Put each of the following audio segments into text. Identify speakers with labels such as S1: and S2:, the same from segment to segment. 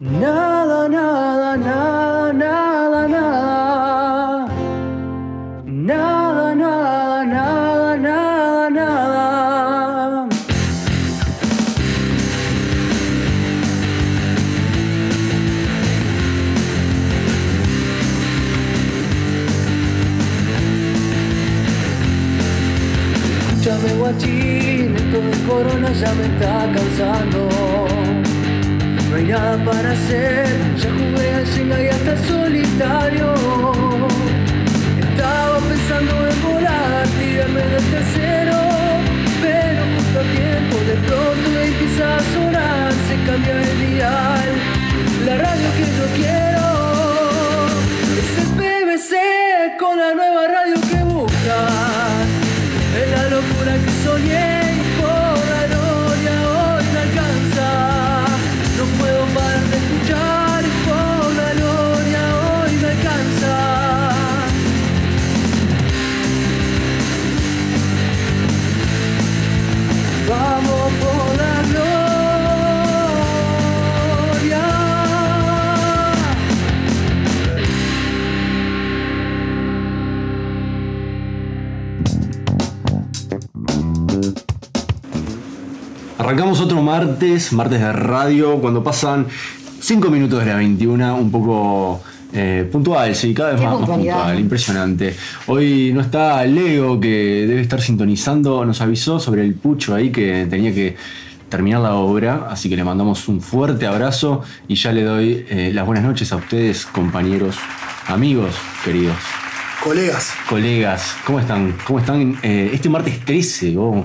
S1: Nada, nada, nada, nada, nada. Nada, nada, nada, nada, nada. Escúchame, guachín, esto de corona ya me está cansando. No hay nada para hacer, ya jugué al Jenga y hasta solitario. Estaba pensando en volar, tirarme del tercero, pero justo a tiempo de pronto empieza a sonar, se cambia el dial, la radio que yo quiero. Es el PBC con la nueva radio que buscas. Es la locura que soñé y por la gloria hoy me alcanza. No puedo parar de escuchar y por la gloria hoy me alcanza. Vamos por la gloria.
S2: Arrancamos otro martes, martes de radio, cuando pasan 5 minutos de la 21, un poco eh, puntual, sí, cada vez
S3: Qué
S2: más, más
S3: puntualidad.
S2: puntual, impresionante. Hoy no está Leo, que debe estar sintonizando, nos avisó sobre el pucho ahí que tenía que terminar la obra, así que le mandamos un fuerte abrazo y ya le doy eh, las buenas noches a ustedes, compañeros, amigos, queridos,
S4: Colegas.
S2: colegas, ¿cómo están? ¿Cómo están eh, este martes 13? oh?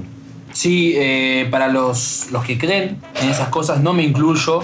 S5: Sí, eh, para los, los que creen en esas cosas, no me incluyo,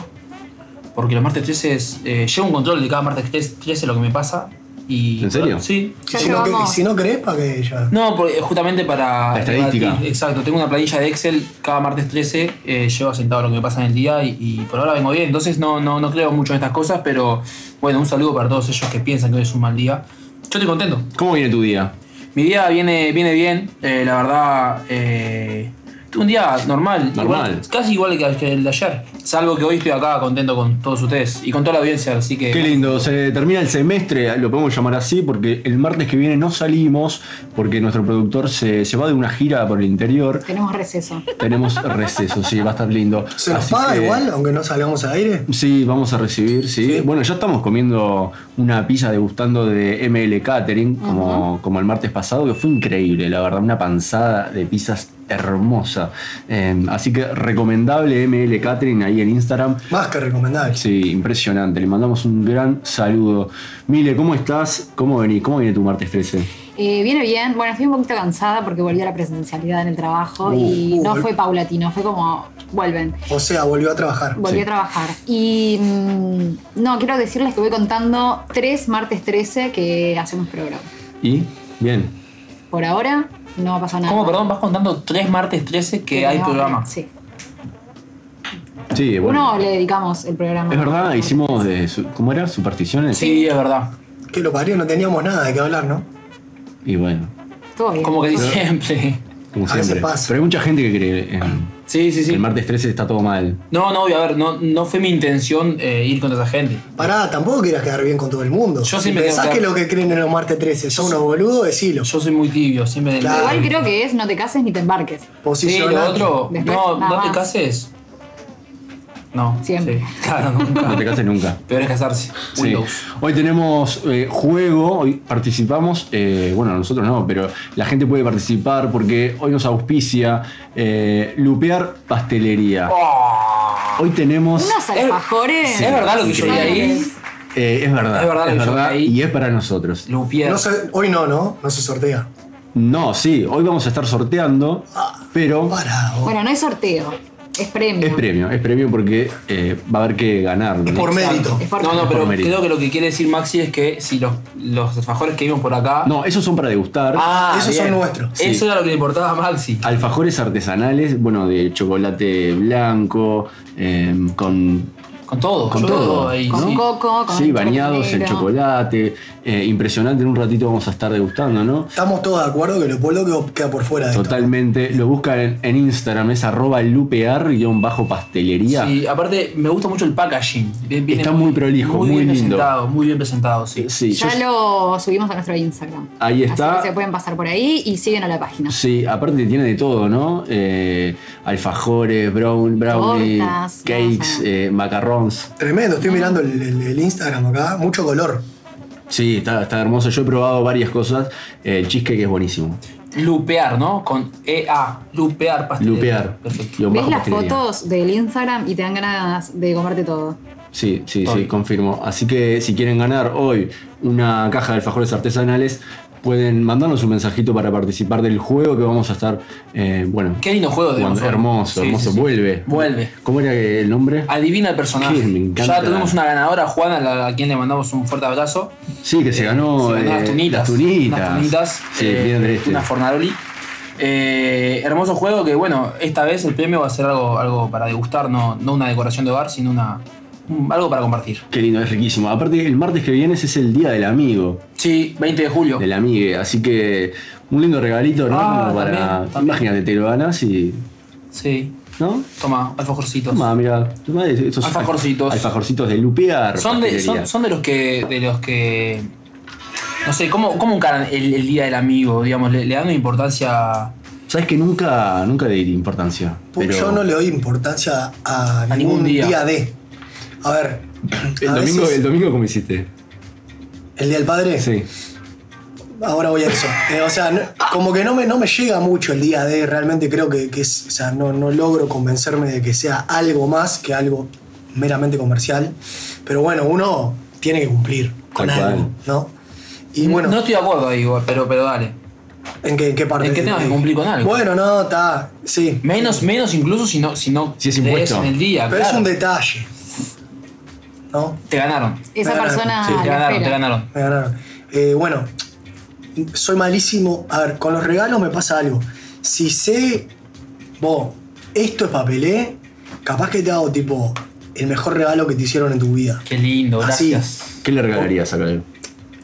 S5: porque los martes 13 es, eh, llevo un control de cada martes 13, 13 lo que me pasa. Y,
S2: ¿En serio?
S5: Sí.
S3: Ya
S4: Y si, no, que-
S3: llevamos.
S4: y si no crees, ¿para qué ya?
S5: No, porque justamente para...
S2: La estadística.
S5: para- exacto, tengo una planilla de Excel, cada martes 13 eh, llevo sentado lo que me pasa en el día y, y por ahora vengo bien, entonces no, no, no creo mucho en estas cosas, pero bueno, un saludo para todos ellos que piensan que hoy es un mal día. Yo estoy contento,
S2: ¿Cómo viene tu día?
S5: mi día viene, viene bien, eh, la verdad. eh, un día normal,
S2: Normal.
S5: igual- casi igual que, que el de ayer. Salvo que hoy estoy acá contento con todos ustedes y con toda la audiencia, así que.
S2: Qué lindo, se termina el semestre, lo podemos llamar así, porque el martes que viene no salimos, porque nuestro productor se, se va de una gira por el interior.
S3: Tenemos receso.
S2: Tenemos receso, sí, va a estar lindo.
S4: ¿Se nos
S2: Así
S4: paga
S2: que-
S4: igual, aunque no salgamos al aire?
S2: Sí, vamos a recibir, sí.
S4: Sí.
S2: Bueno, ya estamos comiendo una pizza degustando de ML Catering, como, como el martes pasado, que fue increíble, la verdad, una panzada de pizzas hermosa. Eh, así que recomendable ML Catering ahí en Instagram.
S4: Más que recomendable.
S2: Sí, impresionante. Le mandamos un gran saludo. Mile, ¿cómo estás? ¿Cómo venís? ¿Cómo viene tu martes 13?
S3: Eh, viene bien. Bueno, estoy un poquito cansada porque volví a la presencialidad en el trabajo
S4: Uh,
S3: y
S4: uh,
S3: no
S4: vol-
S2: eh.
S3: fue paulatino, fue como vuelven.
S4: O sea, volvió a trabajar.
S3: Volví
S2: Sí.
S3: a trabajar. Y mm, no, quiero decirles que voy contando tres martes 13 que hacemos programa.
S2: ¿Y? Bien.
S3: Por ahora no ha pasado nada.
S5: ¿Cómo, perdón? Vas contando tres martes 13 que hay
S3: tenemos-
S5: programa.
S3: Sí.
S2: Sí, bueno.
S3: Uno le dedicamos el programa.
S2: es verdad, hicimos de. su- ¿Cómo era? ¿Supersticiones?
S5: Sí, es verdad.
S4: Que lo parió, no teníamos nada de qué hablar, ¿no?
S2: Y bueno,
S3: Todo bien.
S5: Como que siempre.
S2: como
S4: A veces
S2: siempre.
S4: pasa.
S2: Pero hay mucha gente que cree en-
S5: Sí, sí,
S2: que
S5: sí.
S2: el martes 13 está todo mal.
S5: No, no, obvio, a ver, no, no fue mi intención eh, ir contra esa gente.
S4: Pará, tampoco quieras quedar bien con todo el mundo.
S5: Yo
S4: si
S5: siempre
S4: pensás
S5: tengo
S4: que
S5: que-
S4: lo que creen en los martes 13 son unos boludos, decilo.
S5: Yo soy muy tibio, siempre del
S4: Claro.
S3: Igual creo que es no te cases ni te embarques.
S5: Sí,
S4: Posicionate.
S5: lo otro.
S3: Después,
S5: no,
S3: nada
S5: no te
S3: más.
S5: cases. No.
S3: Siempre.
S5: sí. Claro, nunca.
S2: No te cases nunca.
S5: Peor es casarse.
S2: Sí.
S5: Windows.
S2: Hoy tenemos eh, juego, hoy participamos, eh, bueno, nosotros no, pero la gente puede participar porque hoy nos auspicia eh, Lupear Pastelería.
S5: Oh.
S2: Hoy tenemos...
S3: Unos alfajores.
S5: Sí, es verdad lo que yo vi ahí.
S3: Increíbles.
S2: Eh, es verdad,
S5: Es verdad lo que yo vi ahí.
S2: y es para nosotros.
S5: Lupier.
S4: No se- hoy no, ¿no? No se sortea.
S2: No, sí, hoy vamos a estar sorteando, pero
S4: Pará, vos.
S3: Bueno, no es sorteo, es premio.
S2: es premio, es premio porque eh, va a haber que ganarlo. ¿no?
S4: por mérito.
S3: Es por-
S5: No, no,
S2: por
S5: pero
S2: mérito.
S5: creo que lo que quiere decir Maxi es que si los, los alfajores que vimos por acá.
S2: No, esos son para degustar.
S5: Ah,
S4: Esos son
S5: bien.
S4: nuestros.
S5: Eso era lo que le importaba a Maxi.
S2: Ah, Alfajores artesanales, bueno, de chocolate blanco, eh, con
S5: Con todo,
S2: Con
S5: yo
S2: todo,
S5: ahí,
S3: Con
S5: sí.
S3: coco, con
S2: Sí, bañados, el
S3: chocolate negro.
S2: chocolate. eh, impresionante, en un ratito vamos a estar degustando, ¿no?
S4: Estamos todos de acuerdo que Leopoldo quedó- queda por fuera de esto.
S2: Totalmente. Lo buscan en, en Instagram, es arroba lupear-pastelería.
S5: Sí, aparte me gusta mucho el packaging. Bien- viene
S2: Está muy prolijo, muy
S5: bien
S2: lindo.
S5: presentado, muy bien presentado, sí.
S2: Sí, yo-
S3: Ya lo subimos a nuestro Instagram.
S2: Ahí está.
S3: Así que se pueden pasar por ahí y siguen a la página.
S2: sí, aparte tiene de todo, ¿no? Eh, alfajores, brown, brownie,
S3: Tortas,
S2: cakes,
S3: no sé.
S2: eh, macarons.
S4: Tremendo,
S3: Mm.
S4: estoy mirando el, el- el Instagram acá, mucho color.
S2: Sí, está, está hermoso. Yo he probado varias cosas. Eh, El cheesecake es buenísimo.
S5: Lupear, ¿no? Con EA, lupear pastelería.
S2: Lupear.
S5: Perfecto.
S2: Guión
S3: Ves
S2: bajo
S3: las
S2: pastelería.
S3: fotos del Instagram y te dan ganas de comerte todo.
S2: Sí, sí, sí,
S5: Estoy.
S2: confirmo. Así que si quieren ganar hoy una caja de alfajores artesanales, pueden mandarnos un mensajito para participar del juego que vamos a estar, eh, bueno,
S5: Qué lindo juego de
S2: cuando-
S5: nosotros.
S2: hermoso,
S5: Sí,
S2: hermoso.
S5: sí, sí.
S2: Vuelve.
S5: Vuelve.
S2: ¿Cómo era que el nombre?
S5: Adivina el personaje.
S2: Sí, me encanta.
S5: Ya tuvimos una ganadora, Juana, a la- a quien le mandamos un fuerte abrazo.
S2: Sí, que se ganó.
S5: Se ganó
S2: eh,
S5: las tunitas.
S2: las tunitas.
S5: Unas tunitas,
S2: Sí,
S5: eh,
S2: bien este. triste.
S5: una Fornaroli. Eh, hermoso juego que, bueno, esta vez el premio va a ser algo, algo para degustar, no, no una decoración de hogar, sino una, un- algo para compartir.
S2: Qué lindo, es riquísimo. Aparte, el martes que viene ese es el día del amigo,
S5: Sí, 20 de julio.
S2: del amigue. Así que un lindo regalito, ¿no?
S5: Ah,
S2: Como para.
S5: también, también.
S2: Imagínate, te lo ganas y.
S5: Sí,
S2: ¿No?
S5: toma, alfajorcitos.
S2: Toma, mira, toma estos
S5: Alfajorcitos.
S2: Alfajorcitos de lupear.
S5: Son de,
S2: pastelería.
S5: son, son de los que. de los que. No sé, ¿cómo, cómo encaran el, el día del amigo? Digamos, le, le dan una importancia.
S2: Sabes que nunca, nunca le di importancia.
S4: Porque
S2: Pero
S4: Yo no le doy importancia a, ningún día. de. A ver,
S2: el,
S4: a
S2: domingo,
S4: veces- Eh.
S2: el domingo, ¿cómo hiciste?
S4: el día del padre,
S2: Sí.
S4: ahora voy a eso. Eh, o sea, no- como que no me, no me llega mucho el día de, realmente creo que, que es, o sea, no, no logro convencerme de que sea algo más que algo meramente comercial. Pero bueno, uno tiene que cumplir con
S2: Tal
S4: algo,
S2: cual.
S4: ¿no? Y bueno,
S5: no estoy de acuerdo ahí, igual, pero, pero dale.
S4: ¿en, qué, ¿en qué parte?
S5: en que tengas que
S4: Eh,
S5: cumplir con algo.
S4: Bueno, no, está, sí.
S5: Menos, menos incluso si no, si no
S2: Si es
S5: crees
S2: impuesto.
S5: en el día.
S4: Pero es
S5: claro.
S4: un detalle. ¿No?
S5: Te ganaron.
S3: Esa
S4: Claro,
S3: persona
S5: Sí,
S3: la
S5: te ganaron,
S3: espera.
S5: te ganaron.
S4: Me ganaron. Eh, bueno, soy malísimo. A ver, con los regalos me pasa algo. Si sé, vos, esto es papelé, capaz que te hago tipo el mejor regalo que te hicieron en tu vida.
S5: Qué lindo,
S3: Ah,
S4: Así.
S5: gracias.
S2: ¿Qué le regalarías a Caleb?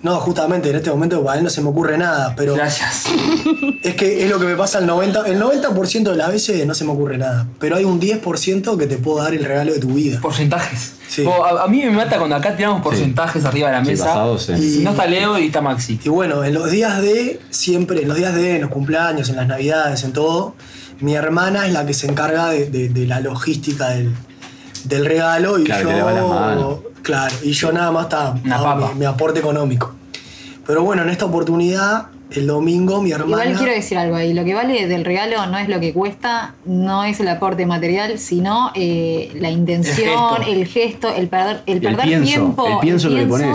S4: No, justamente en este momento para él no se me ocurre nada, pero
S5: Gracias.
S4: es que es lo que me pasa el 90%. El 90% de las veces no se me ocurre nada, pero hay un 10% que te puedo dar el regalo de tu vida.
S5: Porcentajes.
S4: Sí.
S5: Vos, a, a mí me mata cuando acá tiramos porcentajes arriba de la
S2: Sí,
S5: mesa.
S2: pasa 12.
S5: Y no está Leo y está Maxi.
S4: Y bueno, en los días de, siempre, en los días de, en los cumpleaños, en las navidades, en todo, mi hermana es la que se encarga de, de- de la logística del, del regalo y
S2: Claro,
S4: yo.
S2: que lava las manos.
S4: Claro, y yo nada más estaba
S5: Una papa.
S4: mi, mi aporte económico. Pero bueno, en esta oportunidad, el domingo, mi hermana.
S3: Igual quiero decir algo ahí. Lo que vale del regalo no es lo que cuesta, no es el aporte material, sino eh, la intención,
S5: El
S3: el gesto, el perder, el
S2: El
S3: perder
S2: pienso,
S3: tiempo.
S2: el pienso que le pones.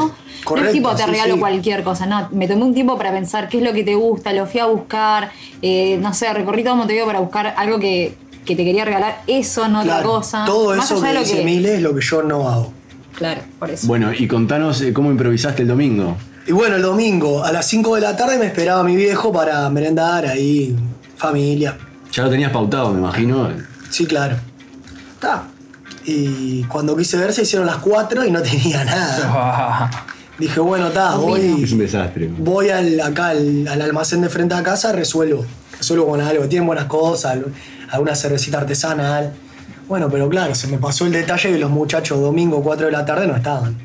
S4: Correcto,
S3: no es tipo te
S4: sí,
S3: regalo
S4: sí.
S3: cualquier cosa, no. Me tomé un tiempo para pensar qué es lo que te gusta, lo fui a buscar, eh, no sé, recorrí todo Montevideo para buscar algo que, que te quería regalar, eso, no
S4: claro,
S3: otra cosa.
S4: Todo
S3: Más
S4: eso
S3: allá de
S4: que
S3: lo
S4: dice Mile es lo que yo no hago.
S3: Claro, por eso.
S2: Bueno, y contanos eh, cómo improvisaste el domingo.
S4: Y bueno, el domingo, a las 5 de la tarde me esperaba mi viejo para merendar ahí, familia.
S2: Ya lo tenías pautado, me imagino.
S4: Sí, claro. Está. Y cuando quise ver se hicieron las 4 y no tenía nada. Dije, bueno, está,
S2: Es un
S4: voy,
S2: desastre.
S4: voy al, acá al, al almacén de frente a casa, resuelvo. Resuelvo con algo. Tienen buenas cosas, al- alguna cervecita artesanal. Bueno, pero claro, se me pasó el detalle que los muchachos domingo 4 de la tarde no estaban.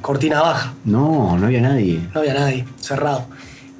S4: Cortina baja,
S2: No, no había nadie.
S4: no había nadie, cerrado.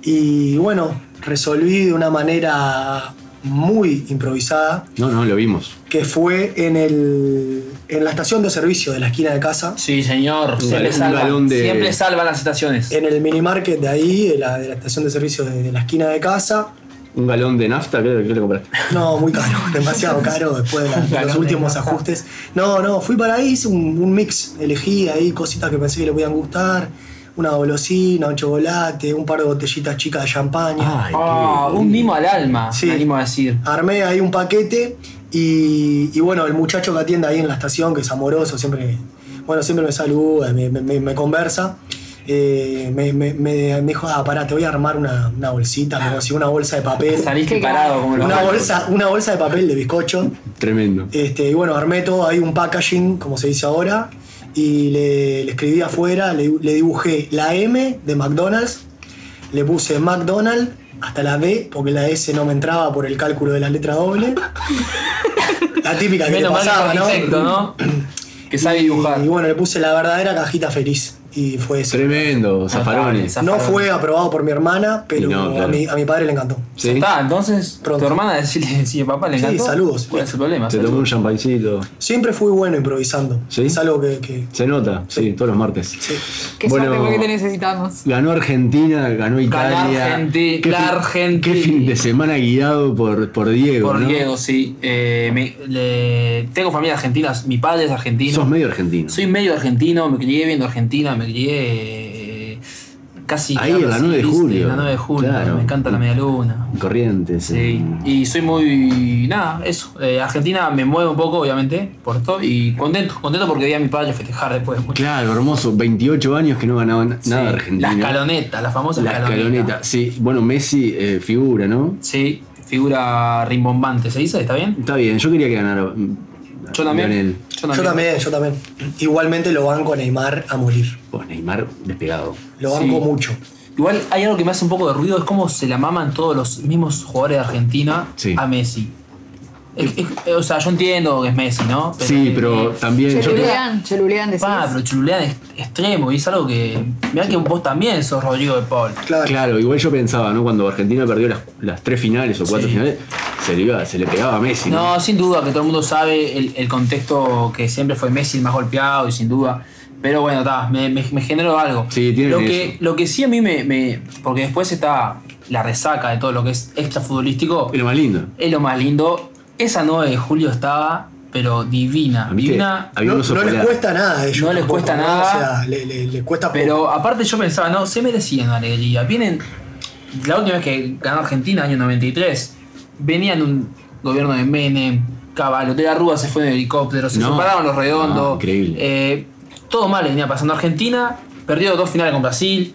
S4: Y bueno, resolví de una manera muy improvisada
S2: No, no, lo vimos.
S4: que fue en, el, en la estación de servicio de la esquina de casa,
S5: Sí, señor. Siempre
S2: un
S5: salvan.
S2: galón de-
S5: Siempre salvan las estaciones.
S4: en el minimarket de ahí, de la, de la estación de servicio de, de la esquina de casa.
S2: Un galón de nafta, ¿qué, qué le compraste?
S4: No, muy caro, demasiado caro después de, la- de
S5: Galón
S4: los
S5: de
S4: últimos
S5: masa.
S4: ajustes. No, no, fui para ahí, hice un, un mix, elegí ahí cositas que pensé que le podían gustar, una golosina, un chocolate, un par de botellitas chicas de champaña.
S2: Ay,
S5: Ah, un mimo al alma,
S4: Sí.
S5: me animo a decir.
S4: Armé ahí un paquete y, y bueno, el muchacho que atiende ahí en la estación, que es amoroso, siempre, bueno, siempre me saluda, me, me- me- me conversa. eh, me, me- me- me dijo, ah, pará, te voy a armar una, una bolsita, me consiguió una bolsa de papel.
S5: Saliste
S3: Qué
S5: parado
S3: cagada.
S5: Ah. como los
S4: Una
S5: barcos.
S4: bolsa, una bolsa de papel de bizcocho.
S2: Tremendo.
S4: Este, y bueno, armé todo ahí un packaging, como se dice ahora. y le, le escribí afuera, le, le dibujé la M de McDonald's, le puse McDonald's hasta la D, porque la S no me entraba por el cálculo de la letra doble. La típica que le
S5: Menos mal
S4: pasaba,
S5: que
S4: ¿no?
S5: arquitecto, ¿no? Que sabe dibujar.
S4: Y bueno, le puse la verdadera cajita feliz. Y fue eso.
S2: Tremendo, Zafaroni.
S5: está,
S4: No fue aprobado por mi hermana, pero
S2: Y no, claro.
S4: a, mi, a mi padre le encantó.
S5: Ya
S2: Sí,
S5: Está, entonces,
S4: Pronto.
S5: tu hermana decirle si papá le
S4: Sí,
S5: encantó.
S4: saludos.
S5: ¿Cuál es el problema?
S2: se tomó un champancito.
S4: Siempre fui bueno improvisando.
S2: ¿Sí?
S4: Es algo que. que-
S2: Se nota, sí, todos los martes.
S4: sí.
S3: Qué
S2: Bueno,
S3: suerte porque te necesitamos.
S2: Ganó Argentina, ganó Italia.
S5: Argenti-
S2: Qué
S5: la
S2: fin-
S5: Argentina.
S2: Qué fin de semana guiado por, por Diego.
S5: Por
S2: ¿no?
S5: Diego, sí. Eh, me- le- tengo familia argentina, mi padre es argentino.
S2: Sos medio argentino.
S5: Soy medio argentino, me crié viendo Argentina, me crié eh, casi...
S2: Ahí,
S5: claro,
S2: la
S5: sí,
S2: 9 de
S5: viste,
S2: julio.
S5: La 9 de julio,
S2: Claro.
S5: me encanta la media luna.
S2: Corrientes. eh.
S5: Sí,
S2: en-
S5: y soy muy... Nada, eso. Eh, argentina me mueve un poco, obviamente, por esto. Y contento, contento porque vi a mi padre festejar después. de mucho.
S2: Claro, hermoso. 28 años que no ganaban
S5: Sí,
S2: nada Argentina.
S5: La escaloneta, la famosa
S2: La
S5: escaloneta.
S2: escaloneta. Sí, bueno, Messi eh, figura, ¿no?
S5: Sí, figura rimbombante, ¿se dice? ¿Está bien?
S2: Está bien, yo quería que ganara. mm,
S5: Yo también.
S2: Lionel.
S5: Yo
S4: Yo también, yo también. Igualmente lo banco a Neymar a morir.
S2: Oh, Neymar despegado.
S4: Lo
S5: Sí.
S4: banco mucho.
S5: Igual hay algo que me hace un poco de ruido, es cómo se la maman todos los mismos jugadores de Argentina
S2: Sí.
S5: a Messi. Es- es- o sea, yo entiendo que es Messi, ¿no? eh,
S2: sí, pero también. yo creo- Ah,
S3: Chelulean, chelulean decís.
S5: Pa, pero Chulean es extremo y es algo que. Mirá que vos también sos Rodrigo de Paul.
S4: Claro.
S2: Claro, igual yo pensaba, ¿no? Cuando Argentina perdió las, las tres finales o cuatro
S5: Sí.
S2: finales, se le, iba, se le pegaba a Messi. ¿no?
S5: No, sin duda que todo el mundo sabe el, el contexto que siempre fue Messi el más golpeado y sin duda. Pero bueno, ta, me, me, me generó algo.
S2: Sí, tiene
S5: lo,
S2: eso.
S5: que, lo que sí a mí me, me- Porque después está la resaca de todo lo que es extra futbolístico.
S2: Es lo más lindo.
S5: Es lo más lindo. Esa 9 de julio estaba, pero divina.
S2: ¿Viste?
S5: Divina.
S2: Había
S4: no,
S2: unos
S4: no les
S2: operados.
S4: cuesta nada a ellos.
S5: No les
S4: tampoco,
S5: cuesta
S4: ¿no?
S5: nada.
S4: O sea, le- le- les cuesta poco.
S5: Pero aparte yo pensaba, no, se merecían la alegría. Vienen. La última vez que ganó Argentina, año 93, venían un gobierno de Menem, Caballo, de la Rúa se fue en helicóptero, se
S2: No.
S5: separaron los redondos.
S2: No, increíble.
S5: Eh, todo mal le venía pasando a Argentina, perdió dos finales con Brasil.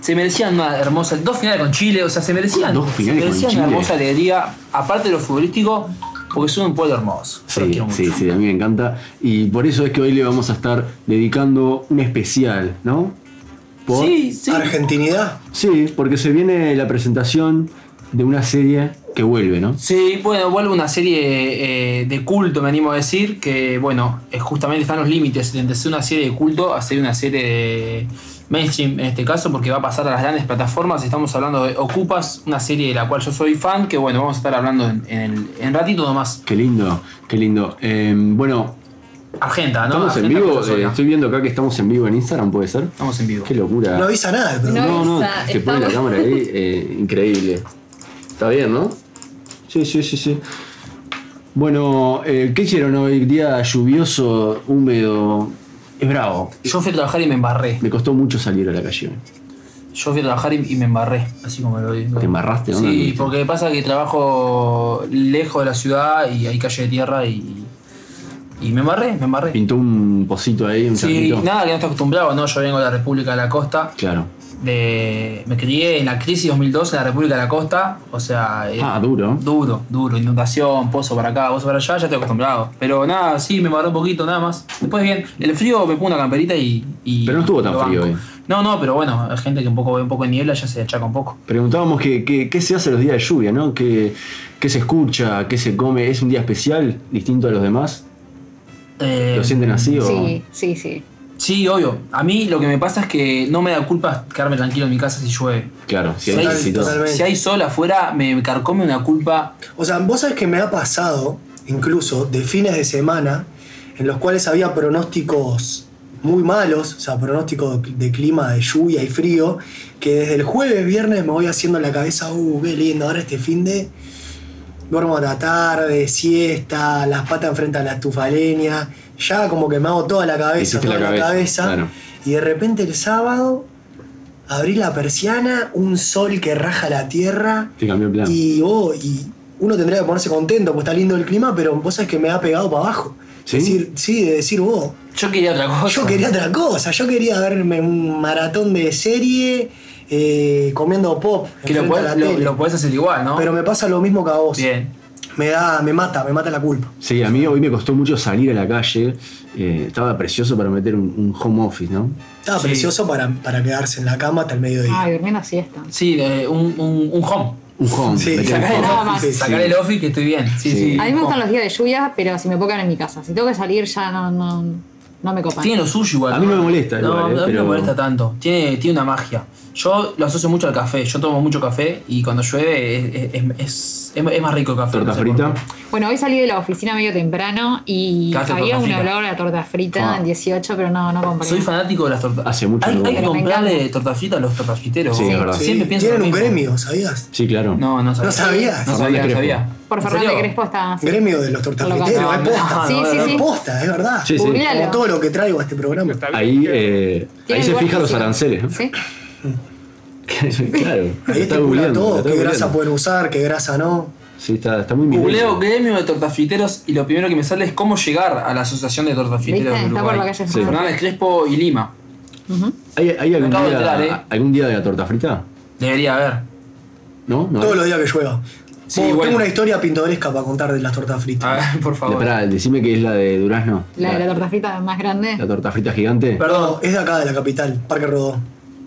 S5: Se merecían una hermosa. Dos finales con Chile, o sea, se merecían.
S2: Dos
S5: se
S2: finales con
S5: merecían una
S2: Chile.
S5: hermosa alegría, aparte de lo futbolístico, porque son un pueblo hermoso. Yo los
S2: Sí,
S5: quiero mucho.
S2: sí, sí, a mí me encanta. Y por eso es que hoy le vamos a estar dedicando un especial, ¿no? Por-
S5: sí, sí.
S4: Argentinidad.
S2: Sí, porque se viene la presentación de una serie que vuelve, ¿no?
S5: Sí, bueno, vuelve una serie eh, de culto, me animo a decir, que bueno, eh, justamente están los límites entre ser una serie de culto a ser una serie de mainstream en este caso, porque va a pasar a las grandes plataformas. Estamos hablando de Ocupas, una serie de la cual yo soy fan, que bueno, vamos a estar hablando en, en, el- en ratito nomás.
S2: Qué lindo, qué lindo. Eh, bueno,
S5: Argenta, ¿no?
S2: estamos en
S5: Argenta
S2: vivo.
S5: Plaza
S2: eh,
S5: Sola.
S2: estoy viendo acá que estamos en vivo en Instagram, ¿puede ser?
S5: Estamos en vivo.
S2: Qué locura.
S4: No avisa nada, pero
S3: No.
S2: no, no,
S3: avisa,
S2: se pone la
S3: estamos-
S2: cámara ahí, eh, increíble. Está bien, ¿no? Sí, sí, sí, sí. Bueno, eh, ¿qué hicieron hoy? Día lluvioso, húmedo. Es bravo.
S5: Yo fui a trabajar y me embarré.
S2: Me costó mucho salir a la calle.
S5: Yo fui a trabajar y, y me embarré, así como lo digo.
S2: ¿Te embarraste? ¿Dónde
S5: Sí,
S2: anduviste?
S5: porque pasa que trabajo lejos de la ciudad y hay calle de tierra y. Y me embarré, me embarré.
S2: Pintó un pocito ahí, un
S5: Sí,
S2: charquito.
S5: nada que no estoy acostumbrado, ¿no? Yo vengo de la República de la Costa.
S2: Claro.
S5: De, me crié en la crisis 2002 en la República de la Costa. O sea, eh,
S2: Ah, duro.
S5: duro, duro. Inundación, pozo para acá, pozo para allá, ya estoy acostumbrado. Pero nada, sí, me embarré un poquito, nada más. Después bien, el frío me pongo una camperita y. y
S2: Pero no estuvo tan
S5: lo banco.
S2: frío hoy.
S5: No, no, pero bueno, hay gente que un poco ve un poco de niebla ya se achaca un poco.
S2: Preguntábamos que- que- qué se hace los días de lluvia, ¿no? ¿Qué, qué se escucha? ¿Qué se come? ¿Es un día especial, distinto a los demás?
S5: Eh,
S2: ¿Lo sienten así o...?
S3: Sí, sí, sí.
S5: Sí, obvio. A mí lo que me pasa es que no me da culpa quedarme tranquilo en mi casa si llueve.
S2: Claro, si hay
S5: Sí,
S2: sí, todo.
S4: totalmente.
S5: Si hay sol afuera, me carcome una culpa
S4: O sea, vos sabés que me ha pasado, incluso, de fines de semana, en los cuales había pronósticos muy malos, o sea, pronósticos de clima, de lluvia y frío, que desde el jueves, viernes me voy haciendo en la cabeza, uh, qué lindo, ahora este fin de... Duermo a la tarde, siesta, las patas enfrente a la estufaleña, ya como que me hago toda la cabeza,
S2: Hiciste
S4: toda
S2: la
S4: la
S2: cabeza,
S4: cabeza,
S2: claro.
S4: y de repente el sábado abrí la persiana, un sol que raja la tierra,
S2: Te cambió el plan.
S4: y, oh, y uno tendría que ponerse contento, pues está lindo el clima, pero vos sabés que me ha pegado para abajo.
S2: ¿Sí?
S4: Es decir, sí, de decir, vos,
S5: Yo quería otra cosa.
S4: yo quería otra cosa, yo quería verme un maratón de serie eh, comiendo pop
S5: Que lo
S4: enfrente a la
S5: podés, lo,
S4: tele.
S5: lo podés hacer igual, ¿no?
S4: Pero me pasa lo mismo que a vos.
S5: Bien.
S4: me da, me mata, me mata la culpa.
S2: Sí, a mí hoy me costó mucho salir a la calle. eh, estaba precioso para meter un, un home office, ¿no?
S4: Estaba
S5: Sí.
S4: precioso para, para quedarse en la cama hasta el mediodía.
S3: Ay, durmiendo siesta.
S5: Sí, de- un, un, un home.
S2: Un home.
S4: Sí,
S2: meter un
S5: Sacar el,
S2: home.
S3: Nada más.
S5: office, sacar
S2: Sí.
S5: el office que estoy bien. Sí,
S2: Sí.
S5: sí.
S3: A mí me
S5: un
S3: gustan
S5: home.
S3: los días de lluvia, pero si me puedo quedar en mi casa. Si tengo que salir, ya no, no, no me copan.
S5: Tiene lo suyo igual.
S2: A mí no me molesta
S5: No,
S2: igual, eh,
S5: a mí no
S2: pero-
S5: me molesta tanto. Tiene, tiene una magia. Yo lo asocio mucho al café. Yo tomo mucho café y cuando llueve es, es, es- es- es más rico el café.
S2: Torta
S5: no sé
S2: frita.
S5: por qué.
S3: Bueno, hoy salí de la oficina medio temprano y
S5: Cagaste
S3: había
S5: torta
S3: un
S5: frita.
S3: olor a torta frita
S2: Ah.
S3: en 18, pero no, no compré.
S5: Soy fanático de las tortas.
S2: Hace mucho
S5: Hay,
S2: no
S5: hay que
S2: como.
S5: comprarle torta frita a los tortafriteros.
S2: Sí, es verdad.
S5: Siempre
S4: Sí,
S5: pienso.
S4: Tienen
S5: lo
S4: un
S5: mismo.
S4: gremio, ¿sabías?
S2: Sí, claro.
S5: No, no sabía.
S4: ¿No sabías?
S5: No
S2: Fernández
S5: sabía, no
S2: Crespo.
S5: sabía.
S3: Por
S5: ¿En
S3: Fernández
S5: serio?
S3: Crespo está. así.
S4: Gremio de los
S3: No,
S4: tortafriteros, es posta.
S5: no,
S3: sí,
S5: no,
S3: sí,
S5: no,
S3: sí.
S4: Es posta, es verdad.
S2: Sí, sí.
S3: Googlealo.
S4: Como todo lo que traigo a este programa.
S2: Ahí, eh, ahí
S3: Tiene
S2: se
S3: lugar
S2: fijan los
S3: físico.
S2: aranceles, ¿no?
S3: Sí.
S2: claro.
S4: Ahí
S2: está
S4: te cura
S2: googleando,
S4: todo,
S2: está
S4: qué
S2: googleando.
S4: grasa pueden usar, qué grasa no.
S2: Sí, está, está muy
S5: Googleo
S2: milenio.
S5: gremio de tortafriteros y lo primero que me sale es cómo llegar a la asociación de tortafriteros
S3: ¿Viste?
S5: de
S3: Está
S5: Uruguay.
S3: por la calle
S2: Sí.
S3: Fernández.
S5: Fernández Crespo y Lima.
S2: ¿Hay, hay algún,
S5: acabo
S2: día,
S5: de enterar, eh.
S2: algún día de la torta frita?
S5: Debería haber.
S2: ¿No? no hay?
S4: Todos los días que llueva.
S5: Sí,
S4: Vos,
S5: bueno. Ah.
S4: Tengo una historia pintoresca para contar de las tortas
S5: A
S4: fritas.
S5: ver, por favor.
S2: Esperá, decime que es la de Durazno.
S3: La de la torta frita más grande.
S2: la torta frita gigante.
S5: Perdón.
S4: Es de acá, de la capital, Parque Rodó.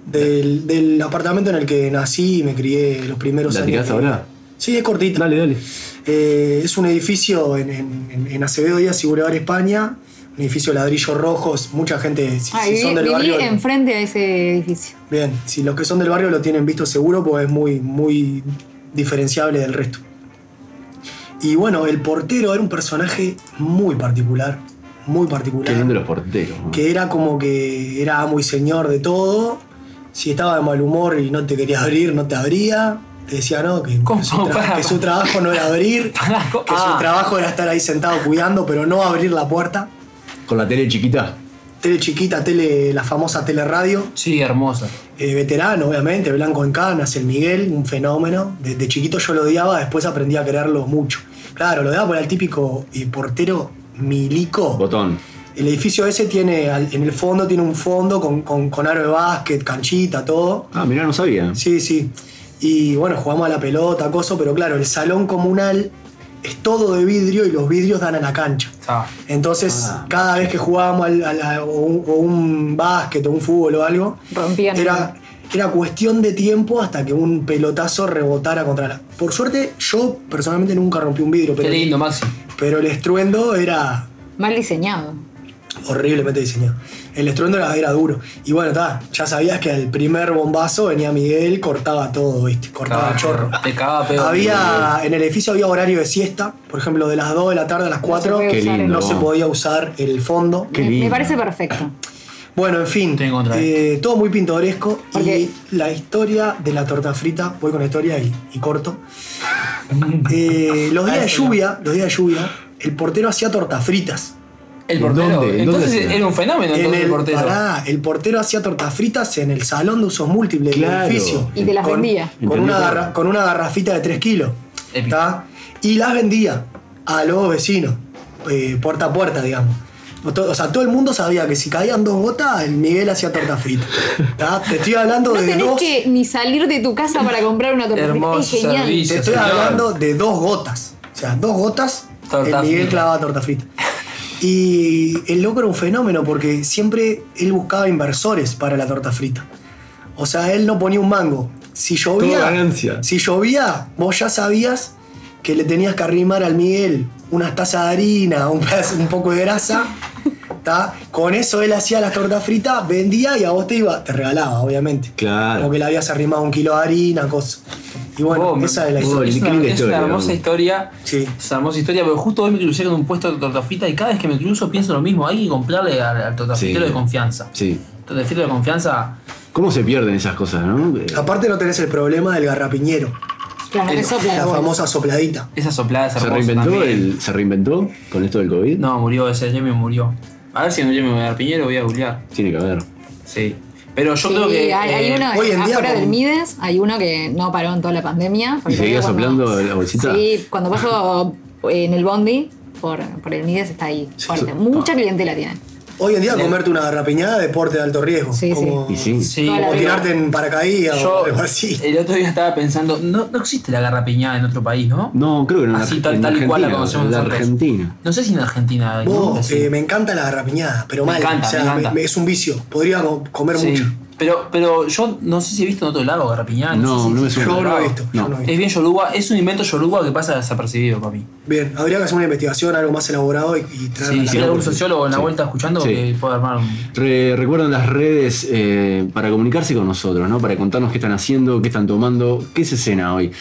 S4: Del, del apartamento en el que nací y me crié los primeros
S2: ¿La
S4: años.
S2: tirás ahora?
S4: Sí, es cortita.
S2: Dale, dale.
S4: Eh, es un edificio en, en, en- en Acevedo Díaz y Boulevard España. Un edificio de ladrillos rojos. Mucha gente, si,
S3: Ah,
S4: si
S3: viví,
S4: son del
S3: viví
S4: barrio.
S3: enfrente a ese edificio.
S4: Bien, si los que son del barrio lo tienen visto seguro, pues es muy, muy diferenciable del resto. Y bueno, el portero era un personaje muy particular. Muy particular
S2: Qué lindo los porteros. ¿no?
S4: que era como que era amo y señor de todo. Si estaba de mal humor y no te quería abrir, no te abría. Te decía, no, que,
S5: ¿Cómo?
S4: que su, tra-
S5: Pará,
S4: que su
S5: pará.
S4: trabajo no era abrir,
S5: Pará, co-
S4: que
S5: ah.
S4: su trabajo era estar ahí sentado cuidando, pero no abrir la puerta.
S2: Con la tele chiquita.
S4: Tele chiquita, tele, la famosa teleradio,
S5: Sí, hermosa.
S4: eh, veterano, obviamente, Blanco en Canas, el Miguel, un fenómeno. Desde chiquito yo lo odiaba, después aprendí a quererlo mucho. Claro, lo odiaba por el típico eh, portero milico.
S2: Botón.
S4: El edificio ese tiene, al- en el fondo tiene un fondo con, con, con aro de básquet, canchita, todo.
S2: Ah, mirá, no sabía.
S4: Sí, sí. Y bueno, jugamos a la pelota, coso, pero claro, el salón comunal es todo de vidrio y los vidrios dan a la cancha.
S5: Ah,
S4: Entonces,
S2: Ah.
S4: cada vez que jugábamos al- a la- o, un, o un básquet o un fútbol o algo,
S3: Rompían.
S4: era, era cuestión de tiempo hasta que un pelotazo rebotara contra la. Por suerte, yo personalmente nunca rompí un vidrio,
S5: qué
S4: pero,
S5: lindo, Maxi.
S4: pero el estruendo era
S3: Mal diseñado.
S4: horriblemente diseñado. El estruendo era, era duro. Y bueno, ta, ya sabías que al primer bombazo venía Miguel, cortaba todo, ¿viste? Cortaba
S5: Cagaba
S4: el chorro.
S5: pedo, Te cagaba pedo.
S4: Había, en el edificio había horario de siesta, por ejemplo, de las 2 de la tarde a las 4.
S3: podía
S2: Qué
S3: usar el-
S2: lindo.
S4: No se podía usar el fondo.
S2: Qué
S3: me, me
S2: lindo.
S3: parece perfecto.
S4: Bueno, en fin,
S5: Estoy en contra,
S4: eh, todo muy pintoresco.
S3: Porque-
S4: Y la historia de la torta frita, voy con la historia y, y corto. Eh, los días de lluvia, los días de lluvia, el portero hacía tortas fritas.
S5: El
S2: ¿En
S5: portero.
S2: dónde? ¿En
S5: Entonces
S2: dónde hacía?
S5: era un fenómeno
S4: En
S5: entonces,
S4: el,
S5: el portero.
S4: pará, el portero hacía tortas fritas en el salón de usos múltiples
S2: Claro.
S4: del edificio.
S3: Y te las
S4: Con-
S3: vendía.
S4: Con
S2: Entendí
S4: una,
S2: todo.
S4: garra- con una garrafita de 3 kilos.
S5: Épico.
S4: ¿tá? Y las vendía a los vecinos, eh, puerta a puerta, digamos. O, to- o sea, todo el mundo sabía que si caían dos gotas, el Miguel hacía torta frita. ¿tá? Te estoy hablando
S3: No
S4: de
S3: tenés
S4: dos.
S3: que ni salir de tu casa para comprar una torta frita. Es
S5: Hermoso
S3: genial.
S5: servicio.
S4: Te estoy
S5: señor.
S4: hablando de dos gotas. O sea, dos gotas.
S5: Torta
S4: el Miguel
S5: frita.
S4: clavaba torta frita. Y el loco era un fenómeno porque siempre él buscaba inversores para la torta frita. O sea, él no ponía un mango. Si
S2: Todo
S4: llovía,
S2: ganancia.
S4: si llovía, vos ya sabías que le tenías que arrimar al Miguel unas tazas de harina, un, pedazo- un poco de grasa. ¿tá? Con eso él hacía las tortas fritas, vendía y a vos te iba, te regalaba, obviamente.
S2: Claro.
S4: Porque le habías arrimado un kilo de harina, cosas. Y bueno,
S5: Oh, me-
S4: esa es la
S5: es
S4: historia.
S5: una- Es
S2: Increíble
S5: una,
S2: historia,
S5: hermosa
S2: ¿no?
S5: historia.
S4: Sí.
S5: Es una hermosa historia, pero justo hoy me crucé con un puesto de tortafrita y cada vez que me cruzo pienso lo mismo. Hay que comprarle al, al tortafritero
S2: Sí.
S5: de confianza.
S2: Sí.
S5: Tortafritero de confianza.
S2: ¿Cómo se pierden esas cosas, no? Eh,
S4: Aparte no tenés el problema del garrapiñero,
S5: Ah,
S3: Claro,
S5: El-
S3: que sopla
S4: la
S3: la bolsa.
S4: famosa sopladita.
S5: Esa soplada es
S2: ¿Se
S5: hermosa
S2: reinventó,
S5: también.
S2: el, ¿Se reinventó con esto del COVID?
S5: No, murió, ese Jimmy murió. A ver si no Jimmy Garpiñero voy a googlear.
S2: Tiene que haber.
S5: Sí. Pero yo
S3: Sí,
S5: creo que.
S3: hay, hay
S5: eh,
S3: uno
S4: hoy en día
S3: afuera
S4: con-
S3: del Mides, hay uno que no paró en toda la pandemia. porque
S2: ¿Y seguía
S3: cuando-
S2: soplando la bolsita?
S3: Sí, cuando paso en el bondi por, por el Mides está ahí
S2: Sí,
S3: fuerte.
S2: eso-
S3: Mucha clientela tiene.
S4: Hoy en día
S5: Le-
S4: comerte una garrapiñada es deporte de alto riesgo.
S3: Sí, sí.
S4: como,
S2: Y sí.
S5: Sí,
S3: Toda la
S4: como
S5: pero
S4: tirarte en paracaídas
S5: yo eh,
S4: o algo así.
S5: el otro día estaba pensando, no, no existe la garrapiñada en otro país, ¿no?
S2: No, creo que no. en
S5: Así
S2: Ar-
S5: tal,
S2: en
S5: tal y cual la
S2: Argentina,
S5: conocemos
S2: en la
S5: nosotros.
S2: Argentina.
S5: No sé si en Argentina.
S4: Vos,
S5: existe así.
S4: eh, me encanta la garrapiñada, pero
S5: Me
S4: mal.
S5: encanta,
S4: o sea,
S5: me encanta.
S4: es un vicio. Podría co- comer
S5: Sí,
S4: mucho.
S5: Pero, pero yo no sé si he visto en otro lado garrapiñada.
S2: No,
S5: sé si
S2: no me
S5: existe
S2: suena.
S5: en
S4: Yo
S5: otro
S4: no he
S5: lado.
S4: visto. yo
S2: No.
S4: no he visto.
S5: Es bien yoruba, es un invento yoruba que pasa desapercibido para mí.
S4: Bien, habría que hacer una investigación algo más elaborado y, y traer
S5: Sí,
S4: la-
S5: si hay
S2: no,
S5: algún
S2: porque-
S5: sociólogo en la
S2: sí.
S5: vuelta escuchando
S2: Sí.
S5: que pueda armar un...
S2: Re- recuerden las redes eh, para comunicarse con nosotros, ¿no? Para contarnos qué están haciendo, qué están tomando, qué se cena hoy.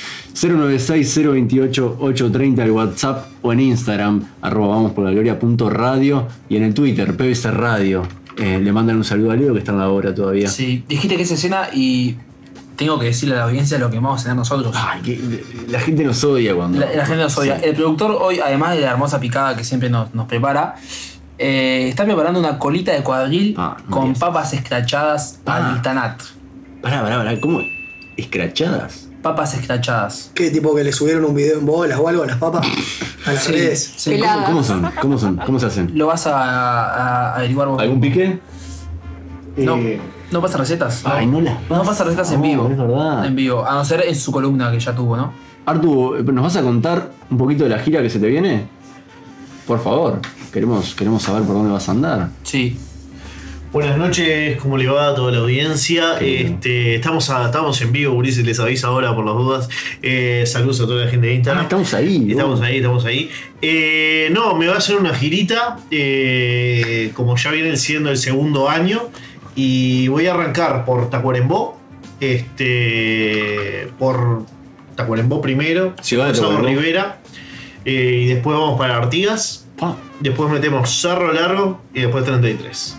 S2: 096-028-830 el WhatsApp o en Instagram, arroba vamos por la gloria punto radio y en el Twitter, PBC Radio. Eh, le mandan un saludo a Leo que está en la obra todavía.
S5: Sí, dijiste que es escena y tengo que decirle a la audiencia lo que vamos a cenar nosotros.
S2: Ay, que- la gente nos odia cuando.
S5: La, la gente nos odia.
S2: Sí.
S5: El productor hoy, además de la hermosa picada que siempre nos, nos prepara, eh, está preparando una colita de cuadril
S2: Ah, no
S5: con
S2: digas.
S5: papas escrachadas
S2: Ah.
S5: al tanat.
S2: Pará, pará, pará, ¿cómo? ¿Escrachadas?
S5: Papas escrachadas.
S4: ¿Qué tipo que le subieron un video en bolas o algo a las papas? A las
S5: Sí,
S4: redes.
S5: sí.
S3: Peladas.
S2: ¿Cómo son? ¿Cómo son? ¿Cómo se hacen?
S5: Lo vas a, a- a averiguar vos.
S2: ¿Algún pique?
S5: No,
S2: Eh,
S5: no pasa recetas.
S2: Ay, no las Oh,
S5: No pasa recetas en vivo.
S2: Es verdad.
S5: En vivo. A no ser en su columna que ya tuvo, ¿no?
S2: Artu, ¿nos vas a contar un poquito de la gira que se te viene? Por favor, queremos, queremos saber por dónde vas a andar.
S5: Sí.
S6: Buenas noches, ¿cómo le va a toda la audiencia? Este, estamos, a- estamos en vivo, Ulises, les aviso ahora por las dudas. Eh, saludos a toda la gente de Instagram.
S2: Ah, estamos ahí, ¿no?
S6: Estamos ahí, estamos ahí. Eh, no, me va a hacer una girita, eh, como ya viene siendo el segundo año, y voy a arrancar por Tacuarembó, este, por Tacuarembó primero,
S2: Ciudad de
S6: después hago
S2: Tacuarembó.
S6: Rivera, eh, y después vamos para Artigas,
S2: Pa,
S6: después metemos Cerro Largo y después 33.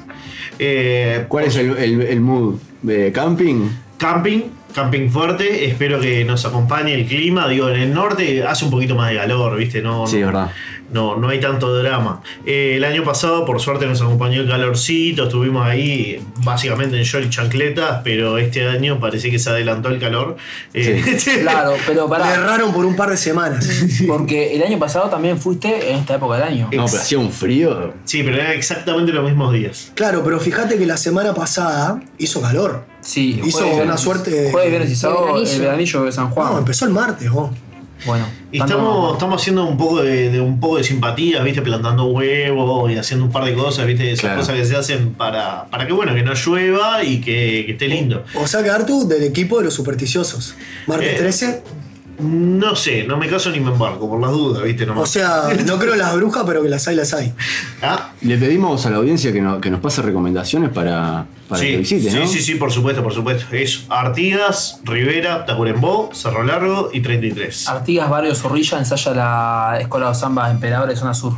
S6: Eh,
S2: ¿Cuál es el, el- el mood? ¿De camping?
S6: Camping, camping fuerte, espero que nos acompañe el clima, digo, en el norte hace un poquito más de calor, ¿viste? No,
S2: Sí, es verdad.
S6: no, no hay tanto drama. Eh, el año pasado, por suerte, nos acompañó el calorcito, estuvimos ahí básicamente en short y chancletas, pero este año parece que se adelantó el calor. Eh,
S5: Claro, pero
S4: Le
S5: pará.
S4: erraron por un par de semanas.
S5: Porque el año pasado también fuiste en esta época del año.
S2: No, pero hacía un frío.
S6: sí, pero eran exactamente los mismos días.
S4: Claro, pero fíjate que la semana pasada hizo calor.
S5: Sí,
S4: Hizo
S5: jueves,
S4: una
S5: viernes-
S4: suerte-
S5: Jueves, viernes y sábado,
S3: veranillo.
S5: el veranillo de San Juan.
S4: No, empezó el martes, vos.
S5: Bueno,
S6: Y
S5: tanto-
S6: estamos, estamos haciendo un poco de, de un poco de simpatía, viste, plantando huevos y haciendo un par de cosas, viste, esas
S2: Claro.
S6: cosas que se hacen para, para que bueno, que no llueva y que, que esté lindo.
S4: O sea que Artu del equipo de los supersticiosos. Martes
S6: Eh.
S4: 13.
S6: No sé, no me caso ni me embarco, por las dudas, viste,
S4: O
S6: nomás.
S4: sea, no creo en las brujas, pero que las hay, las hay.
S6: Ah,
S2: Le pedimos a la audiencia que, no- que nos pase recomendaciones para, para
S6: sí,
S2: que visite,
S6: sí,
S2: ¿no?
S6: sí, sí, por supuesto, por supuesto. Es Artigas, Rivera, Tacuarembó, Cerro Largo y 33.
S5: Artigas, Barrio Zorrilla ensaya la Escuela de Zamba Emperadores Zona Sur.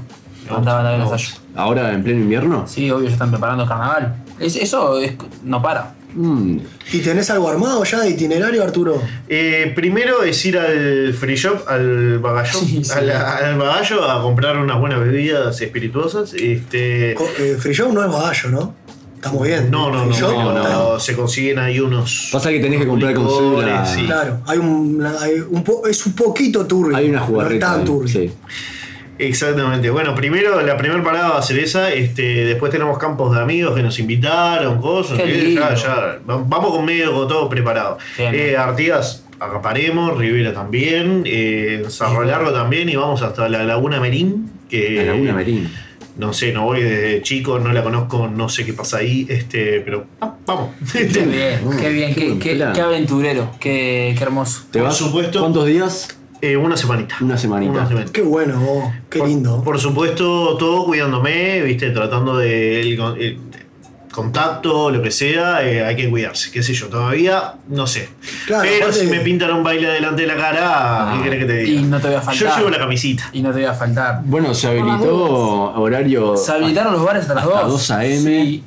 S5: Mandaban a ver el ensayo.
S2: Ahora en pleno invierno.
S5: Sí, obvio, ya están preparando el carnaval. Es- eso es- no para.
S2: Mm,
S4: ¿Y tenés algo armado ya de itinerario, Arturo?
S6: Eh, primero es ir al free shop, al bagallo,
S5: Sí, sí.
S6: a la- al bagallo a comprar unas buenas bebidas espirituosas. Este,
S4: Co- eh, Free Shop no es bagallo, ¿no? Estamos bien.
S6: No, no,
S4: Free
S6: no,
S4: Shop,
S6: no,
S4: está-
S6: no, se consiguen ahí unos.
S2: Pasa que tenés que comprar con
S6: licores,
S2: cédula.
S6: sí.
S4: Claro, hay un, hay un po- es un poquito turbio.
S2: Hay una
S4: No es
S2: jugarreta.
S4: tan
S2: ahí,
S4: turbio.
S2: sí.
S6: Exactamente. Bueno, primero, la primera parada va a ser esa. Este, después tenemos campos de amigos que nos invitaron, cosas.
S5: Qué
S6: que
S5: lindo.
S6: Ya, ya, va- vamos con medio, con todo preparado.
S5: Bien.
S6: Eh, Artigas, acaparemos, Rivera también, eh, Cerro Largo también, y vamos hasta la Laguna Merín. Que,
S2: La Laguna Merín.
S6: No sé, no voy desde chico, no la conozco, no sé qué pasa ahí, este, pero ah, vamos.
S5: Qué bien, qué bien,
S2: qué
S5: qué,
S2: buen
S5: qué-
S2: plan.
S5: qué aventurero, qué, qué hermoso.
S2: ¿Te
S6: Por
S2: vas?
S6: supuesto.
S2: ¿Cuántos días?
S6: Eh, una semanita.
S2: Una semanita.
S6: Una semanita.
S4: Qué bueno, vos. Qué
S6: Por-
S4: lindo.
S6: Por, supuesto, todo cuidándome, viste, tratando de el con- el contacto, lo que sea, eh, hay que cuidarse, qué sé yo, todavía no sé.
S4: Claro,
S6: Pero
S4: aparte-
S6: si me pintan un baile delante de la
S1: Ah,
S6: cara, ¿qué querés que te diga?
S5: y no te voy a faltar.
S6: Yo llevo la camisita.
S5: Y no te voy a faltar.
S2: Bueno, se habilitó horario.
S5: Se habilitaron los bares hasta las 2.
S2: Hasta 2 AM.
S5: Sí.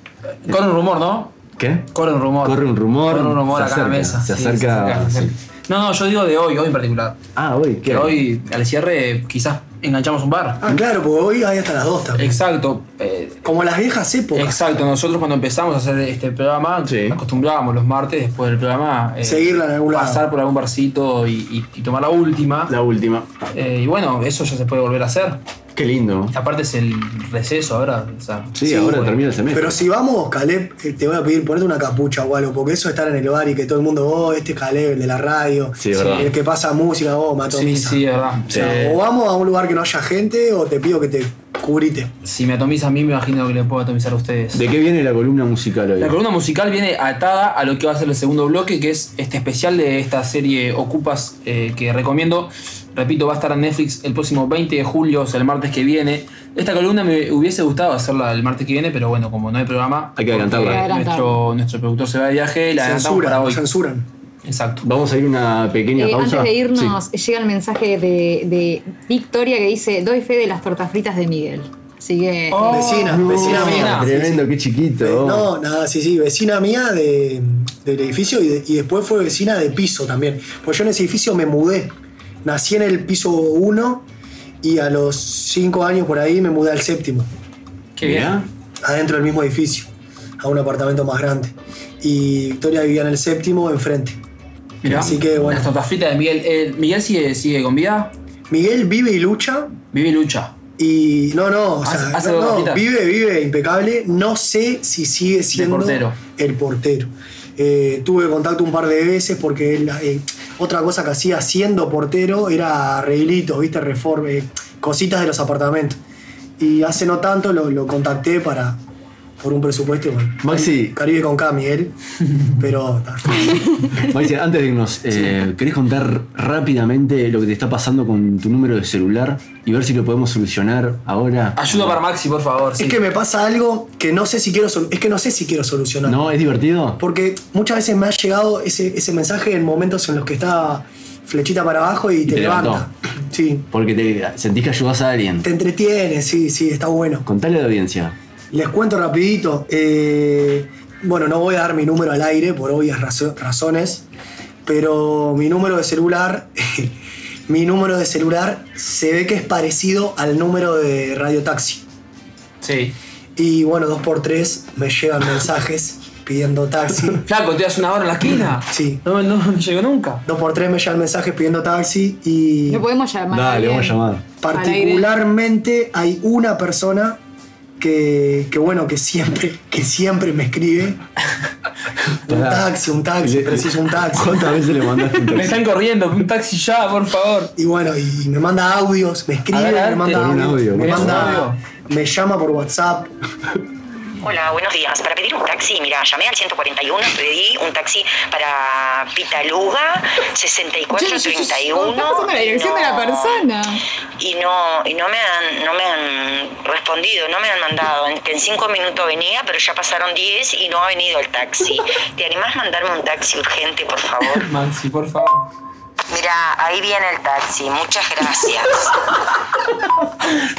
S5: Corre un rumor, ¿no?
S2: ¿qué?
S5: Corre un rumor.
S2: Corre un rumor,
S5: Corre un rumor
S2: se
S5: acá en
S2: acerca,
S5: la mesa.
S2: se
S5: Sí,
S2: acerca,
S5: se
S2: sí.
S5: No, no, yo digo de hoy, hoy en particular.
S2: Ah, hoy, ¿qué?
S5: Que hoy, al cierre, quizás enganchamos un bar.
S4: Ah, claro, porque hoy hay hasta las dos también.
S5: Exacto. eh,
S4: Como las viejas épocas.
S5: exacto. Nosotros cuando empezamos a hacer este programa,
S2: Sí.
S5: acostumbrábamos los martes después del programa. eh,
S4: Seguirla en algún lado.
S5: Pasar por algún barcito y, y- y tomar la última.
S2: La última.
S5: Eh, y bueno, eso ya se puede volver a hacer.
S2: Qué lindo.
S5: Y aparte es el receso ahora. o sea,
S2: Sí,
S4: Sí,
S2: ahora
S4: bueno.
S2: termina el semestre.
S4: Pero si vamos, Caleb, eh, te voy a pedir ponerte una capucha o algo, porque eso de estar en el bar y que todo el mundo, oh, este es Caleb, el de la radio,
S2: Sí, es verdad.
S4: el que pasa música, oh, mató
S5: sí,
S4: misa.
S5: sí, eh, es verdad.
S4: O, sea,
S2: Sí.
S4: o vamos a un lugar que no haya gente o te pido que te cubrite.
S5: Si me atomiza a mí, me imagino que le puedo atomizar a ustedes.
S2: ¿De qué viene la columna musical hoy?
S5: La columna musical viene atada a lo que va a ser el segundo bloque, que es este especial de esta serie Ocupas eh, que recomiendo. Repito, va a estar en Netflix el próximo 20 de julio, o sea, el martes que viene. Esta columna me hubiese gustado hacerla el martes que viene, pero bueno, como no hay programa,
S2: Hay que adelantarla.
S5: porque
S3: Hay que adelantarla.
S5: Nuestro, nuestro productor se va de viaje, la adelantamos
S4: Censuran,
S5: para
S4: nos
S5: hoy.
S4: censuran.
S5: Exacto.
S2: Vamos a ir una pequeña
S3: Eh,
S2: pausa.
S3: antes de irnos,
S2: Sí.
S3: llega el mensaje de, de Victoria que dice: Doy fe de las tortas fritas de Miguel. Así que.
S5: Oh,
S4: vecina,
S5: no,
S4: vecina mía.
S5: vecina.
S2: Tremendo, qué chiquito.
S4: Eh,
S2: oh.
S4: No, nada, sí, sí, vecina mía de, del edificio y, de- y después fue vecina de piso también. Pues yo en ese edificio me mudé. Nací en el piso 1 y a los 5 años por ahí me mudé al séptimo.
S5: Qué
S2: Mirá.
S5: bien.
S4: adentro del mismo edificio, a un apartamento más grande. Y Victoria vivía en el séptimo enfrente.
S5: Mirá.
S4: Así que, bueno.
S5: Las tortas fritas de Miguel. Eh, ¿Miguel sigue, sigue con vida?
S4: Miguel vive y lucha.
S5: Vive y lucha.
S4: Y no, no, o sea,
S5: Hace- hace
S4: no,
S5: dos
S4: no,
S5: rapitas.
S4: vive, vive impecable. No sé si sigue siendo
S5: portero.
S4: el portero. Eh, tuve contacto un par de veces porque él, eh, otra cosa que hacía siendo portero era arreglitos, viste, reforma, eh, cositas de los apartamentos. Y hace no tanto lo, lo contacté para por un presupuesto. y Bueno,
S2: Maxi,
S4: Caribe con K, Miguel. Pero ta,
S2: Maxi, antes de irnos, eh, ¿querés contar rápidamente lo que te está pasando con tu número de celular y ver si lo podemos solucionar ahora?
S5: Ayuda para Maxi, por favor. sí.
S4: es que me pasa algo que no sé si quiero solu- es que no sé si quiero solucionar.
S2: ¿No? ¿Es divertido?
S4: Porque muchas veces me ha llegado ese, ese mensaje en momentos en los que está flechita para abajo y te,
S2: te
S4: levanta. Sí.
S2: Porque te sentís que ayudás a alguien.
S4: Te entretiene, sí, sí, está bueno.
S2: Contale a la audiencia.
S4: Les cuento rapidito. eh, bueno, no voy a dar mi número al aire por obvias razo- razones, pero mi número de celular, mi número de celular se ve que es parecido al número de Radio Taxi.
S5: Sí.
S4: Y bueno, dos por tres me llegan mensajes pidiendo taxi.
S5: Flaco, te das una hora en la esquina.
S4: Sí.
S5: No, no, no llegó nunca.
S4: Dos por tres me llegan mensajes pidiendo taxi y
S3: Lo podemos llamar. a
S2: Dale,
S3: alguien.
S2: vamos a llamar.
S4: particularmente hay una persona que, que bueno, que siempre, que siempre me escribe. Un
S2: Pará.
S4: taxi, un taxi,
S2: Le-
S4: preciso un taxi.
S2: ¿Cuántas veces le mandaste un
S5: Me
S2: taxi?
S5: están corriendo, un taxi ya, por favor.
S4: Y bueno, y me manda audios, me escribe,
S5: A ver, a ver,
S4: me manda
S5: te-
S2: Un
S4: audios,
S2: audio,
S4: me
S2: por
S4: manda
S5: favor.
S4: me llama por WhatsApp.
S7: Hola, buenos días. Para pedir un taxi, mira, llamé al 141, pedí un taxi para Pitaluga,
S3: Yo- yo- yo- yo- Estás pasando
S7: 6431.
S3: la dirección de la persona.
S7: Y no, y no me han, no me han respondido, no me han mandado. En- Que en cinco minutos venía, pero ya pasaron 10 y no ha venido el taxi. ¿Te animás a mandarme un taxi urgente, por favor?
S5: Maxi, por favor.
S7: Mira, ahí viene el taxi. Muchas gracias.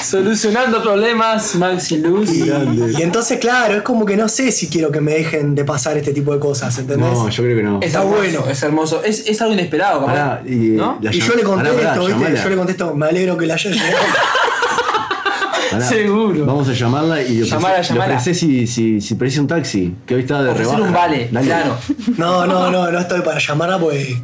S5: Solucionando problemas, Maxi Luz.
S4: Y, y entonces, claro, es como que no sé si quiero que me dejen de pasar este tipo de cosas, ¿entendés?
S2: No, yo creo que no.
S5: Es
S4: Está
S5: hermoso,
S4: bueno.
S5: Es hermoso. Es, es algo inesperado, capaz,
S2: Pará, y,
S5: ¿no?
S2: la
S4: Y
S2: llam-
S4: yo le
S2: Pará,
S4: contesto,
S2: pará,
S4: ¿viste?
S2: llamala.
S4: Yo le contesto, me alegro que la haya llegado.
S2: Pará.
S5: Seguro.
S2: Vamos a llamarla y le
S5: Llamala,
S2: ofrece- le
S5: llamala.
S2: ofrecé si, si, si parece un taxi, que hoy está de
S5: Ofrecer
S2: rebaja.
S5: un vale,
S2: Dale.
S5: claro.
S4: No, no, no, no estoy para llamarla porque.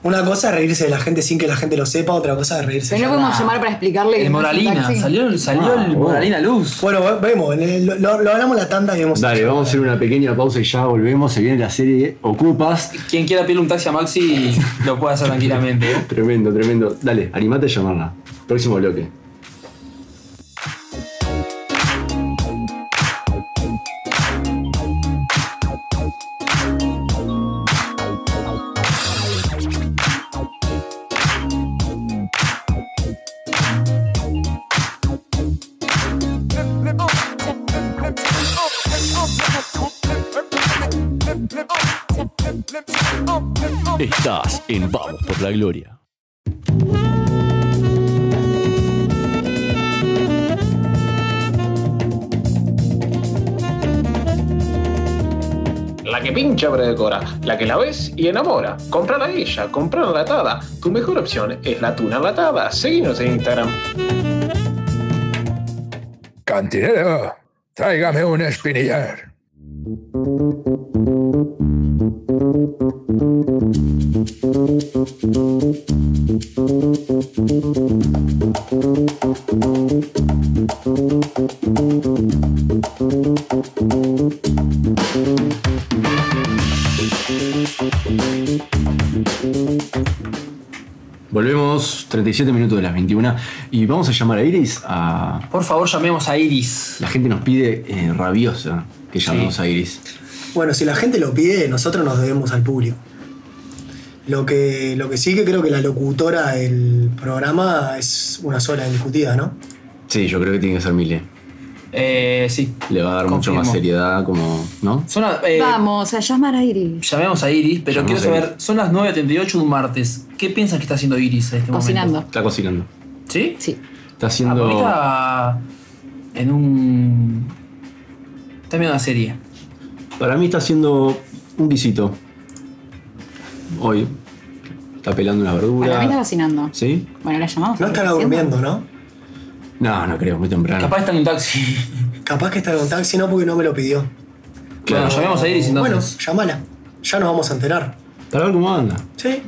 S4: Una cosa es reírse de la gente sin que la gente lo sepa, otra cosa es reírse de
S3: Pero no
S4: la
S3: podemos llamar para explicarle. que
S5: El
S3: no es Eh, un
S5: Moralina.
S3: taxi.
S5: Salió, salió
S2: Ah,
S5: el
S2: bueno.
S5: Moralina Luz.
S4: Bueno, ve- vemos, le- lo, lo- lo hablamos la tanda y vemos.
S2: Dale, vamos a hacer una pequeña pausa y ya volvemos. Se viene la serie Ocupas.
S5: Quien quiera pedirle un taxi a Maxi lo puede hacer tranquilamente. ¿eh?
S2: Tremendo, tremendo. Dale, animate a llamarla. Próximo bloque.
S8: Estás en Vamos por la Gloria.
S9: La que pincha predecora, la que la ves y enamora. Comprala a ella, comprala enlatada. Tu mejor opción es la tuna enlatada. Seguinos en Instagram.
S10: Cantinero, tráigame un espinillar.
S2: Volvemos, 37 minutos de las 21. Y vamos a llamar a Iris. A...
S5: Por favor, llamemos a Iris.
S2: La gente nos pide eh, rabiosa que llamemos a Iris.
S4: Bueno, si la gente lo pide, nosotros nos debemos al público. Lo que, lo que sí que creo que la locutora del programa es una sola discutida, ¿no?
S2: Sí, yo creo que tiene que ser Mile.
S5: Eh, sí.
S2: Le va a dar
S5: Confirmo.
S2: mucho más seriedad, como. ¿No?
S5: Son las- eh,
S3: Vamos a llamar a Iris.
S5: Llamemos a Iris, pero
S2: Llamemos
S5: quiero
S2: a
S5: saber, son las 9.38 de un martes. ¿Qué piensan que está haciendo Iris en este
S3: Cocinando.
S2: Está cocinando.
S5: momento? ¿Sí?
S3: Sí.
S2: Está
S5: Ah,
S2: haciendo.
S5: Ahorita en un... Está viendo una serie.
S2: Para mí está haciendo un guisito. Hoy. Está pelando una
S3: Para mí está
S2: verdura.
S3: cocinando.
S2: ¿Sí?
S3: Bueno, la llamamos.
S4: No estará durmiendo, ¿no?
S2: No, no creo, muy temprano.
S5: Capaz está en un taxi.
S4: Capaz que está en un taxi, no porque no me lo pidió.
S5: Bueno, llamemos a Iris
S4: Bueno,
S5: entonces.
S4: llamala. Ya nos vamos a enterar.
S2: Para ver cómo anda.
S4: Sí.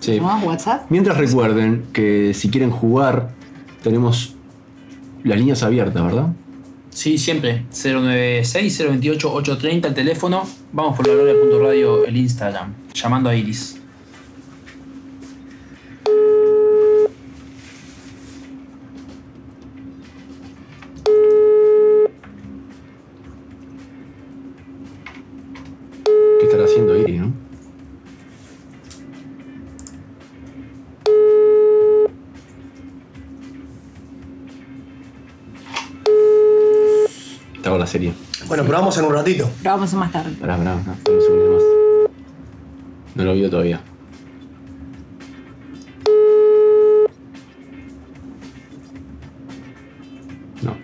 S2: Sí.
S3: ¿Llamamos WhatsApp?
S2: Mientras recuerden que si quieren jugar, tenemos las líneas abiertas, ¿verdad?
S5: Sí, siempre. 096-028-830 el teléfono. Vamos por la gloria.radio el Instagram. Llamando a Iris.
S2: ¿Qué estará haciendo Iris, no? Está con la serie.
S4: Bueno, probamos en un ratito.
S3: Pero vamos a hacer más tarde.
S2: Pará, pará, pará, un segundo más. No lo vio todavía. No.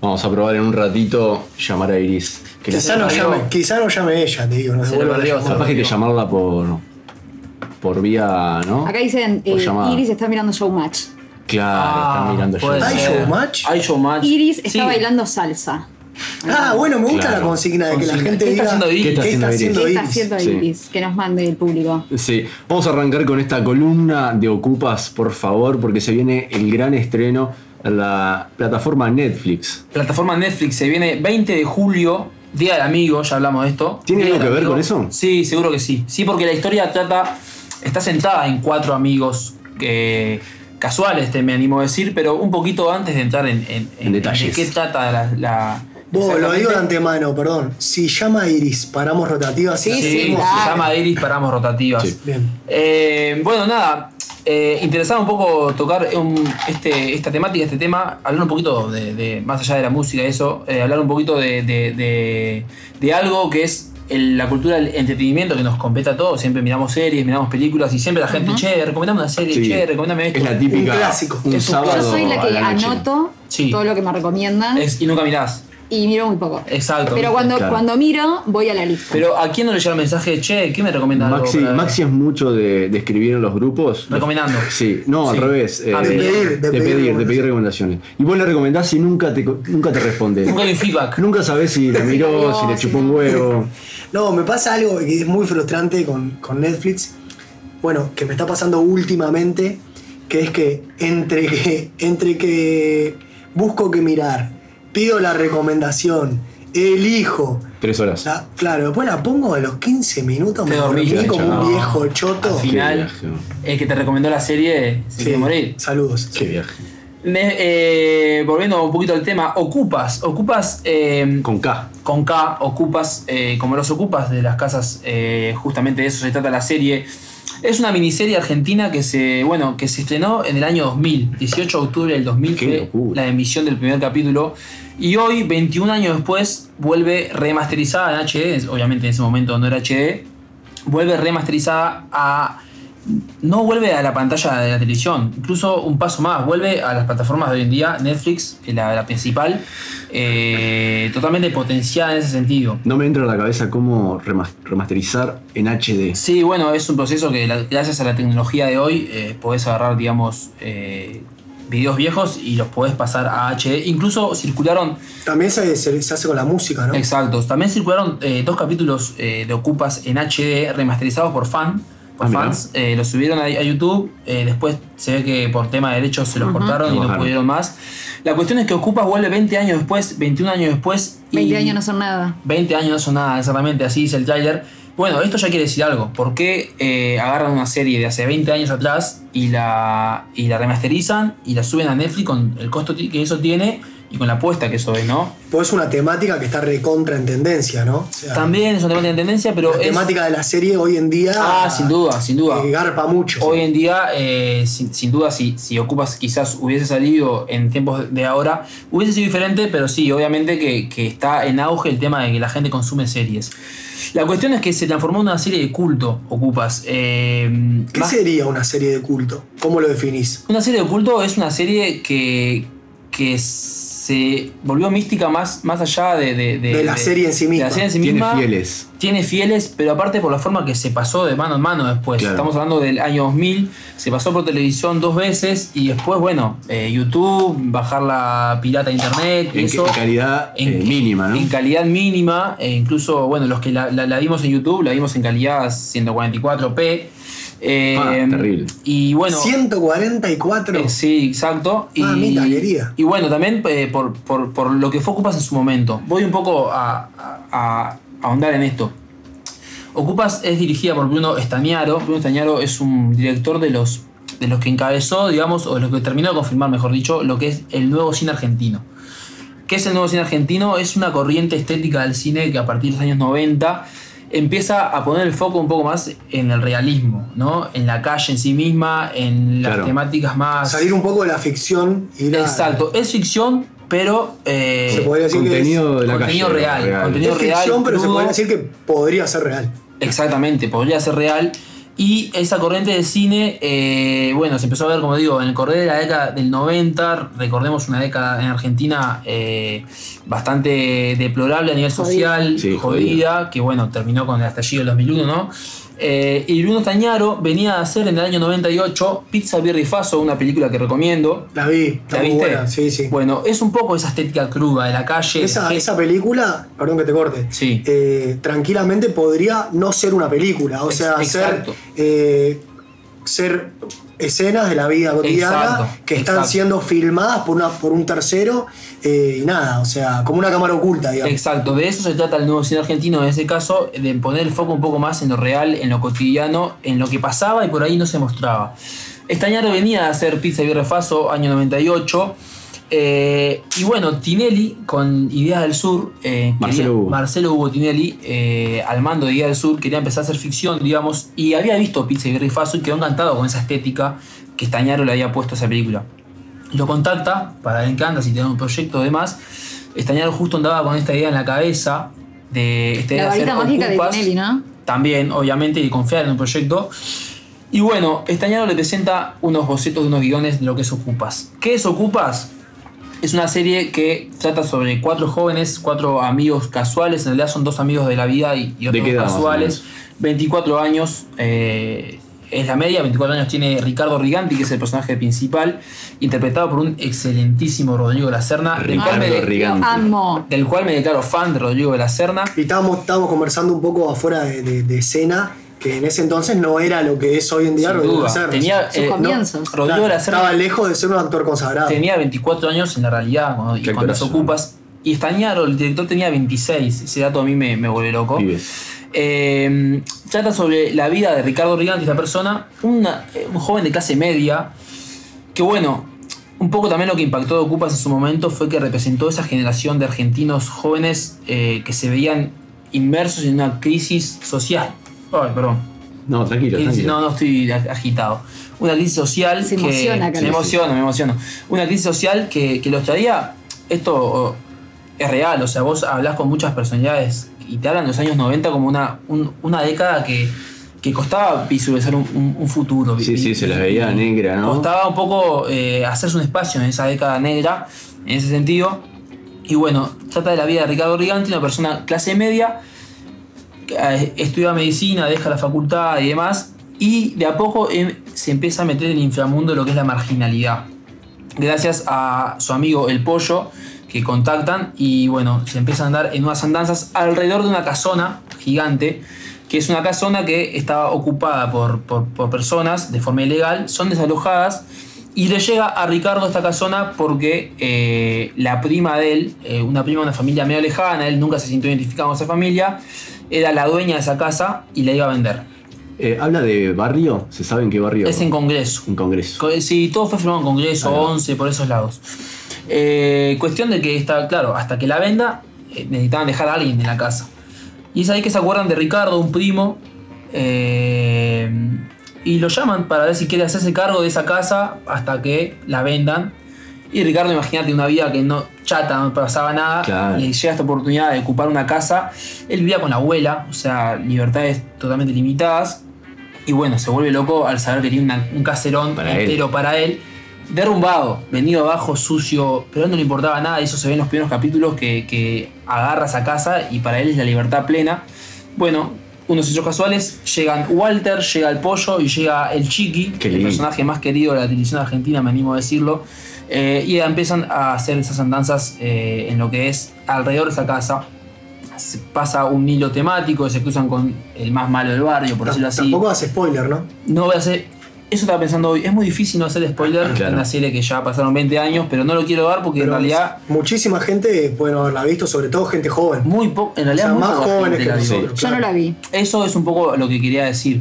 S2: Vamos a probar en un ratito llamar a Iris. Que
S4: Quizá
S5: le-
S4: nos
S5: Adiós.
S4: llame, quizá nos llame ella, te digo. Nos
S5: Se le
S4: devuelva la
S5: perdió,
S4: llamada.
S2: Capaz que hay que llamarla por. por vía, ¿no?
S3: Acá dicen,
S2: Por
S3: eh,
S2: llamada.
S3: Iris está mirando Showmatch.
S2: Claro, está Ah, mirando
S5: Ah, puede
S4: ¿Hay
S5: ser.
S4: showmatch?
S5: Hay showmatch.
S3: Iris está
S5: Sí.
S3: bailando salsa.
S4: Ah, bueno, me gusta
S2: Claro.
S4: la consigna de que la
S5: Consigna.
S4: gente
S5: ¿Qué está
S4: diga
S5: haciendo Iris?
S2: ¿Qué está haciendo Iris?
S3: ¿Qué
S4: Iris?
S3: está haciendo
S2: Sí.
S3: Iris? Que nos mande el público.
S2: Sí, vamos a arrancar con esta columna de Ocupas, por favor, porque se viene el gran estreno en la plataforma Netflix.
S5: Plataforma Netflix se viene 20 de julio, Día del Amigo, ya hablamos de esto.
S2: ¿Tiene
S5: Día
S2: algo
S5: del
S2: que ver
S5: Amigo.
S2: con eso?
S5: Sí, seguro que sí. Sí, porque la historia trata. Está sentada en cuatro amigos eh, casuales, te me animo a decir, pero un poquito antes de entrar en, en- en-
S2: detalles.
S5: de qué trata la. la-
S4: Vos, lo digo de
S5: exactamente.
S4: antemano, perdón. Si llama Iris, paramos rotativas.
S5: Sí,
S4: hacemos-
S5: se
S3: claro.
S5: llama Iris Paramos Rotativas.
S2: Sí.
S4: Bien.
S5: Eh, bueno, nada. eh, interesaba un poco tocar un- este, esta temática, este tema, hablar un poquito de, de- más allá de la música y eso, eh, hablar un poquito de, de- de- de algo que es el- la cultura del entretenimiento que nos compete a todos. Siempre miramos series, miramos películas y siempre la gente, che, recomendame una serie,
S2: Sí.
S5: che, recomendame esto.
S2: Es la típica.
S4: Un clásico.
S2: Un
S5: Es un
S2: sábado.
S5: Todo
S3: Yo soy la que
S2: a noche.
S3: anoto
S5: Sí.
S3: todo lo que me recomiendan
S5: Es- y nunca mirás.
S3: y miro muy poco.
S5: Exacto.
S3: Pero cuando,
S2: Claro.
S3: cuando miro, voy a la lista.
S5: Pero ¿a quién no le llega el mensaje de, che, ¿qué me recomiendas? algo
S2: Maxi,
S5: para ver?"
S2: Maxi es mucho de, de escribir en los grupos.
S5: Recomendando.
S2: Sí, no, al
S5: Sí.
S2: revés. eh,
S5: Ah, de
S4: pedir, de
S2: de,
S4: pedir
S2: pedir, de pedir recomendaciones. Y vos le recomendás y nunca te, nunca te responde.
S5: Nunca hay un feedback.
S2: Nunca sabés si la miró, si le chupó un huevo.
S4: No, me pasa algo que es muy frustrante con, con Netflix. Bueno, que me está pasando últimamente, que es que entre que, entre que busco que mirar, pido la recomendación, elijo.
S2: Tres horas.
S4: la- claro, después la pongo a los 15 minutos,
S5: Te
S4: me
S5: dormís.
S4: dormí como
S2: No.
S4: un viejo choto.
S5: Al
S2: Qué
S5: final,
S2: viaje.
S5: el que te recomendó la serie se
S4: Sí,
S5: quiere morir.
S4: Saludos.
S2: Qué viaje.
S5: Ne- eh, volviendo un poquito al tema, ocupas, ocupas eh, con,
S2: Con K.
S5: K, ocupas, eh, como los ocupas de las casas, eh, justamente de eso se trata la serie. Es una miniserie argentina que se, bueno, que se estrenó en el año 2000, 18 de octubre del 2000
S2: Qué
S5: fue
S2: locura.
S5: la emisión del primer capítulo. Y hoy, 21 años después, vuelve remasterizada en HD, obviamente en ese momento no era HD, vuelve remasterizada a... No vuelve a la pantalla de la televisión, incluso un paso más, vuelve a las plataformas de hoy en día, Netflix, la, la principal, eh, totalmente potenciada en ese sentido.
S2: No me entra a la cabeza cómo remas- remasterizar en HD.
S5: Sí, bueno, es un proceso que la- gracias a la tecnología de hoy eh, podés agarrar, digamos, eh, videos viejos y los podés pasar a HD. Incluso circularon
S4: También se, se- se hace con la música, ¿no?
S5: Exacto. También circularon eh, dos capítulos eh, de Ocupas en HD remasterizados por fan. Por
S2: Ah, mirá.
S5: fans. Eh, los subieron a, a YouTube. eh, después se ve que por tema de derechos se los cortaron y no
S2: Bajaron.
S5: pudieron más. La cuestión es que Ocupas vuelve 20 años después, 21 años después. y-
S3: 20 años no son nada.
S5: 20 años no son nada, exactamente, así dice el trailer. Bueno, esto ya quiere decir algo. ¿Por qué eh, agarran una serie de hace 20 años atrás y la, y la remasterizan y la suben a Netflix con el costo ti- que eso tiene y con la apuesta que eso es, ¿no?
S4: Pues es una temática que está recontra en tendencia, ¿no? O sea,
S5: También es una temática de tendencia, pero
S4: la
S5: es-
S4: temática de la serie hoy en día
S5: Ah, sin duda, sin duda.
S4: eh, garpa mucho.
S5: Hoy en día, eh, sin, sin duda, si, si Ocupas quizás hubiese salido en tiempos de ahora, hubiese sido diferente, pero sí, obviamente que, que está en auge el tema de que la gente consume series. La cuestión es que se transformó en una serie de culto, Ocupas. Eh,
S4: ¿Qué
S5: más-
S4: sería una serie de culto? ¿Cómo lo definís?
S5: Una serie de culto es una serie que, que se volvió mística más, más allá de, de- de-
S4: De la
S5: de-
S4: serie en sí
S5: Eh, de la
S4: misma.
S5: serie en sí
S2: Tiene
S5: misma.
S2: fieles.
S5: Tiene fieles, pero aparte por la forma que se pasó de mano en mano después.
S2: Claro.
S5: Estamos hablando del año 2000, se pasó por televisión dos veces y después, bueno, eh, YouTube, bajar la pirata a internet,
S2: En,
S5: eso.
S2: en calidad
S5: en-
S2: eh, mínima, ¿no?
S5: En calidad mínima, e incluso, bueno, los que la, la- la vimos en YouTube, la vimos en calidad 144p. eh,
S2: Ah, terrible.
S5: Y bueno.
S4: 144.
S5: Eh, sí, exacto. Y,
S4: Mamita querida.
S5: y bueno, también eh, por, por- por lo que fue Ocupas en su momento. Voy un poco a, a- a- a ahondar en esto. Ocupas es dirigida por Bruno Estañaro. Bruno Estañaro es un director de los, de los que encabezó, digamos, o de los que terminó de confirmar, mejor dicho, lo que es el nuevo cine argentino. ¿Qué es el nuevo cine argentino? Es una corriente estética del cine que a partir de los años 90 empieza a poner el foco un poco más en el realismo, ¿no? En la calle en sí misma, en las
S2: Claro.
S5: temáticas más...
S4: Salir un poco de la ficción y ir a-
S5: Exacto, es ficción, pero... eh,
S4: Se podría decir
S2: contenido de la
S5: contenido
S2: calle,
S5: real,
S4: que
S5: contenido-
S4: es, es
S5: real,
S4: ficción, pero se
S5: crudo.
S4: podría decir que podría ser real.
S5: Exactamente, podría ser real. Y esa corriente de cine, eh, bueno, se empezó a ver, como digo, en el correr de la década del 90, recordemos una década en Argentina eh, bastante deplorable a nivel social,
S2: Sí,
S5: jodida, que bueno, terminó con el estallido del 2001, ¿no? Eh, y Bruno Tañaro venía a hacer en el año 98 Pizza, Birra y Faso, una película que recomiendo.
S4: La vi, está
S5: ¿La
S4: muy
S5: viste?
S4: buena. Sí, sí.
S5: Bueno, es un poco esa estética cruda de la calle.
S4: Esa,
S5: de-
S4: esa película, perdón que te corte,
S5: Sí.
S4: eh, tranquilamente podría no ser una película, o
S5: Ex-
S4: sea, ser,
S5: exacto.
S4: eh, ser escenas de la vida cotidiana
S5: Exacto,
S4: que están
S5: exacto.
S4: siendo filmadas por, una, por un tercero eh, y nada, o sea, como una cámara oculta, digamos.
S5: Exacto, de eso se trata el nuevo cine argentino, en ese caso, de poner el foco un poco más en lo real, en lo cotidiano, en lo que pasaba y por ahí no se mostraba. Estañaro venía a hacer Pizza y Refaso, año 98. eh, y bueno, Tinelli con Ideas del Sur, eh,
S2: Marcelo
S5: quería-
S2: Hugo.
S5: Marcelo Hugo Tinelli, eh, al mando de Ideas del Sur, quería empezar a hacer ficción, digamos, y había visto Pizza y Refaso y quedó encantado con esa estética que Estañaro le había puesto a esa película lo contacta para ver en qué anda, si tiene un proyecto o demás. Estañaro justo andaba con esta idea en la cabeza de este
S3: La
S5: de hacer
S3: varita mágica
S5: ocupas,
S3: de Tinelli, ¿no?
S5: También, obviamente, y confiar en un proyecto. Y bueno, Estañaro le presenta unos bocetos de unos guiones de lo que es Ocupas. ¿Qué es Ocupas? Es una serie que trata sobre cuatro jóvenes, cuatro amigos casuales, en realidad son dos amigos de la vida y, y
S2: ¿De
S5: otros
S2: qué edad, más o
S5: casuales.
S2: menos?
S5: 24 años eh, es la media, 24 años tiene Ricardo Riganti, que es el personaje principal, interpretado por un excelentísimo Rodrigo de la Serna, del cual, me,
S2: Ricardo
S5: de-
S2: Rigante.
S3: Amo.
S5: del cual me declaro fan de Rodrigo de la Serna.
S4: Y estábamos, estábamos conversando un poco afuera de, de- de escena, que en ese entonces no era lo que es hoy en día
S5: Sin
S4: Rodrigo
S5: duda.
S4: Serna.
S5: Tenía,
S3: Sus
S5: eh,
S3: comienzos.
S5: Rodrigo
S4: Claro,
S5: de la Serna
S4: estaba lejos de ser un actor consagrado.
S5: tenía 24 años en la realidad cuando, y
S2: Qué
S5: cuando se
S2: actorazo.
S5: ocupas. Y Estañaro, el director, tenía 26. Ese dato a mí me, me vuelve loco.
S2: Pibes.
S5: Eh, trata sobre la vida de Ricardo Riganti, esta persona, una- eh, un joven de clase media, que bueno, un poco también lo que impactó de Ocupas en su momento fue que representó esa generación de argentinos jóvenes eh, que se veían inmersos en una crisis social. Ay, perdón.
S2: No, tranquilo,
S5: Crisis-
S2: tranquilo.
S5: Eh, No, no estoy ag- agitado. Una crisis social
S3: Se
S5: que-
S3: emociona, Carlos.
S5: me emociono, me emociono. Una crisis social que, que los traía. Esto oh, es real, o sea, vos hablás con muchas personalidades y te hablan de los años 90 como una, un- una década que, que costaba visualizar un, un- un futuro.
S2: Sí, sí, se las veía negra, ¿no?
S5: Costaba un poco eh, hacerse un espacio en esa década negra, en ese sentido. Y bueno, trata de la vida de Ricardo Riganti, una persona clase media, que, eh, estudia medicina, deja la facultad y demás, y de a poco em, se empieza a meter en el inframundo de lo que es la marginalidad. Gracias a su amigo El Pollo, que contactan y bueno, se empiezan a andar en unas andanzas alrededor de una casona gigante, que es una casona que estaba ocupada por, por- por personas de forma ilegal, son desalojadas Y le llega a Ricardo esta casona porque eh, la prima de él, eh, una prima de una familia medio lejana, él nunca se sintió identificado con esa familia, era la dueña de esa casa y la iba a vender.
S2: Eh, Habla de barrio, ¿se sabe en qué barrio?
S5: Es en Congreso.
S2: En Congreso.
S5: Co- Sí, todo fue firmado en Congreso, 11, por esos lados. Eh, cuestión de que está, claro, hasta que la venda, eh, necesitaban dejar a alguien en la casa. Y es ahí que se acuerdan de Ricardo, un primo, eh, y lo llaman para ver si quiere hacerse cargo de esa casa hasta que la vendan. Y Ricardo, imagínate, una vida que no chata, no pasaba nada,
S2: Claro.
S5: le llega esta oportunidad de ocupar una casa. Él vivía con la abuela, o sea, libertades totalmente limitadas. Y bueno, se vuelve loco al saber que tiene una- un caserón
S2: Para él.
S5: entero para él. Derrumbado, venido abajo, sucio, pero a él no le importaba nada. y Eso se ve en los primeros capítulos que, que agarra esa casa y para él es la libertad plena. Bueno, unos hechos casuales. Llegan Walter, llega el pollo y llega el Chiqui,
S2: Qué
S5: el
S2: lindo.
S5: personaje más querido de la televisión argentina, me animo a decirlo. eh, y empiezan a hacer esas andanzas eh, en lo que es alrededor de esa casa. Se pasa un hilo temático, se cruzan con el más malo del barrio, por decirlo así.
S4: Tampoco hace spoiler, ¿no?
S5: No voy a hacer. Eso estaba pensando hoy. Es muy difícil no hacer spoiler
S2: Ah, Claro.
S5: en una serie que ya pasaron 20 años, pero no lo quiero dar porque
S4: Pero
S5: en realidad.
S4: Muchísima gente puede no haberla visto, sobre todo gente joven.
S5: Muy poco.
S4: O
S5: En realidad,
S4: sea,
S5: muy
S4: más
S5: poca
S4: jóvenes
S5: gente
S4: que
S5: la vio.
S4: nosotros.
S3: Yo no
S4: claro.
S3: la vi.
S5: Eso es un poco lo que quería decir.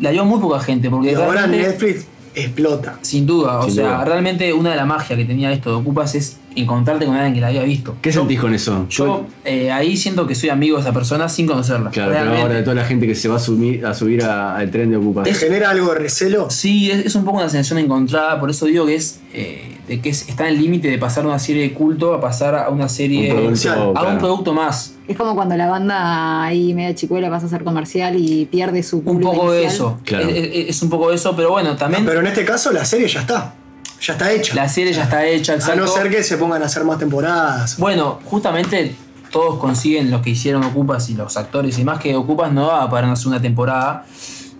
S5: La dio muy poca gente, porque
S4: Y ahora
S5: realmente-
S4: Netflix explota.
S5: Sin duda, o
S2: Sin
S5: sea,
S2: duda.
S5: realmente una de las magias que tenía esto de Ocupas es encontrarte con alguien que la había visto.
S2: ¿Qué sentís con eso?
S5: Yo eh, ahí siento que soy amigo de esa persona sin conocerla.
S2: Claro, pero
S5: realmente.
S2: ahora de toda la gente que se va a, sumir- a subir a- al tren de Ocupa.
S5: Es-
S4: ¿Genera algo de recelo?
S5: Sí, es, es un poco una sensación encontrada, por eso digo que es eh, de que es- está en el límite de pasar de una serie de culto a pasar a una
S2: un
S5: serie
S2: producto,
S4: a un
S5: eh, a un
S2: claro.
S5: producto más.
S3: Es como cuando la banda ahí media chicuela pasa a ser comercial y pierde su
S5: Un
S3: público
S5: poco de
S3: inicial.
S5: eso.
S2: Claro.
S5: Es, es- es un poco de eso, pero bueno, también
S4: Pero en este caso la serie ya está. Ya está hecha.
S5: la serie ya está hecha.
S4: A
S5: exacto.
S4: no ser que se pongan a hacer más temporadas.
S5: Bueno, justamente todos consiguen los que hicieron Ocupas y los actores y más que Ocupas no daba para una segunda temporada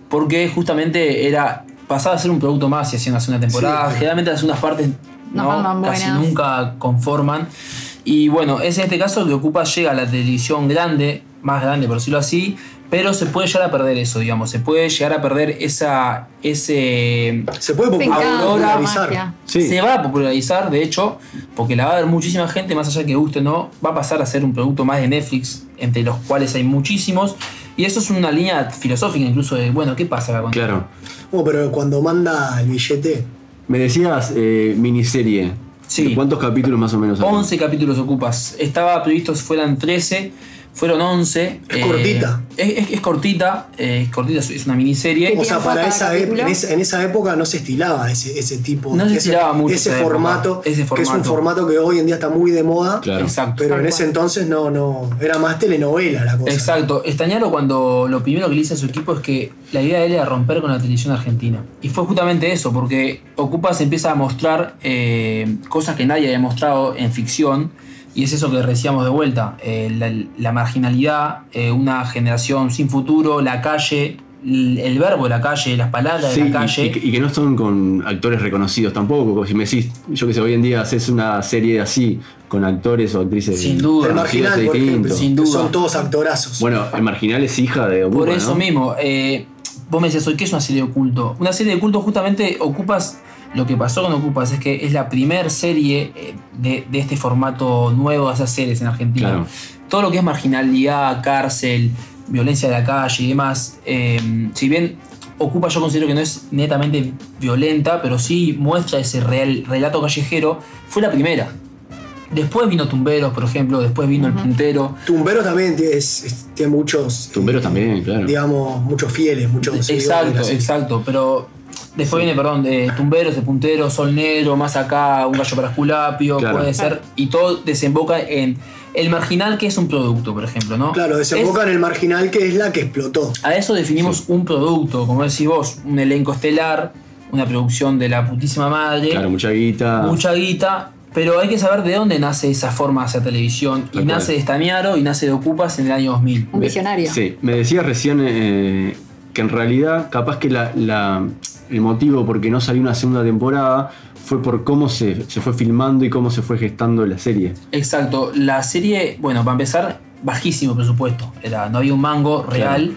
S5: porque justamente era pasaba a ser un producto más y hacían una segunda temporada.
S4: Sí.
S5: Generalmente las segundas partes
S3: No
S5: no,
S3: forman
S5: casi
S3: buenas.
S5: nunca conforman. Y bueno, es en este caso que Ocupas llega a la televisión grande, más grande por decirlo así, pero se puede llegar a perder eso, digamos, se puede llegar a perder esa ese
S4: Se puede
S3: Me encanta
S5: Aurora,
S3: la
S4: popularizar.
S3: magia.
S2: Sí.
S5: se va a popularizar, de hecho, porque la va a ver muchísima gente, más allá de que guste o no, va a pasar a ser un producto más de Netflix, entre los cuales hay muchísimos. Y eso es una línea filosófica incluso de, bueno, ¿qué pasa acá con
S2: Claro.
S4: Oh, pero cuando manda el billete,
S2: Me decías eh, miniserie.
S5: Sí.
S2: ¿De ¿Cuántos capítulos más o menos? hay?
S5: 11 capítulos ocupas. Estaba previsto fueran 13, fueron 11.
S4: Es cortita.
S5: Es, es- es cortita, eh, es cortita, es- es una miniserie.
S4: o sea,
S3: ¿Qué tiempo
S4: para
S3: cada
S4: esa e- en,
S3: capítulo?
S4: esa, en esa época no se estilaba ese, ese tipo
S5: No se
S4: ese-
S5: estilaba mucho
S4: ese
S5: esa época,
S4: formato,
S5: ese
S4: que es un
S5: formato.
S4: formato que hoy en día está muy de moda,
S2: Claro.
S5: Exacto.
S4: pero en
S3: Tal
S4: ese
S3: cual.
S4: entonces no, no, era más telenovela la cosa.
S5: Exacto. Estañaro cuando lo primero que le dice a su equipo es que la idea de él era romper con la televisión argentina. Y fue justamente eso, porque Ocupa se empieza a mostrar eh, cosas que nadie había mostrado en ficción. Y es eso que decíamos de vuelta, eh, la, la marginalidad, eh, una generación sin futuro, la calle, l- el verbo de la calle, las palabras
S2: Sí,
S5: de
S2: y-
S5: la calle.
S2: y, que- y que no son con actores reconocidos tampoco. como Si me decís, yo que sé, hoy en día haces una serie así, con actores o actrices.
S5: Sin duda.
S4: El
S2: reconocidas,
S4: marginal,
S2: es
S4: por
S2: distinto.
S4: ejemplo,
S5: Sin
S4: que
S5: duda.
S4: son todos actorazos.
S2: Bueno, el marginal es hija de Ocupa,
S5: Por eso
S2: ¿no?
S5: mismo, eh, vos me decías hoy, ¿qué es una serie de culto? Una serie de culto justamente ocupas, lo que pasó con Ocupas es que es la primer serie eh, de, de este formato nuevo de esas series en Argentina.
S2: Claro.
S5: Todo lo que es marginalidad, cárcel, violencia de la calle y demás, eh, si bien Ocupa yo considero que no es netamente violenta, pero sí muestra ese real, relato callejero, fue la primera. Después vino Tumberos, por ejemplo, después vino El Puntero.
S4: Tumberos también tiene, es- es- tiene muchos.
S2: Tumberos
S4: eh,
S2: también, claro.
S4: Digamos, muchos fieles, muchos. seguidores de la
S5: Exacto,
S4: serie.
S5: exacto. Pero después viene, perdón, de tumberos, de punteros, sol negro, más acá, un gallo para Esculapio,
S2: Claro.
S5: puede ser. Y todo desemboca en el marginal, que es un producto, por ejemplo, ¿no?
S4: Claro, desemboca
S5: Es-
S4: en el marginal que es la que explotó.
S5: a eso definimos un producto, como decís vos, un elenco estelar, una producción de la putísima madre,
S2: Claro, mucha guita.
S5: mucha guita. Pero hay que saber de dónde nace esa forma hacia televisión. Y
S2: Tal cual.
S5: nace de Stamiaro y nace de Ocupas en el año 2000.
S3: Un visionario.
S2: Sí, me decías recién eh, que en realidad, capaz que la, la- el motivo por qué no salió una segunda temporada fue por cómo se, se fue filmando y cómo se fue gestando la serie.
S5: Exacto, la serie, bueno, para empezar, bajísimo presupuesto. Era, no había un mango real.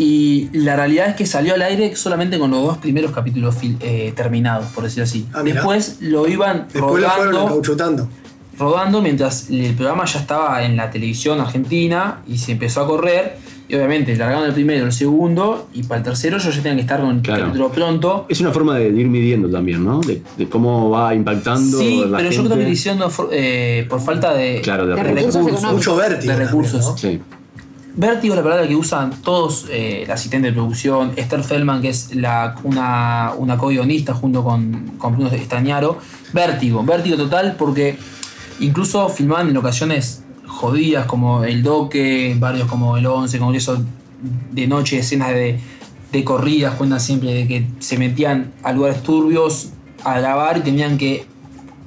S5: Y la realidad es que salió al aire solamente con los dos primeros capítulos fil- eh, terminados, por decir así.
S4: Ah, mirá.
S5: Después lo iban
S4: Después lo fueron
S5: rodando,
S4: encauchutando.
S5: rodando mientras el programa ya estaba en la televisión argentina y se empezó a correr. Y obviamente largaron el primero, el segundo, y para el tercero yo ya tenía que estar con el
S2: Claro.
S5: capítulo pronto.
S2: Es una forma de ir midiendo también, ¿no? De, de cómo va impactando.
S5: Sí,
S2: la
S5: pero yo
S2: gente.
S5: creo que lo hicieron de for- eh, por falta de,
S2: Claro, de
S5: de
S2: recursos
S5: recursos,
S3: económicos.
S4: Mucho vértigo
S5: de
S4: también,
S5: recursos.
S4: ¿no?
S2: Sí.
S5: Vértigo es la palabra que usan todos, eh, la asistente de producción, Esther Feldman, que es la, una, una co-guionista junto con, con Bruno Estañaro. Vértigo, vértigo total, porque incluso filmaban en locaciones jodidas como el Doque, barrios como el 11, Congreso de noche, escenas de, de corridas, cuentan siempre de que se metían a lugares turbios a grabar y tenían que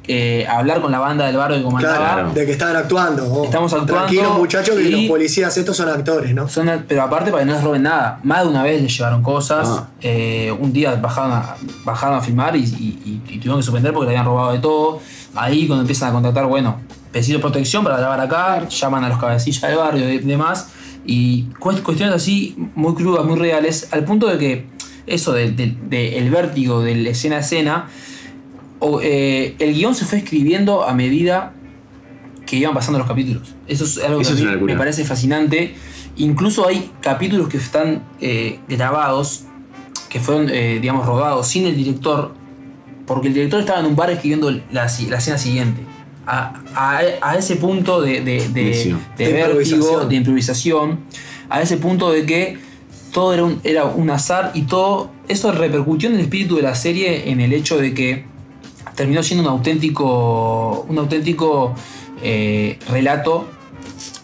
S5: eh, hablar con la banda del barrio que comandaba.
S2: Claro.
S4: De que estaban actuando. oh.
S5: Estamos actuando
S4: Tranquilos, muchachos, que
S5: y-
S4: los policías estos son actores, ¿no?
S5: Son al- pero aparte para que no les roben nada. Más de una vez les llevaron cosas.
S2: Ah.
S5: Eh, un día bajaron a, bajaron a filmar y, y- y- y tuvieron que suspender porque le habían robado de todo. Ahí cuando empiezan a contratar, bueno, pedido protección para grabar acá, llaman a los cabecillas del barrio y demás. Y cuest- cuestiones así muy crudas, muy reales, al punto de que eso del vértigo del escena a escena, o, eh, el guión se fue escribiendo a medida que iban pasando los capítulos. Eso es algo que
S2: Eso
S5: a
S2: es
S5: mí
S2: una locura.
S5: me parece fascinante. Incluso hay capítulos que están eh, grabados, que fueron, eh, digamos, rodados sin el director, porque el director estaba en un bar escribiendo la, si- la escena siguiente. A, a- a ese punto de, de, de-
S2: Buenísimo.
S5: de
S4: De
S5: vértigo,
S4: improvisación.
S5: de improvisación, a ese punto de que todo era un, era un azar y todo eso repercutió en el espíritu de la serie en el hecho de que terminó siendo un auténtico, un auténtico eh, relato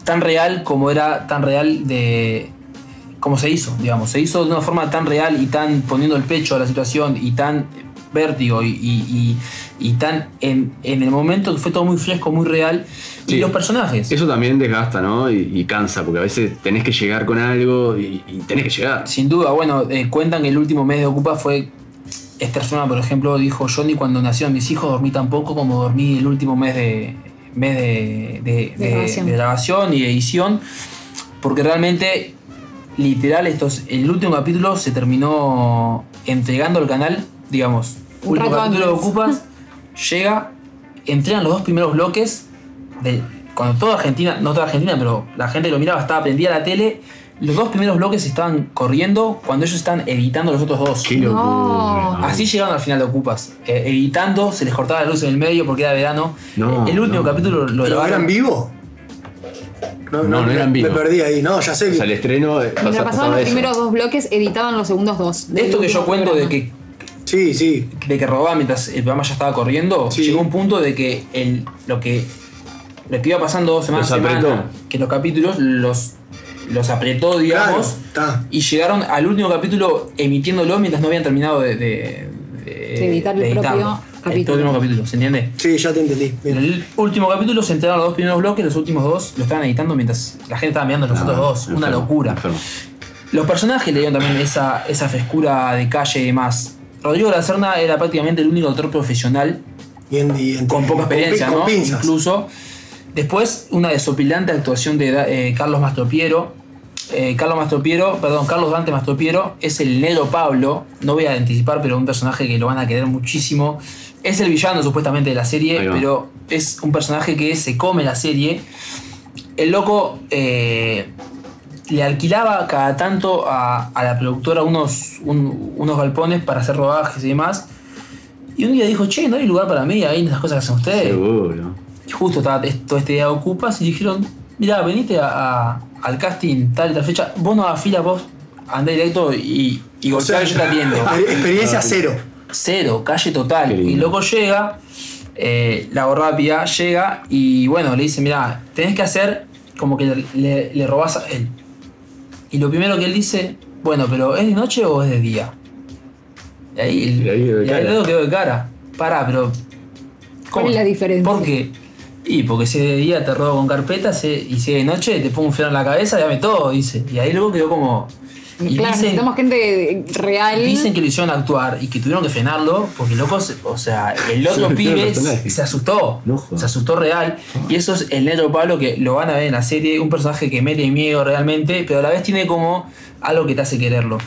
S5: tan real como era tan real de como se hizo, digamos, se hizo de una forma tan real y tan poniendo el pecho a la situación y tan vértigo y, y- y- y tan en, en el momento que fue todo muy fresco, muy real y
S2: Sí.
S5: los personajes.
S2: Eso también desgasta, ¿no? Y, y cansa, porque a veces tenés que llegar con algo y, y tenés que llegar.
S5: Sin duda, bueno, eh, cuentan que el último mes de Ocupa fue. Esta persona, por ejemplo, dijo: Johnny, cuando nacieron mis hijos, dormí tan poco como dormí el último mes de. mes de. de-
S3: De
S5: de-
S3: grabación.
S5: de grabación y de edición. Porque realmente, literal, estos, el último capítulo se terminó entregando al canal, digamos.
S3: Un
S5: último
S3: rato
S5: capítulo de
S3: antes.
S5: Ocupas, llega, entregan los dos primeros bloques. de- cuando toda Argentina, no toda Argentina, pero la gente que lo miraba estaba prendida la tele. Los dos primeros bloques estaban corriendo cuando ellos estaban editando los otros dos.
S2: Qué locura.
S3: No.
S5: Así llegaron al final de Ocupas. Eh, editando, se les cortaba la luz en el medio porque era verano.
S2: No,
S5: el último
S2: no.
S5: capítulo lo
S4: ¿Pero
S5: grabaron.
S4: eran vivo?
S2: No, no eran
S4: me-
S2: vivo.
S4: Me perdí ahí, no, ya sé
S2: O sea, el
S4: que.
S2: estreno eh, pasa-
S3: Mientras pasaban los
S2: eso.
S3: primeros dos bloques, editaban los segundos dos. del
S5: Esto que yo
S3: último
S5: cuento de
S3: programa.
S5: que,
S4: Sí, sí.
S5: de que robaba mientras el programa ya estaba corriendo,
S4: Sí.
S5: llegó un punto de que el, lo que lo que iba pasando semana
S2: Los
S5: a
S2: apretó.
S5: semana, que los capítulos los, los apretó,
S4: Claro,
S5: digamos.
S4: está.
S5: y llegaron al último capítulo emitiéndolo mientras no habían terminado de, de,
S3: De editar el
S5: editarlo.
S3: propio
S5: El
S3: capítulo.
S5: último capítulo, ¿se entiende?
S4: Sí, ya te entendí.
S5: En
S4: Bien.
S5: el último capítulo se entregaron los dos primeros bloques, los últimos dos lo estaban editando mientras la gente estaba mirando los otros dos. Una
S2: Ah, Enfermo,
S5: locura.
S2: enfermo.
S5: Los personajes le dieron también esa, esa frescura de calle y demás. Rodrigo Lacerna era prácticamente el único autor profesional
S4: Bien, y entre-
S5: Mm. con poca experiencia,
S4: con,
S5: ¿no?
S4: Con pinzas.
S5: Incluso. Después, una desopilante actuación de Da- eh, Carlos Mastropiero. Eh, Carlos Mastropiero, perdón, Carlos Dante Mastropiero es el negro Pablo. No voy a anticipar, pero un personaje que lo van a querer muchísimo. Es el villano supuestamente de la serie,
S2: Ahí va.
S5: pero es un personaje que se come la serie. El loco eh, le alquilaba cada tanto a, a la productora unos, un- unos galpones para hacer rodajes y demás. Y un día dijo, che, no hay lugar para mí ahí en esas cosas que hacen ustedes.
S2: Seguro.
S5: Y justo estaba es- todo este día de ocupas y dijeron, mirá, venite a- a- al casting tal y tal fecha, vos no hagas fila, vos andá directo y, y
S4: O sea,
S5: golpeá que yo te Ah, atiendo.
S4: exper- Experiencia cero.
S5: Cero, calle total.
S2: Qué lindo.
S5: Y loco llega, eh, la gorrapia llega y bueno, le dice, mirá, tenés que hacer como que le, le robás a él. Y lo primero que él dice, bueno, pero ¿es de noche o es de día? Y ahí el,
S2: Y ahí quedó de
S5: y ahí
S2: cara.
S5: el dedo quedó de cara. Pará, pero
S3: ¿Cuál es la diferencia?
S5: ¿Por qué? Y porque si de día te robo con carpetas eh, y si de noche te pongo un fierro en la cabeza, dame todo, dice. Y ahí luego quedó como. Y
S3: claro,
S5: dicen,
S3: necesitamos gente real.
S5: dicen que lo hicieron actuar y que tuvieron que frenarlo porque locos, o sea, el otro
S2: Se metió en el
S5: pibe
S2: personaje.
S5: se asustó.
S2: No jodas.
S5: se asustó real. Y eso es el negro Pablo que lo van a ver en la serie, un personaje que mete miedo realmente, pero a la vez tiene como algo que te hace quererlo.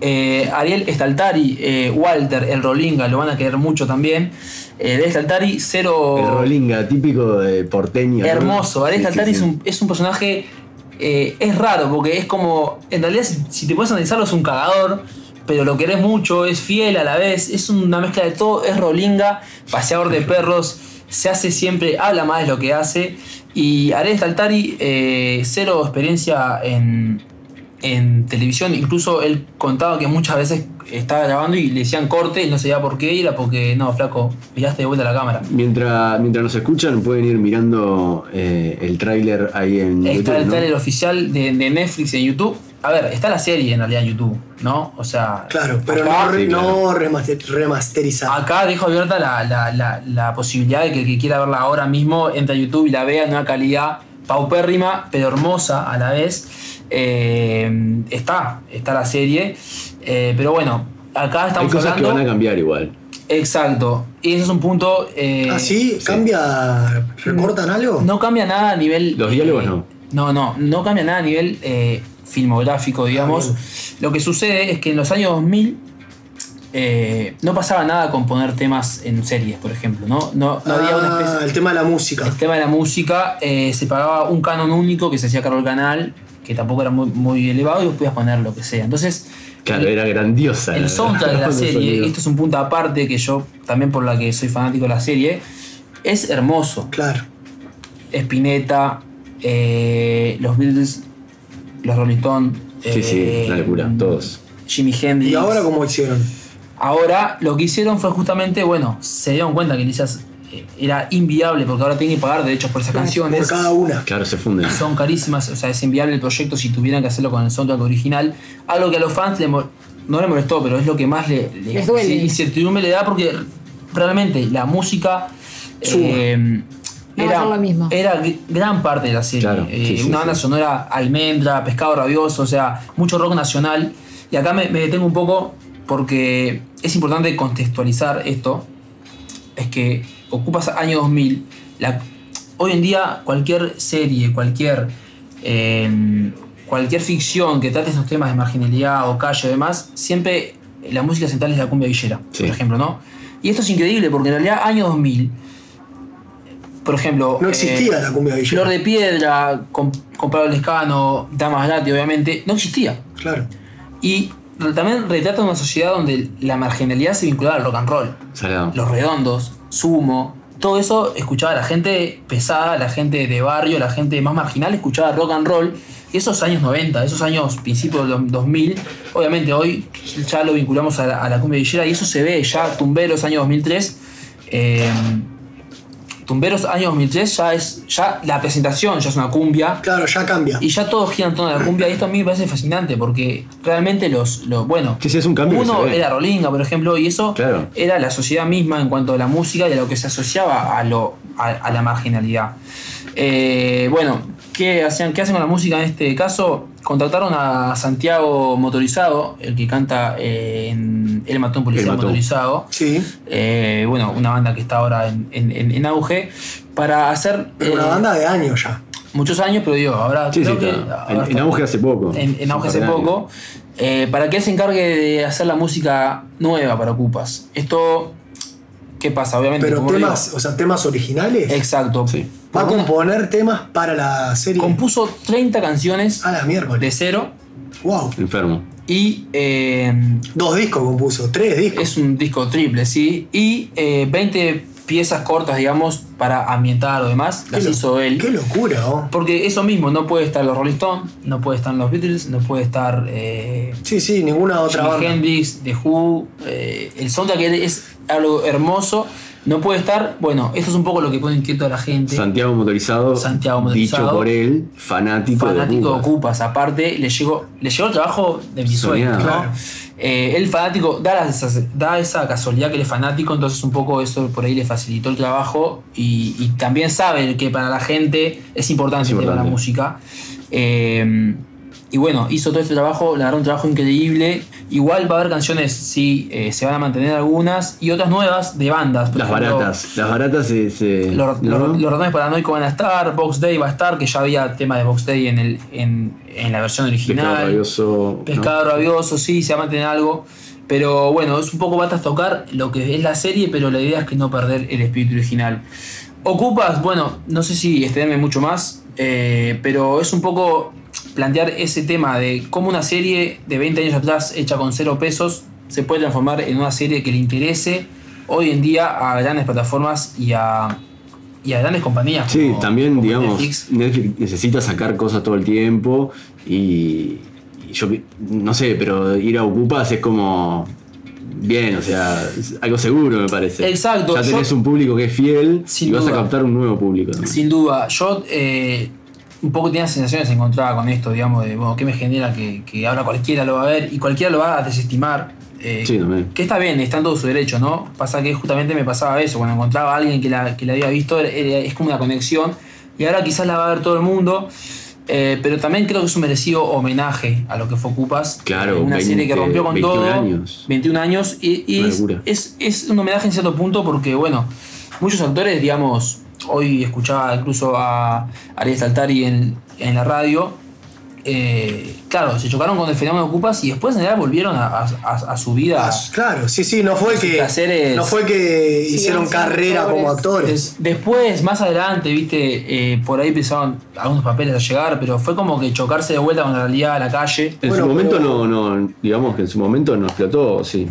S5: Eh, Ariel Staltari, eh, Walter, el Rolinga, lo van a querer mucho también. Eh, Ariel Staltari, cero.
S2: El Rolinga, típico de porteño. ¿no?
S5: Oh. Hermoso, Ariel
S2: Sí, sí,
S5: Staltari
S2: sí.
S5: Es, un, es un personaje. eh, es raro, porque es como. En realidad, si- si te puedes analizarlo, es un cagador, pero lo querés mucho, es fiel a la vez, es una mezcla de todo, es rolinga, paseador de perros, se hace siempre, habla más de lo que hace. Y Ariel Staltari, eh, cero experiencia en, en televisión, incluso él contaba que muchas veces estaba grabando y le decían corte y no sabía por qué, y era porque, no, flaco, miraste de vuelta a la cámara.
S2: Mientras, mientras nos escuchan, pueden ir mirando eh, el tráiler ahí en
S5: Está
S2: YouTube,
S5: el
S2: Este, ¿no?
S5: trailer oficial de, de Netflix en YouTube. A ver, está la serie en realidad en YouTube, ¿no? O sea.
S4: Claro, pero
S5: acá,
S4: no, re-
S2: sí, claro.
S4: no remaster- remasterizado.
S5: acá dejo abierta la, la- la- la posibilidad de que el que quiera verla ahora mismo entre a YouTube y la vea en una calidad paupérrima, pero hermosa a la vez. Eh, está, está la serie. Eh, pero bueno, acá
S2: Hay
S5: estamos
S2: cosas
S5: hablando.
S2: que van a cambiar igual.
S5: Exacto. Y ese es un punto. eh,
S4: ¿Ah, sí? ¿Cambia? ¿Recortan algo?
S5: Mm. No cambia nada a nivel.
S2: Los diálogos
S5: eh,
S2: no.
S5: No, no, no cambia nada a nivel eh,
S2: Ah,
S5: filmográfico, digamos. Lo que sucede es que en los años 2000 eh, no pasaba nada con poner temas en series, por ejemplo, ¿no? No, no había una
S4: Ah,
S5: especie.
S4: el tema de la música.
S5: El tema de la música eh, se pagaba un canon único que se hacía cargo el canal, que tampoco era muy, muy elevado y vos podías poner lo que sea. Entonces,
S2: Claro, era grandiosa.
S5: el soundtrack de la
S2: Los
S5: serie,
S2: sonidos.
S5: esto es un punto aparte que yo también por la que soy fanático de la serie, es hermoso.
S4: Claro.
S5: Spinetta, eh, los Beatles, los Rolling Stones.
S2: Sí, sí,
S5: eh,
S2: la locura, todos.
S5: Jimi Hendrix.
S4: ¿Y ahora cómo hicieron?
S5: Ahora lo que hicieron fue justamente, bueno, se dieron cuenta que quizás eh, era inviable porque ahora tienen que pagar derechos por esas canciones.
S4: Por cada una.
S2: Claro, se funden.
S5: Son carísimas, o sea, es inviable el proyecto si tuvieran que hacerlo con el soundtrack original. Algo que a los fans le mo- no le molestó, pero es lo que más le, le-
S3: Les duele.
S5: sí, incertidumbre le da porque realmente la música
S4: Sube.
S5: eh,
S3: No va a
S5: era,
S3: ser lo mismo.
S5: era gr- gran parte de la serie.
S2: Claro,
S5: Eh,
S2: sí, sí,
S5: una banda
S2: sí.
S5: sonora almendra, pescado rabioso, o sea, mucho rock nacional. Y acá me, me detengo un poco porque es importante contextualizar esto. Es que ocupas año 2000. la- hoy en día cualquier serie, cualquier, eh, cualquier ficción que trate estos temas de marginalidad o calle o demás, siempre la música central es la cumbia villera,
S2: Sí.
S5: por ejemplo, ¿no? Y esto es increíble porque en realidad año 2000 por ejemplo.
S4: No existía la cumbia villera.
S5: Flor de Piedra, con, con Pablo Lescano, Damas Gratis, obviamente, no existía.
S4: Claro.
S5: Y re- también retrata una sociedad donde la marginalidad se vinculaba al rock and roll.
S2: Salado.
S5: Los redondos, sumo, todo eso escuchaba la gente pesada, la gente de barrio, la gente más marginal escuchaba rock and roll. Y esos años 90, esos años principios de los 2000, obviamente hoy ya lo vinculamos a la, a la cumbia villera y eso se ve ya, Tumberos, año 2003. eh, Tumberos, año 2003, ya es ya la presentación, ya es una cumbia.
S4: Claro, ya cambia.
S5: Y ya todos giran en torno a la cumbia. Y esto a mí me parece fascinante porque realmente los. los- bueno,
S2: Sí, sí, es un cambio que
S5: uno
S2: se ve.
S5: era Rolinga, por ejemplo, y eso
S2: Claro.
S5: era la sociedad misma en cuanto a la música y a lo que se asociaba a, lo, a, a la marginalidad. Eh, bueno, ¿qué, hacían, ¿qué hacen con la música en este caso? Contrataron a Santiago Motorizado, el que canta eh, en El Matón Policial
S2: El Matón.
S5: Motorizado
S4: Sí.
S5: eh, bueno, una banda que está ahora en, en- en- en auge, para hacer
S4: Pero
S5: eh,
S4: una banda de años ya.
S5: muchos años, pero digo, ahora
S2: Sí, sí,
S5: creo que
S2: está.
S5: ahora
S2: En, en
S5: está-
S2: auge hace poco.
S5: en, en auge hace poco, eh, para que él se encargue de hacer la música nueva para Ocupas. Esto, ¿qué pasa? Obviamente,
S4: Pero
S5: como
S4: temas, Ah,
S5: digo,
S4: o sea, temas originales.
S5: exacto.
S2: Sí.
S4: Va a componer temas para la serie.
S5: Compuso 30 canciones
S4: a la
S5: de
S4: miércoles.
S5: cero
S4: Wow.
S2: Enfermo.
S5: y eh,
S4: Dos discos compuso, tres discos.
S5: es un disco triple, ¿sí? Y eh, 20 piezas cortas, digamos, para ambientar o demás, las
S4: Qué lo-
S5: hizo él.
S4: Qué locura, ¿oh?
S5: Porque eso mismo, no puede estar los Rolling Stones, no puede estar los Beatles, no puede estar eh,
S4: Sí, sí, ninguna otra
S5: Jimi
S4: banda.
S5: Hendrix, The Who. eh, el soundtrack es algo hermoso, no puede estar. Bueno, esto es un poco lo que pone inquieto a la gente.
S2: Santiago motorizado.
S5: Santiago Motorizado.
S2: Dicho por él, fanático,
S5: fanático de
S2: de Cuba.
S5: Ocupas, aparte le llegó, le llegó el trabajo de mis
S2: Soñado.
S5: sueños, ¿no?
S4: Claro.
S5: Eh, el fanático da, las- da esa casualidad que él es fanático, entonces un poco eso por ahí le facilitó el trabajo y, y también sabe que para la gente es importante
S2: Es
S5: el tema de la
S2: importante.
S5: música. Eh, Y bueno, hizo todo este trabajo, la verdad un trabajo increíble. Igual va a haber canciones, sí, eh, se van a mantener algunas y otras nuevas de bandas. por
S2: Las
S5: ejemplo,
S2: baratas, las baratas se. se-
S5: Los,
S2: Este, ¿no?
S5: los- los ratones paranoicos van a estar, Box Day va a estar, que ya había tema de Box Day en, el, en, en la versión original.
S2: Pescado rabioso. ¿no?
S5: Pescado rabioso, sí, se va a mantener algo. Pero bueno, es un poco a tocar lo que es la serie, pero la idea es que no perder el espíritu original. Ocupas, bueno, no sé si extenderme mucho más, eh, pero es un poco plantear ese tema de cómo una serie de 20 años atrás, hecha con cero pesos, se puede transformar en una serie que le interese hoy en día a grandes plataformas y a, y a grandes compañías.
S2: Sí,
S5: como-
S2: también,
S5: como
S2: digamos,
S5: Netflix.
S2: Netflix. necesita sacar cosas todo el tiempo y, y yo que- no sé, pero ir a Ocupas es como bien, o sea, es algo seguro me parece.
S5: Exacto,
S2: Ya
S5: yo-
S2: tenés un público que es fiel
S5: Sin
S2: y vas
S5: duda.
S2: a captar un nuevo público. también.
S5: Sin duda, yo eh, un poco tenía sensaciones encontradas con esto, digamos, de, bueno, ¿qué me genera que, que ahora cualquiera lo va a ver y cualquiera lo va a desestimar? Eh,
S2: Sí, también.
S5: que está bien, está en todo su derecho, ¿no? Pasa que justamente me pasaba eso, cuando encontraba a alguien que la, que la había visto, era- era- es como una conexión, y ahora quizás la va a ver todo el mundo, eh, pero también creo que es un merecido homenaje a lo que fue Ocupas,
S2: Claro,
S5: una serie que
S2: 20,
S5: rompió con
S2: 21
S5: todo,
S2: años.
S5: 21 años, y, y
S2: Una
S5: es,
S2: locura.
S5: es- es un homenaje en cierto punto porque, bueno, muchos actores, digamos, hoy escuchaba incluso a Ariel Saltari en, en la radio, eh, claro, se chocaron con el fenómeno Ocupas y después en realidad volvieron a, a- a- a su vida.
S4: Ah, claro, sí, sí, no fue
S5: Sus
S4: que.
S5: placeres.
S4: No fue que
S3: Sí,
S4: hicieron
S3: sí,
S4: carrera como
S3: pobres.
S4: actores.
S5: Des- Después, más adelante, viste, eh, por ahí empezaron algunos papeles a llegar, pero fue como que chocarse de vuelta con la realidad de la calle.
S2: En
S4: Bueno,
S2: su momento
S4: pero-
S2: no, no, digamos que en su momento no explotó, sí.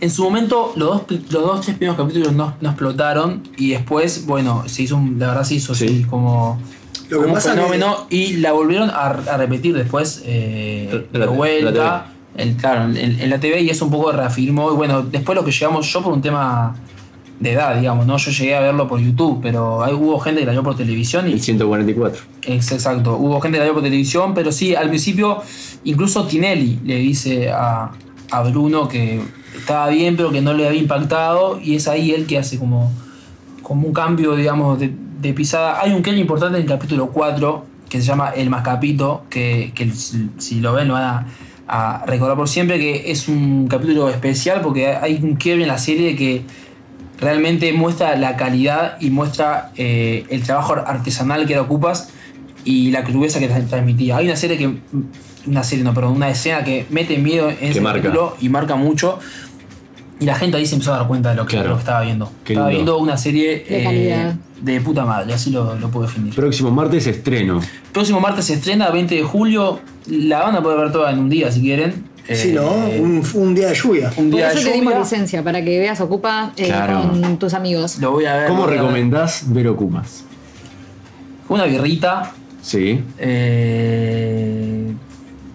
S5: En su momento, los dos, pri- los dos tres primeros capítulos no, no explotaron y después, bueno, se hizo, un- la verdad se hizo
S2: Sí.
S5: así como,
S4: Lo que
S5: como un
S4: pasa que-
S5: fenómeno y la volvieron a, a repetir después eh,
S2: En
S5: de
S2: la-
S5: vuelta.
S2: en la
S5: el, claro, en, en la TV y eso un poco reafirmó. Y bueno, después lo que llegamos yo por un tema de edad, digamos, ¿no? Yo llegué a verlo por YouTube, pero ahí hubo gente que la vio por televisión y
S2: El 144.
S5: Ex- Exacto, hubo gente que la vio por televisión, pero sí, al principio incluso Tinelli le dice a, a Bruno que estaba bien, pero que no le había impactado, y es ahí él que hace como, como un cambio, digamos, de, de pisada. Hay un cambio importante en el capítulo 4, que se llama El Mascapito, que, que si, si lo ven lo van a, a recordar por siempre, que es un capítulo especial porque hay un quiebre en la serie que realmente muestra la calidad y muestra eh, el trabajo artesanal que era Ocupas y la crudeza que tra- transmitía. Hay una serie que. Una serie, no, perdón, una escena que mete miedo en ese
S2: marca.
S5: capítulo y marca mucho. Y la gente ahí se empezó a dar cuenta de lo que,
S2: Claro.
S5: lo que estaba viendo.
S2: Qué
S5: estaba
S2: lindo.
S5: viendo una serie
S3: De
S5: eh,
S3: calidad.
S5: de puta madre, así lo, lo puedo definir.
S2: Próximo martes estreno.
S5: Próximo martes se estrena, 20 de julio. La van a poder ver toda en un día si quieren.
S4: Sí,
S5: Eh,
S4: ¿no? Un, un día de lluvia.
S5: un
S3: Por
S5: día
S3: eso
S5: de
S3: te dimos
S5: lluvia.
S3: licencia, para que veas Ocupa eh,
S2: Claro.
S3: con tus amigos.
S5: Lo voy a ver.
S2: ¿Cómo
S5: lo Ah, voy a ver.
S2: recomendás ver Ocupas?
S5: Una birrita.
S2: Sí.
S5: eh,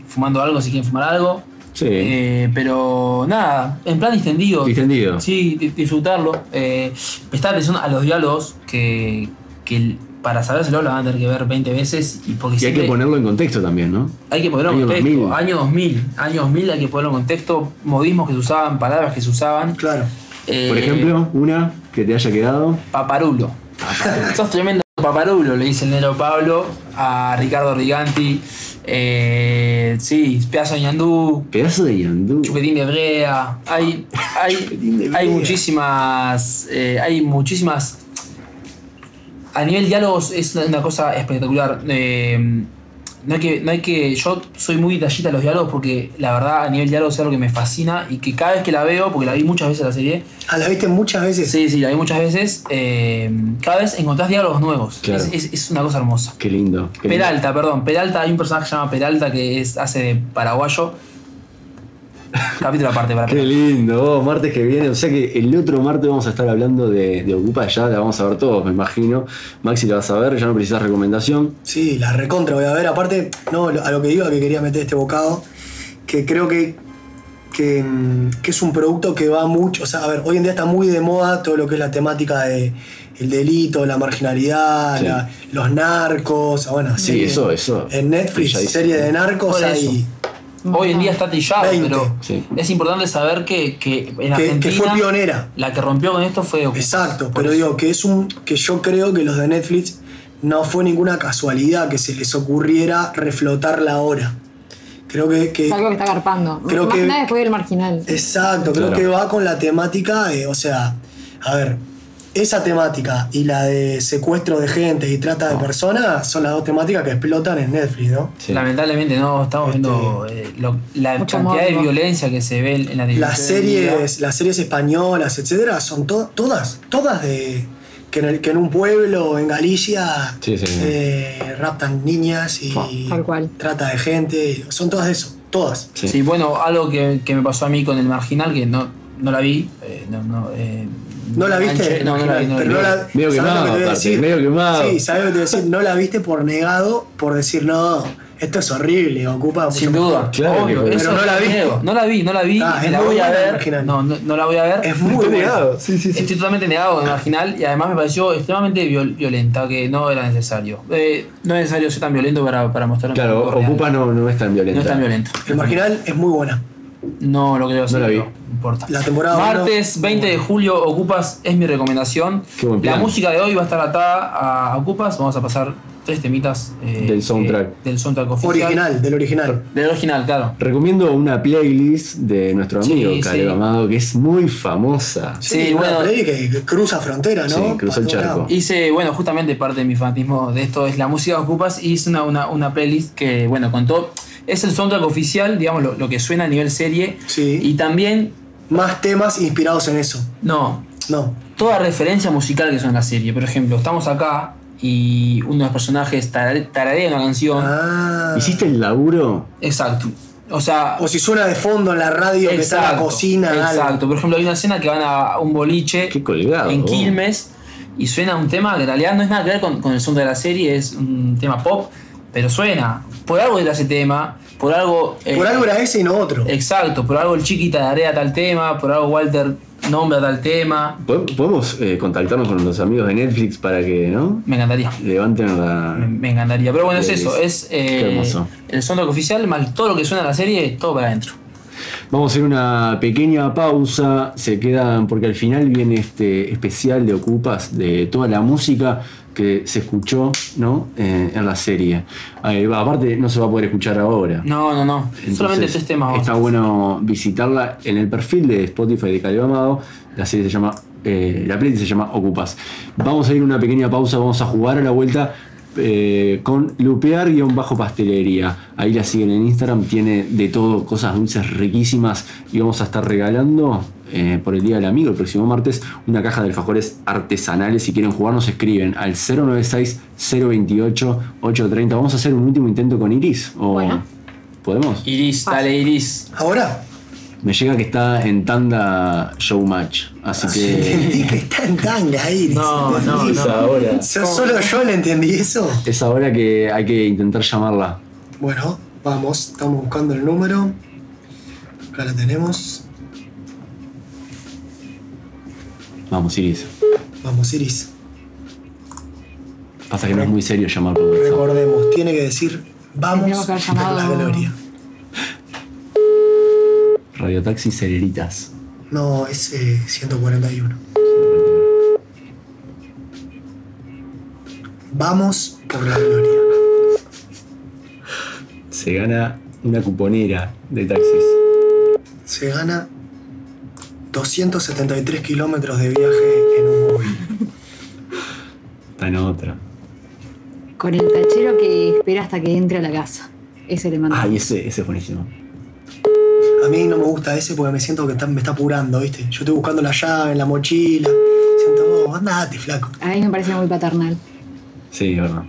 S5: fumando algo si quieren fumar algo.
S2: Sí.
S5: Eh, pero nada, en plan distendido.
S2: Distendido.
S5: Sí, di- disfrutarlo. Eh, prestar atención a los diálogos que, que el- para sabérselo lo van a tener que ver 20 veces. Y
S2: Y
S5: porque
S2: hay que
S5: siempre-
S2: ponerlo en contexto también, ¿no?
S5: Hay que ponerlo en
S2: Año
S5: contexto.
S2: 2000.
S5: Año 2000. Año 2000 hay que ponerlo en contexto. Modismos que se usaban, palabras que se usaban.
S4: Claro.
S5: Eh,
S2: Por ejemplo, una que te haya quedado.
S5: Paparulo. Sos tremendo paparulo, le dice el Nero Pablo a Ricardo Riganti. Eh, sí, Pedazo de Ñandú,
S2: Pedazo de Yandú.
S5: Chupetín de Hebrea. Hay,
S4: Chupetín de
S5: hay,
S4: Hebrea.
S5: hay muchísimas. eh, hay muchísimas. A nivel diálogos es una, una cosa espectacular. Eh, no hay, que, no hay que. Yo soy muy detallista en los diálogos porque la verdad a nivel diálogos es algo que me fascina y que cada vez que la veo, porque la vi muchas veces la serie,
S4: Ah, la viste muchas veces.
S5: Sí, sí, la vi muchas veces. eh, cada vez encontrás diálogos nuevos.
S2: Claro.
S5: Es, es- es una cosa hermosa.
S2: Qué lindo. qué lindo.
S5: Peralta, perdón. Peralta, hay un personaje que se llama Peralta que es, hace de paraguayo. Capítulo aparte para
S2: Qué
S5: Peralta.
S2: lindo, oh, martes que viene. O sea que el otro martes vamos a estar hablando de, de Ocupa, ya la vamos a ver todos, me imagino. Maxi la vas a ver, ya no precisas recomendación.
S4: Sí, la recontra voy a ver. Aparte, no, lo- a lo que iba que quería meter este bocado, que creo que, que, mm, que es un producto que va mucho. O sea, a ver, hoy en día está muy de moda todo lo que es la temática de el delito, la marginalidad,
S2: Sí.
S4: la- los narcos. ah, Bueno,
S2: Sí,
S4: serie-
S2: eso, eso.
S4: En Netflix,
S2: Ya dice.
S4: serie de narcos
S5: Por eso.
S4: ahí.
S5: Hoy en día está trillado,
S4: 20.
S5: pero
S2: Sí.
S5: es importante saber que, que en
S4: Que,
S5: Argentina
S4: que fue pionera.
S5: la que rompió con esto fue Ocupas.
S4: Exacto,
S5: Por
S4: pero
S5: eso.
S4: digo que es un que yo creo que los de Netflix no fue ninguna casualidad que se les ocurriera reflotarla ahora. Creo que, que-
S3: Es algo que está garpando.
S4: Creo
S3: Más
S4: que-
S3: que nada después del marginal.
S4: Exacto, creo
S2: Claro.
S4: que va con la temática, eh, o sea, a ver, esa temática y la de secuestro de gente y trata de personas son las dos temáticas que explotan en Netflix, ¿no?
S2: Sí.
S5: Lamentablemente no, estamos viendo
S4: Este,
S5: eh, lo- la
S3: Mucho
S5: cantidad de
S3: morbo.
S5: violencia que se ve en la televisión.
S4: Las series, las series españolas, etcétera, son to- todas, todas de que en, el- que en un pueblo en Galicia
S2: Sí, sí, sí.
S4: eh, raptan niñas y
S3: Tal cual.
S4: trata de gente, y son todas de eso, todas.
S5: Sí. bueno, algo que, que me pasó a mí con el marginal, que no, no la vi. eh, no, no, eh,
S4: No la viste,
S5: enganché, No, no la vi. No,
S4: pero
S5: la
S4: no
S5: vi.
S4: la
S2: Medio
S4: ¿sabés
S2: quemado,
S4: lo que te voy a
S2: aparte,
S4: decir?
S2: medio quemado.
S4: Sí, sabes lo que te voy a decir, no la viste por negado, por decir no, esto es horrible, ocupa mucho
S5: Sin duda,
S4: mejor".
S2: Claro que
S5: obvio,
S2: fue.
S5: eso
S4: Pero no la
S5: es
S4: viste.
S5: negro. No la vi, no la vi.
S4: Ah,
S5: y
S4: es
S5: la
S4: muy
S5: voy a
S4: buena la
S5: ver.
S4: marginal.
S5: No, no, no la voy a ver.
S4: Es muy negado.
S2: Sí, sí,
S5: Estoy totalmente negado con el marginal y además me pareció extremadamente viol- violenta, que no era necesario. Eh, no es necesario ser tan violento para, para mostrar un
S2: Claro,
S5: poco real.
S2: Ocupa no, no es tan violenta.
S5: No es tan violento.
S4: El marginal es muy buena.
S5: No lo creo así,
S2: No la vi.
S5: pero no importa.
S4: La temporada uno-
S5: Martes 20 de julio, Ocupas es mi recomendación.
S2: Qué buen
S5: La
S2: plan.
S5: música de hoy va a estar atada a Ocupas. Vamos a pasar tres temitas eh,
S2: Del soundtrack.
S5: eh, del soundtrack oficial.
S4: Original, del original.
S5: Del original, claro.
S2: Recomiendo una playlist de nuestro
S5: Sí,
S2: amigo
S5: sí.
S2: Caleb Amado, que es muy famosa.
S5: Sí,
S4: una
S5: bueno.
S4: play que que cruza frontera, ¿no?
S2: Sí, cruzó el
S4: Pa' todos
S2: charco.
S4: lados.
S5: Hice, bueno, justamente parte de mi fanatismo de esto es la música que ocupas y hice una, una, una playlist que, bueno, contó, es el soundtrack oficial, digamos, lo, lo que suena a nivel serie.
S4: Sí.
S5: Y también,
S4: Más temas inspirados en eso.
S5: no,
S4: No.
S5: toda referencia musical que suena en la serie. Por ejemplo, estamos acá y uno de los personajes tarare- tararea una canción.
S4: Ah.
S2: ¿Hiciste el laburo?
S5: Exacto. O sea,
S4: O si suena de fondo en la radio que está en la cocina, algo.
S5: Exacto. Por ejemplo, hay una escena que van a un boliche
S2: Qué colgado,
S5: en
S2: vos.
S5: Quilmes y suena un tema que en realidad no es nada que ver con, con el son de la serie, es un tema pop, pero suena. Por algo era ese tema, por algo. eh,
S4: Por algo era ese y no otro.
S5: Exacto, por algo el chiquita tarea tal tema, por algo Walter nombra tal tema.
S2: ¿Pod- ¿Podemos eh, contactarnos con los amigos de Netflix para que, ¿no?
S5: Me encantaría.
S2: Levanten
S5: Me,
S2: la.
S5: me encantaría. Pero bueno, es
S2: Qué
S5: eso,
S2: delicia.
S5: es eh,
S2: Qué hermoso.
S5: el soundtrack oficial, más todo lo que suena en la serie, todo para adentro.
S2: Vamos a hacer una pequeña pausa. Se quedan, porque al final viene este especial de Ocupas de toda la música que se escuchó, ¿no? Eh, en la serie. Ahí va, aparte, no se va a poder escuchar ahora.
S5: No, no, no.
S2: Entonces,
S5: Solamente tres temas. vamos a
S2: Está
S5: hacer.
S2: bueno visitarla en el perfil de Spotify de Caleb Amado. La serie se llama. eh, la playlist se llama Ocupas. Vamos a ir a una pequeña pausa, vamos a jugar a la vuelta. eh, con lupear y un bajo pastelería ahí la siguen en Instagram tiene de todo cosas dulces riquísimas y vamos a estar regalando eh, por el día del amigo el próximo martes una caja de alfajores artesanales si quieren jugar nos escriben al 096 028 830 vamos a hacer un último intento con Iris o
S3: Bueno.
S2: podemos
S5: Iris, dale Iris.
S4: Ahora,
S2: me llega que está en tanda showmatch, así
S4: entendí
S2: que
S4: que está en tanga, Iris.
S5: No, no,
S4: Entendí.
S5: no.
S2: ahora.
S4: So- ¿Solo yo le entendí eso?
S2: es ahora que hay que intentar llamarla.
S4: Bueno, vamos, estamos buscando el número. Acá lo tenemos.
S2: Vamos, Iris.
S4: Vamos, Iris.
S2: Pasa que no es muy serio llamar por WhatsApp.
S4: Recordemos, tiene que decir vamos
S3: Tendríamos que haber
S4: por la
S3: llamado-
S4: gloria.
S2: Radio Taxi Celeritas.
S4: No, es eh, 141. Vamos por la gloria.
S2: Se gana una cuponera de taxis.
S4: Se gana 273 kilómetros de viaje en un móvil.
S2: Está en otra.
S3: Con el tachero que espera hasta que entre a la casa. Ese le mandó.
S2: Ay, ese, ese es buenísimo.
S4: A mí no me gusta ese porque me siento que está- me está apurando, ¿viste? Yo estoy buscando la llave en la mochila. Siento, oh, andate, flaco.
S3: A mí me parecía muy paternal.
S2: Sí, es verdad.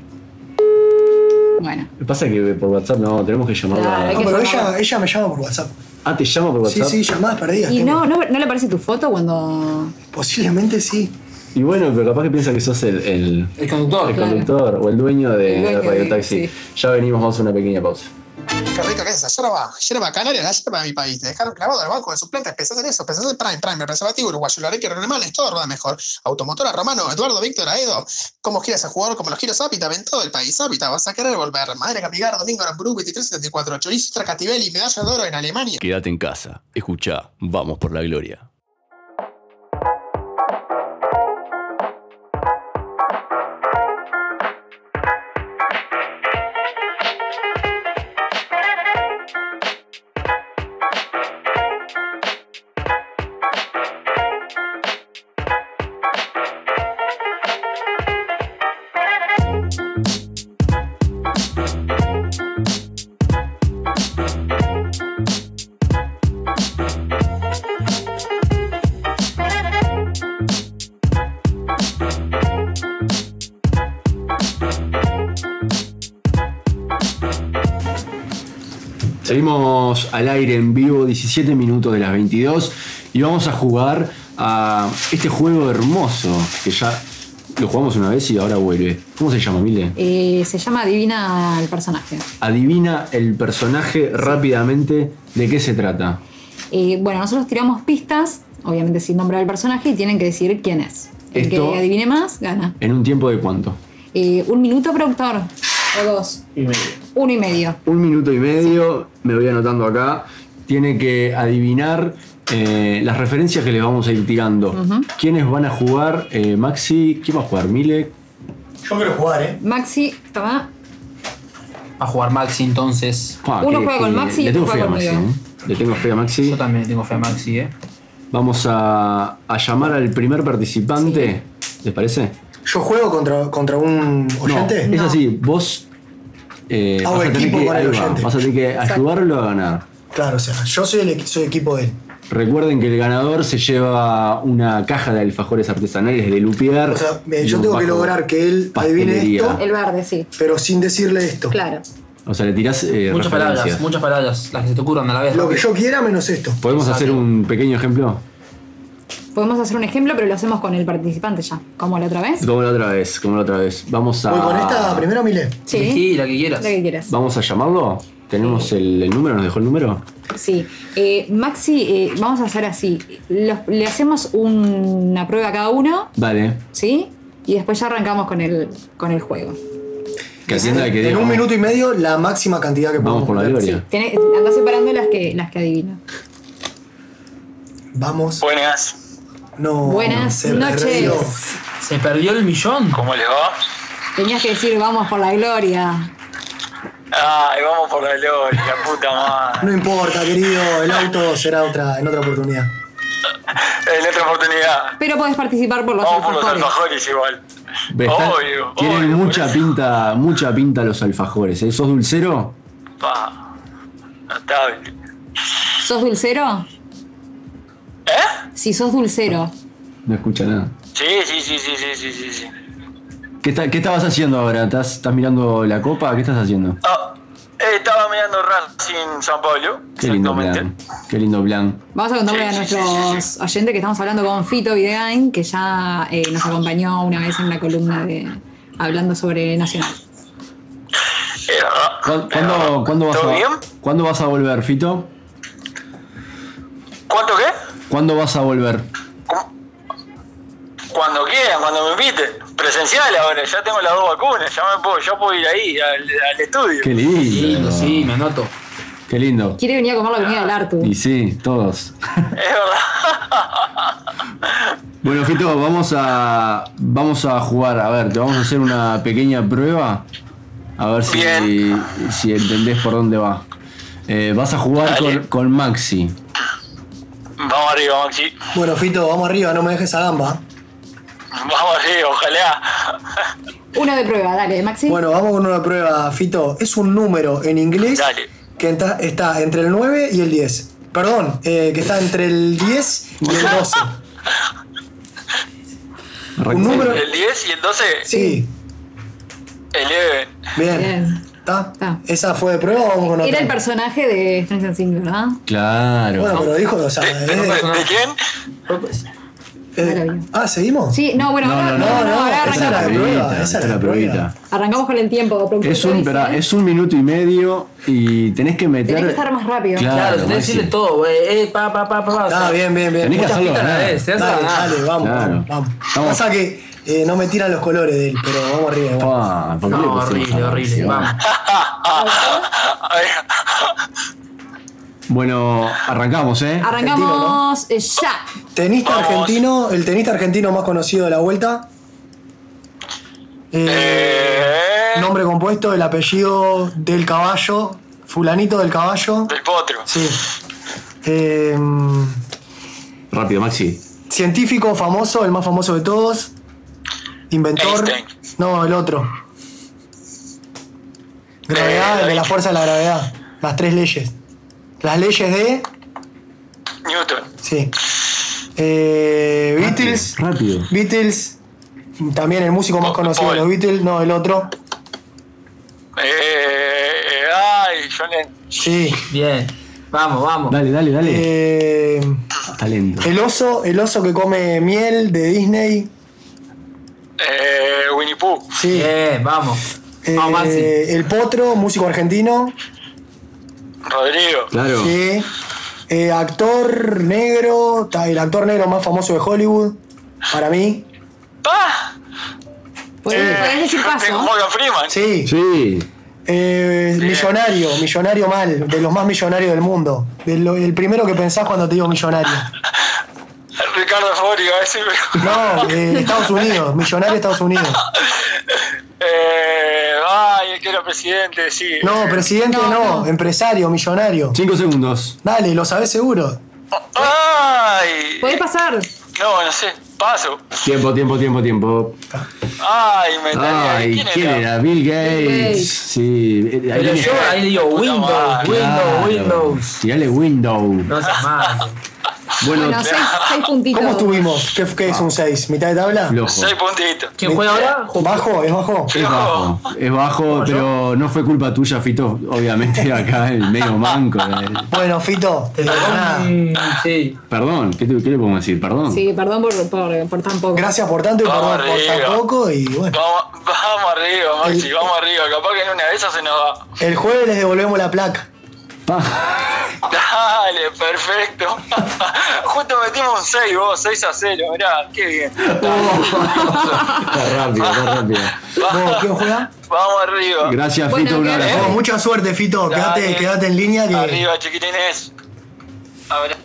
S3: Bueno.
S2: Pasa que por WhatsApp no, tenemos que llamarla.
S3: Claro,
S4: No,
S3: hay que-
S4: pero
S3: llamar.
S4: ella, ella me llama por WhatsApp.
S2: Ah, te llama por WhatsApp.
S4: Sí, sí, llamadas perdidas.
S3: ¿Y
S4: tengo.
S3: no, no, no le aparece tu foto cuando.?
S4: Posiblemente sí.
S2: Y bueno, pero capaz que piensa que sos el, el-
S5: El conductor.
S2: el
S3: Claro.
S2: conductor o el dueño de,
S3: El dueño de-
S2: Radio Taxi.
S3: sí.
S2: Ya venimos, vamos a una pequeña pausa.
S11: Qué rica que es esa yerba, yerba canaria, la yerba de mi país. Te dejaron clavado al banco de suplentes, pensás en eso, pensás en Prime, Prime, el preservativo uruguayo, lo haré que normales, todo rueda mejor. Automotora Romano, Eduardo Víctor Aedo, como quieras a jugar, como los giros Hábitat en todo el país. Hábitat, vas a querer volver. Madre Capigar, Domingo Aramburu, 2374, Chorizo Tracatibel y Medalla de Oro en Alemania.
S8: Quédate en casa. Escucha, vamos por la gloria.
S2: Seguimos al aire en vivo, 17 minutos de las 22. Y vamos a jugar a este juego hermoso que ya lo jugamos una vez y ahora vuelve. ¿Cómo se llama, Mile?
S3: Eh, se llama Adivina el personaje.
S2: Adivina el personaje rápidamente de qué se trata.
S3: Eh, bueno, nosotros tiramos pistas, obviamente sin nombrar al personaje, y tienen que decir quién es. El
S2: Esto-
S3: que adivine más, gana.
S2: ¿En un tiempo de cuánto?
S3: Eh, ¿Un minuto, productor? ¿O dos?
S2: Y medio.
S3: Uno y medio.
S2: Un minuto y medio, me voy anotando acá. Tiene que adivinar eh, las referencias que les vamos a ir tirando.
S3: Ujú.
S2: ¿Quiénes van a jugar? Eh, Maxi, ¿quién va a jugar? Mile.
S4: Yo quiero jugar, ¿eh?
S3: Maxi, toma.
S5: Va a jugar Maxi entonces.
S3: Uno juega con Maxi y
S2: Ah, Le
S3: otro
S2: tengo fe
S3: juega
S2: a Maxi.
S3: conmigo.
S2: ¿eh? Le tengo fe a Maxi. Yo
S5: también tengo fe a Maxi, ¿eh?
S2: Vamos a, a llamar al primer participante. ¿Les parece?
S4: ¿Yo juego contra, contra un oyente?
S2: No, es así. Vos eh,
S4: Hago
S2: vas, a tener
S4: equipo
S2: que,
S4: con el
S2: ahí va,
S4: oyente.
S2: vas a tener que
S4: Exacto.
S2: ayudarlo a ganar.
S4: Claro, o sea, yo soy el equi- soy equipo de él.
S2: Recuerden que el ganador se lleva una caja de alfajores artesanales de Lupier.
S4: O sea, eh, yo tengo que lograr que él adivine
S2: pastelería.
S4: esto.
S3: El verde, sí.
S4: Pero sin decirle esto.
S3: Claro.
S2: O sea, le tirás eh,
S5: Muchas
S2: referencias.
S5: palabras, muchas palabras, las que se te ocurran a la vez.
S4: Lo que yo quiera menos esto.
S2: ¿Podemos hacer un pequeño ejemplo?
S3: Podemos hacer un ejemplo, pero lo hacemos con el participante ya. ¿Como la otra vez?
S2: Como la otra vez, como la otra vez. Vamos a.
S4: ¿Voy con esta primero, Mile?
S3: Sí. Elegí
S5: la que
S3: La que quieras.
S2: ¿Vamos a llamarlo? ¿Tenemos el, el número? ¿Nos dejó el número?
S3: Sí. Eh, Maxi, eh, vamos a hacer así. Los- le hacemos una prueba a cada uno,
S2: Dale.
S3: ¿sí? Y después ya arrancamos con el, con el juego.
S2: Que atienda que
S4: En
S2: diga,
S4: un
S2: vamos-
S4: minuto y medio, la máxima cantidad que
S2: Vamos
S4: podemos
S2: por la
S4: meter.
S2: gloria.
S3: Tiene, anda separando las que, las que adivino.
S4: Vamos.
S12: Buenas.
S4: No.
S3: Buenas
S4: se
S3: noches.
S4: perdió.
S5: ¿Se perdió el millón?
S12: ¿Cómo le va?
S3: Tenías que decir, vamos por la gloria.
S12: Ay, vamos por la gloria, puta madre.
S4: No importa, querido, el auto será otra, en otra oportunidad.
S12: En otra oportunidad.
S3: Pero podés participar por los
S12: Vamos por los
S3: alfajores.
S12: alfajores igual.
S2: Ve, están-
S12: Obvio, pues.
S2: Tienen mucha pinta, mucha pinta los alfajores. ¿eh? ¿Sos dulcero?
S12: Pa. Notable.
S3: ¿Sos dulcero? ¿Eh? Si sos dulcero.
S2: No escucha nada.
S12: Sí, sí, sí, sí, sí, sí, sí, sí.
S2: ¿Qué, está- qué estabas haciendo ahora? ¿Estás, estás mirando la copa? ¿Qué estás haciendo?
S12: Eh, estaba mirando Racing San Pablo.
S2: Qué lindo plan. Qué lindo plan.
S3: Vamos a contarle a nuestros oyentes que estamos hablando con Fito Videgain, que ya eh, nos acompañó una vez en la columna de hablando sobre Nacional.
S2: ¿Cuán- ¿Cuándo, cuándo vas
S12: Eh, ah, ¿Todo
S2: a,
S12: bien?
S2: ¿Cuándo vas a volver, Fito?
S12: ¿Cuánto qué?
S2: ¿Cuándo vas a volver?
S12: Cuando quieran, cuando me inviten. Presencial ahora, ya tengo las dos vacunas, ya me puedo, ya puedo ir ahí al, al estudio.
S2: Qué lindo.
S5: Sí, me anoto.
S2: Qué lindo.
S3: Quiere venir a comer la comida del Artu.
S2: Y sí, todos. Bueno, Fito, vamos a, vamos a jugar. A ver, te vamos a hacer una pequeña prueba. A ver si, si entendés por dónde va. Eh, vas a jugar con, con Maxi.
S12: Vamos arriba, Maxi.
S4: Bueno, Fito, vamos arriba, no me dejes a gamba.
S12: Vamos arriba, ojalá.
S3: Una de prueba, dale, Maxi.
S4: Bueno, vamos con una prueba, Fito. Es un número en inglés que enta- está entre el 9 y el 10. Perdón, eh, que está entre el 10 y el 12. Un número.
S12: ¿El 10 y el 12?
S4: Sí,
S12: El 11.
S4: bien. ¿Está? ¿Esa fue de prueba o vamos con otra?
S3: Era el personaje de Stranger Things, ¿verdad?
S2: Claro.
S4: Bueno, pero dijo, o sea, es de-
S12: quién?
S4: Eh, ah, ¿seguimos?
S3: Sí, no, bueno, ahora, no, no, ahora
S2: esa
S3: arrancamos.
S2: era la pruebita. Esa era la pruebita.
S3: Arrancamos con el tiempo, productor.
S2: Es un,
S3: Tenés
S2: pará, es un minuto y medio y tenés que meter.
S3: que estar más rápido.
S2: Claro,
S5: Claro, tenés que
S2: Maxi.
S5: decirle todo, güey. Eh, pa, pa, pa, pa.
S4: Ah, bien, bien, bien.
S2: Tenés que hacerlo ganar.
S4: Dale, dale, vamos,
S2: Claro.
S4: vamos, vamos. Pasa que eh, no me tiran los colores de él, pero vamos arriba. igual.
S2: Ah, ¿por qué le
S4: No,
S2: pusimos
S4: horrible,
S2: a
S4: horrible,
S2: Maxi?
S4: vamos.
S2: Bueno, arrancamos, ¿eh?
S3: Arrancamos eh, ya.
S4: Tenista argentino, el tenista argentino más conocido de la vuelta. Eh, Nombre compuesto, el apellido del caballo, fulanito del caballo.
S12: Del potro.
S4: Sí. Eh,
S2: Rápido, Maxi.
S4: científico famoso, el más famoso de todos. Inventor. No, el otro. Gravedad, el de la fuerza de la gravedad. Las tres leyes. Las leyes de.
S12: Newton.
S4: Sí. Eh, Beatles.
S2: Rápido.
S4: Beatles. También el músico más conocido de los Beatles. No, el otro.
S12: Eh, eh, ay, Shonen.
S4: Sí.
S5: Bien. Vamos, vamos.
S2: Dale, dale, dale.
S4: Eh,
S2: Talento.
S4: el oso, el oso que come miel de Disney.
S12: Eh, Winnie Pooh.
S4: Sí.
S5: Bien, vamos.
S4: Eh,
S5: Vamos, Maxi.
S4: el potro, músico argentino.
S12: Rodrigo.
S4: Sí. Eh, actor negro, ta- el actor negro más famoso de Hollywood, para mí.
S12: ¡Pa!
S3: Podés podés decir
S12: Tengo
S3: paso.
S12: Morgan Freeman.
S4: Sí.
S2: Sí.
S4: Eh, millonario, millonario mal, de los más millonarios del mundo. De lo- el primero que pensás cuando te digo millonario.
S12: Ricardo Fori, a decir.
S4: No, de Estados Unidos, millonario de Estados Unidos.
S12: Eh, ay, el que era presidente, sí.
S4: No, presidente no, empresario, millonario.
S2: Cinco segundos.
S4: Dale, lo sabés seguro.
S12: Ay.
S3: Podés pasar.
S12: No, no sé. Paso.
S2: Tiempo, tiempo, tiempo, tiempo.
S12: Ay,
S5: Este,
S12: me
S2: Ay,
S12: ¿Quién,
S2: ¿quién
S12: era?
S2: era? Bill Gates.
S3: Gates.
S2: Sí. eh, ahí
S5: Pero
S2: viene-
S5: yo ahí le digo Windows, Windows,
S2: Claro.
S5: Windows.
S2: Tirale Windows.
S5: No seas malo.
S2: Bueno,
S3: Bueno, seis, seis puntitos.
S4: ¿Cómo estuvimos? ¿Qué, qué es un 6? ¿Mitad de tabla?
S2: flojo.
S12: Seis puntitos.
S5: ¿Quién juega ahora? Ju-
S4: ¿Bajo? ¿Es bajo?
S2: Es bajo, es bajo, pero no fue culpa tuya, Fito. Obviamente, acá el medio manco. eh.
S4: Bueno, Fito, te digo nada.
S5: Mm, Sí.
S2: Perdón, ¿qué, te- qué le podemos decir? Perdón.
S3: Sí, perdón por, por, por tan poco.
S4: Gracias por tanto y
S12: Vamos
S4: por, por
S12: arriba.
S4: tan poco. Y bueno,
S12: Vamos, vamos arriba, Maxi, vamos arriba. Capaz que en una de esas se nos va.
S4: el jueves les devolvemos la placa.
S2: Ah,
S12: Dale, perfecto. Justo metimos un 6 vos, 6 a 0. Mirá, qué bien.
S2: está rápido, está rápido.
S12: Ah.
S4: ¿Vos, ¿Quién juega?
S12: Vamos arriba.
S2: Gracias,
S3: Bueno,
S2: Fito. Un
S3: ¿qué?
S2: abrazo.
S4: Vos, mucha suerte, Fito. Quédate,
S12: Dale.
S4: quédate en línea que.
S12: Arriba, chiquitines. Abra-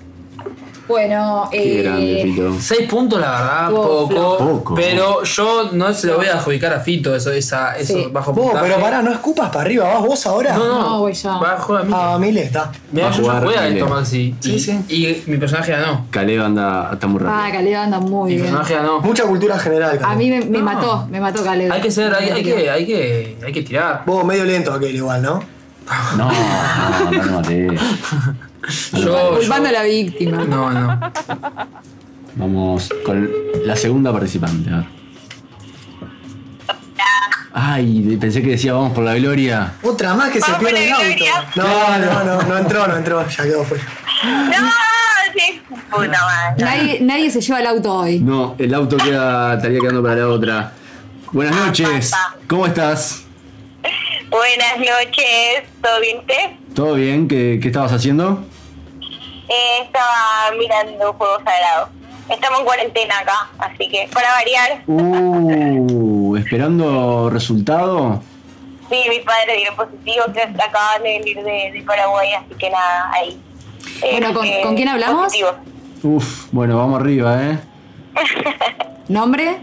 S3: Bueno,
S2: Qué
S3: eh,
S2: grande, Fito.
S5: Seis puntos, la verdad,
S3: Poco.
S5: poco,
S2: Poco.
S5: Pero yo no se lo voy a adjudicar a Fito, eso, esa, eso
S3: Sí.
S5: bajo
S4: Vos,
S5: puntaje.
S4: pero pará, no escupas para arriba, vas vos ahora.
S5: No, no,
S3: No, voy yo.
S5: Bajo a mí.
S4: Ah, Mile está.
S5: Mira,
S2: Va a
S5: yo ya
S2: jugar
S5: juega esto,
S2: Leo.
S5: Maxi.
S4: Sí,
S5: y,
S4: sí.
S5: y mi personaje ganó.
S2: Caleb anda, está muy
S3: Ah,
S2: rápido.
S3: Caleo anda muy
S5: Mi
S3: bien.
S5: personaje ganó.
S4: Mucha cultura general,
S3: A
S4: Caleb.
S3: mí me, me
S5: No.
S3: mató, me mató Caleo.
S5: Hay que ser, hay, hay que, hay que, hay que tirar.
S4: Vos, medio lento aquel igual, ¿no?
S2: No, no, no, no, te-
S5: Yo, yo-
S3: Culpando a la víctima.
S5: No, no.
S2: Vamos con la segunda participante. a ver. Ay, pensé que decía vamos por la gloria.
S4: Otra más que se
S7: Vamos,
S4: pierde el auto.
S7: Valeria.
S4: No, no, no, no entró, no entró, ya quedó fuera.
S7: No, sí. Puta madre.
S3: Nadie, nadie se lleva el auto hoy.
S2: No, el auto queda, estaría quedando para la otra. Buenas
S7: Ah,
S2: noches, ¿cómo estás?
S7: Buenas noches, ¿todo bien usted?
S2: ¿Todo bien? ¿Qué, qué estabas haciendo?
S7: Eh, estaba mirando Juegos Sagrados. Estamos en cuarentena acá, así que para variar,
S2: Uh, esperando resultado.
S7: sí, mis padres dieron positivo, que acaban de venir de, de Paraguay, así que nada, ahí.
S3: Bueno, ¿con-
S7: Este,
S3: con quién hablamos?
S7: positivos.
S2: Uf, bueno, vamos arriba, ¿eh?
S3: ¿Nombre?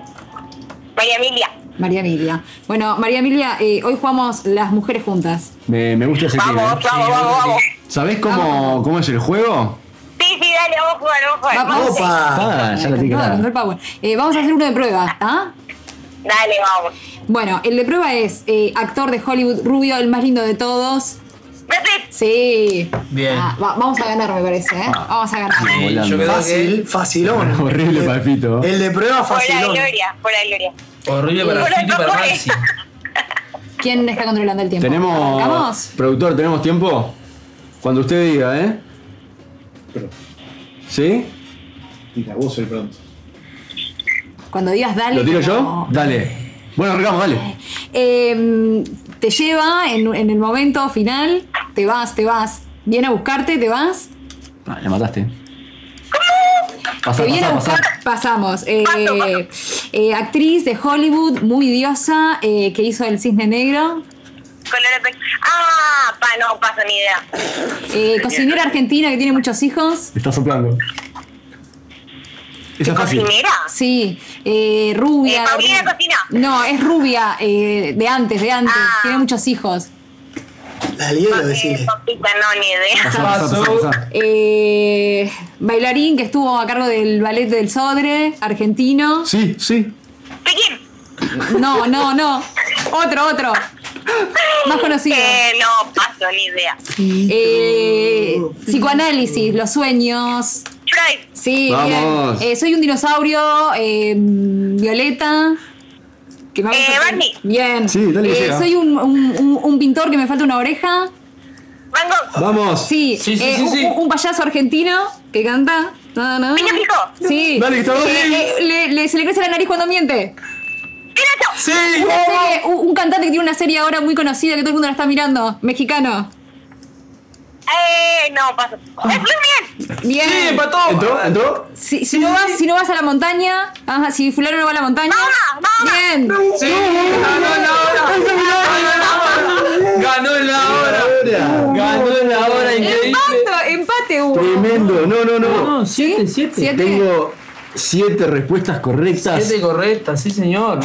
S7: María Emilia.
S3: María Emilia. Bueno, María Emilia, eh, hoy jugamos las mujeres juntas.
S2: Me, me gusta ese tema.
S7: Vamos,
S2: ¿eh?
S7: vamos, vamos, vamos.
S2: ¿Sabés cómo, cómo es el juego?
S7: Sí, sí, dale, vamos a jugar, vamos a jugar.
S3: Vamos.
S7: sí.
S4: Opa.
S2: Ah, ya la tiene
S3: Con todo, con todo
S2: clara.
S3: el power. Eh, vamos a hacer uno de prueba, ¿ah?
S7: Dale, vamos.
S3: Bueno, el de prueba es eh, actor de Hollywood, rubio, el más lindo de todos.
S7: Perfecto.
S3: Sí.
S5: Bien. Ah.
S3: Ah, va- vamos a ganar, me parece, ¿eh? Vamos a ganar.
S5: Sí, yo creo
S4: Fácil, facilón.
S2: Horrible, papito.
S4: El de prueba,
S7: Por la
S4: facilón.
S7: gloria, por la gloria.
S5: que horrible para
S7: Bueno,
S5: Fito y para
S7: no fue.
S5: Maxi.
S3: ¿Quién está controlando el tiempo?
S2: Tenemos.
S3: ¿Arrancamos?
S2: Productor, ¿tenemos tiempo? Cuando usted diga, ¿eh? ¿Sí?
S3: Cuando digas dale.
S2: ¿Lo tiro yo?
S3: como-
S2: Dale. Bueno, arrancamos, dale.
S3: Eh, te lleva en, en el momento final, te vas, te vas. Viene a buscarte, te vas.
S2: Ah, le mataste. Pasa,
S3: ¡Ah! te viene
S2: pasa,
S3: a
S2: pasa.
S3: buscar, pasamos. Eh, eh, actriz de Hollywood, muy diosa, eh, que hizo El Cisne Negro.
S7: Color de... Ah, pa, no, paso ni idea.
S3: Eh, cocinera argentina que tiene muchos hijos.
S2: Está soplando. Esa es fácil.
S7: ¿Cocinera?
S3: Sí, eh, rubia.
S7: Eh, Paulina
S3: ru-
S7: Cocina.
S3: No, es rubia, eh, de antes, de antes.
S7: Ah.
S3: Tiene muchos hijos.
S4: La liero,
S7: Eh,
S4: decirle.
S7: papita, no, ni idea.
S2: Pasa, pasa, pasa,
S5: Paso.
S2: pasa.
S3: Eh, bailarín que estuvo a cargo del ballet del Sodre, argentino.
S2: Sí, sí.
S7: Piquín.
S3: No, no, no. Otro, otro. Más conocido.
S7: Eh, no, paso ni idea.
S3: Eh, psicoanálisis, los sueños.
S7: Freud.
S3: Sí,
S2: Vamos.
S3: bien. Eh, soy un dinosaurio, eh, Violeta. Que me va a
S7: Eh,
S3: gustar-
S7: Barney.
S3: Bien.
S2: Sí, dale que
S3: Eh,
S2: sea.
S3: soy un, un- un- un pintor que me falta una oreja.
S2: Vamos.
S3: Sí, eh, un, un- un payaso argentino que canta. No, no. Sí.
S2: Dale, que está
S3: Que,
S2: bien.
S3: eh, le, le- se le crece la nariz cuando miente.
S2: Sí.
S3: Una serie- un, un cantante que tiene una serie ahora muy conocida que todo el mundo la está mirando. Mexicano.
S7: Eh, no, paso.
S3: Bien.
S7: Sí,
S3: empató.
S2: ¿Entró? ¿Entró?
S3: Si, si no vas, si no vas a la montaña, ajá, si fulano no va a la montaña. Bien.
S5: Sí. Ganó en la hora. Ganó en la hora. Ganó en la hora. Increíble.
S3: Empate, empate hubo.
S2: Tremendo. No, no, no.
S5: No, siete, siete.
S2: Tengo siete respuestas correctas.
S5: Siete correctas, sí, señor.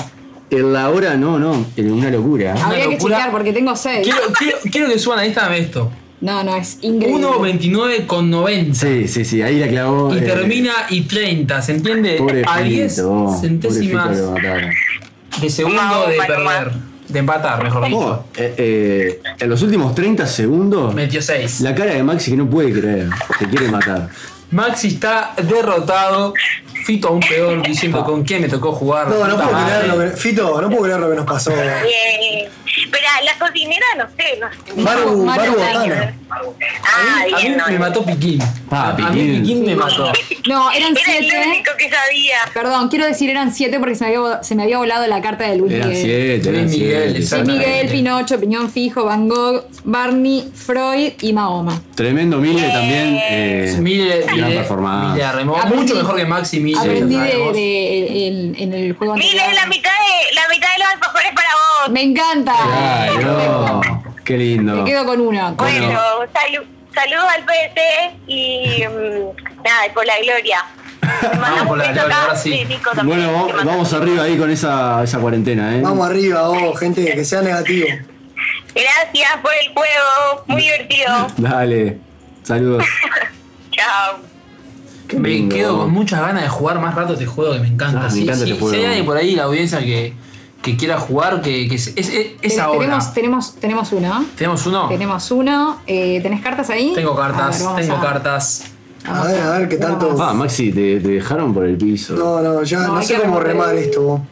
S2: En la hora, no, no. En una locura.
S3: Habría que
S5: locura.
S3: chequear porque tengo seis.
S5: Quiero, quiero, quiero que suban a Instagram esto.
S3: No, no, es increíble.
S5: 1.29 con 90.
S2: Sí, sí, sí. Ahí la clavó.
S5: Y
S2: eh,
S5: termina y 30, ¿se entiende?
S2: Pobre
S5: a 10
S2: Fito, oh, pobre
S5: centésimas
S2: Fito lo mataron.
S5: de segundo de perder. De empatar, mejor
S2: Oh,
S5: dicho.
S2: eh, eh, en los últimos 30 segundos.
S5: Metió 6.
S2: La cara de Maxi que no puede creer. Te quiere matar.
S5: Maxi está derrotado. Fito aún peor,
S2: Ah.
S5: diciendo con quién me tocó jugar.
S4: No, no
S5: puta
S4: puedo
S5: madre.
S4: creer lo que. Fito, no puedo creer lo que nos pasó.
S7: Bien. Pero la cocinera, no sé, no sé.
S4: Maru, Maru
S7: Botana.
S4: Botana.
S7: Ah,
S5: A mí
S7: bien, no.
S5: me mató Piquín.
S2: Ah,
S5: a mí Piquín me mató.
S3: No, eran
S7: Era el
S3: siete.
S7: único que sabía.
S3: Perdón, quiero decir eran siete porque se me había, se me había volado la carta de Luis
S2: Eran
S3: Miguel.
S2: siete, eran
S5: Luis Miguel,
S2: siete.
S3: Luis Miguel, Pinocho, Piñón Fijo, Van Gogh, Barney, Freud y Mahoma.
S2: Tremendo Mile también. Eh,
S5: Mile,
S2: gran
S5: Mile,
S2: performance.
S5: Mile arremó.
S3: Aprendí-
S5: Mucho mejor que Maxi Mile.
S3: Aprendí
S5: ¿sabes
S3: de,
S5: vos?
S3: de- en, en el juego anterior.
S7: Mire, la mitad de, la mitad de los alfajores para vos.
S3: Me encanta.
S2: Ay, no. Qué lindo.
S3: Me quedo con una.
S7: Bueno, salu- saludos al PC y mm, nada, y por la gloria.
S5: Vamos por la gloria, ahora sí.
S2: Bueno, vamos, vamos arriba ahí con esa, esa cuarentena, ¿eh?
S4: Vamos arriba, oh, gente, que sea negativo.
S7: Gracias por el juego, muy divertido.
S2: Dale. Saludos.
S7: Chao.
S5: Me
S2: lindo.
S5: quedo con muchas ganas de jugar más rato este juego que me encanta.
S2: Ah, me
S5: Sí,
S2: encanta
S5: sí,
S2: este juego.
S5: Si hay alguien por ahí, la audiencia que, que quiera jugar, que, que es, es, es- es
S3: Ten-
S5: ahora.
S3: Tenemos, tenemos, tenemos uno.
S5: ¿Tenemos uno?
S3: Tenemos uno. Eh, ¿Tenés cartas ahí?
S5: Tengo cartas,
S3: A ver, vamos
S5: tengo
S3: a-
S5: cartas.
S4: A ver, a ver qué tanto.
S2: Ah, Maxi, te, te dejaron por el piso.
S4: No, no, ya
S3: No,
S4: no,
S3: hay
S4: sé
S3: que
S4: cómo
S3: remover.
S4: remar esto. vos.
S3: No,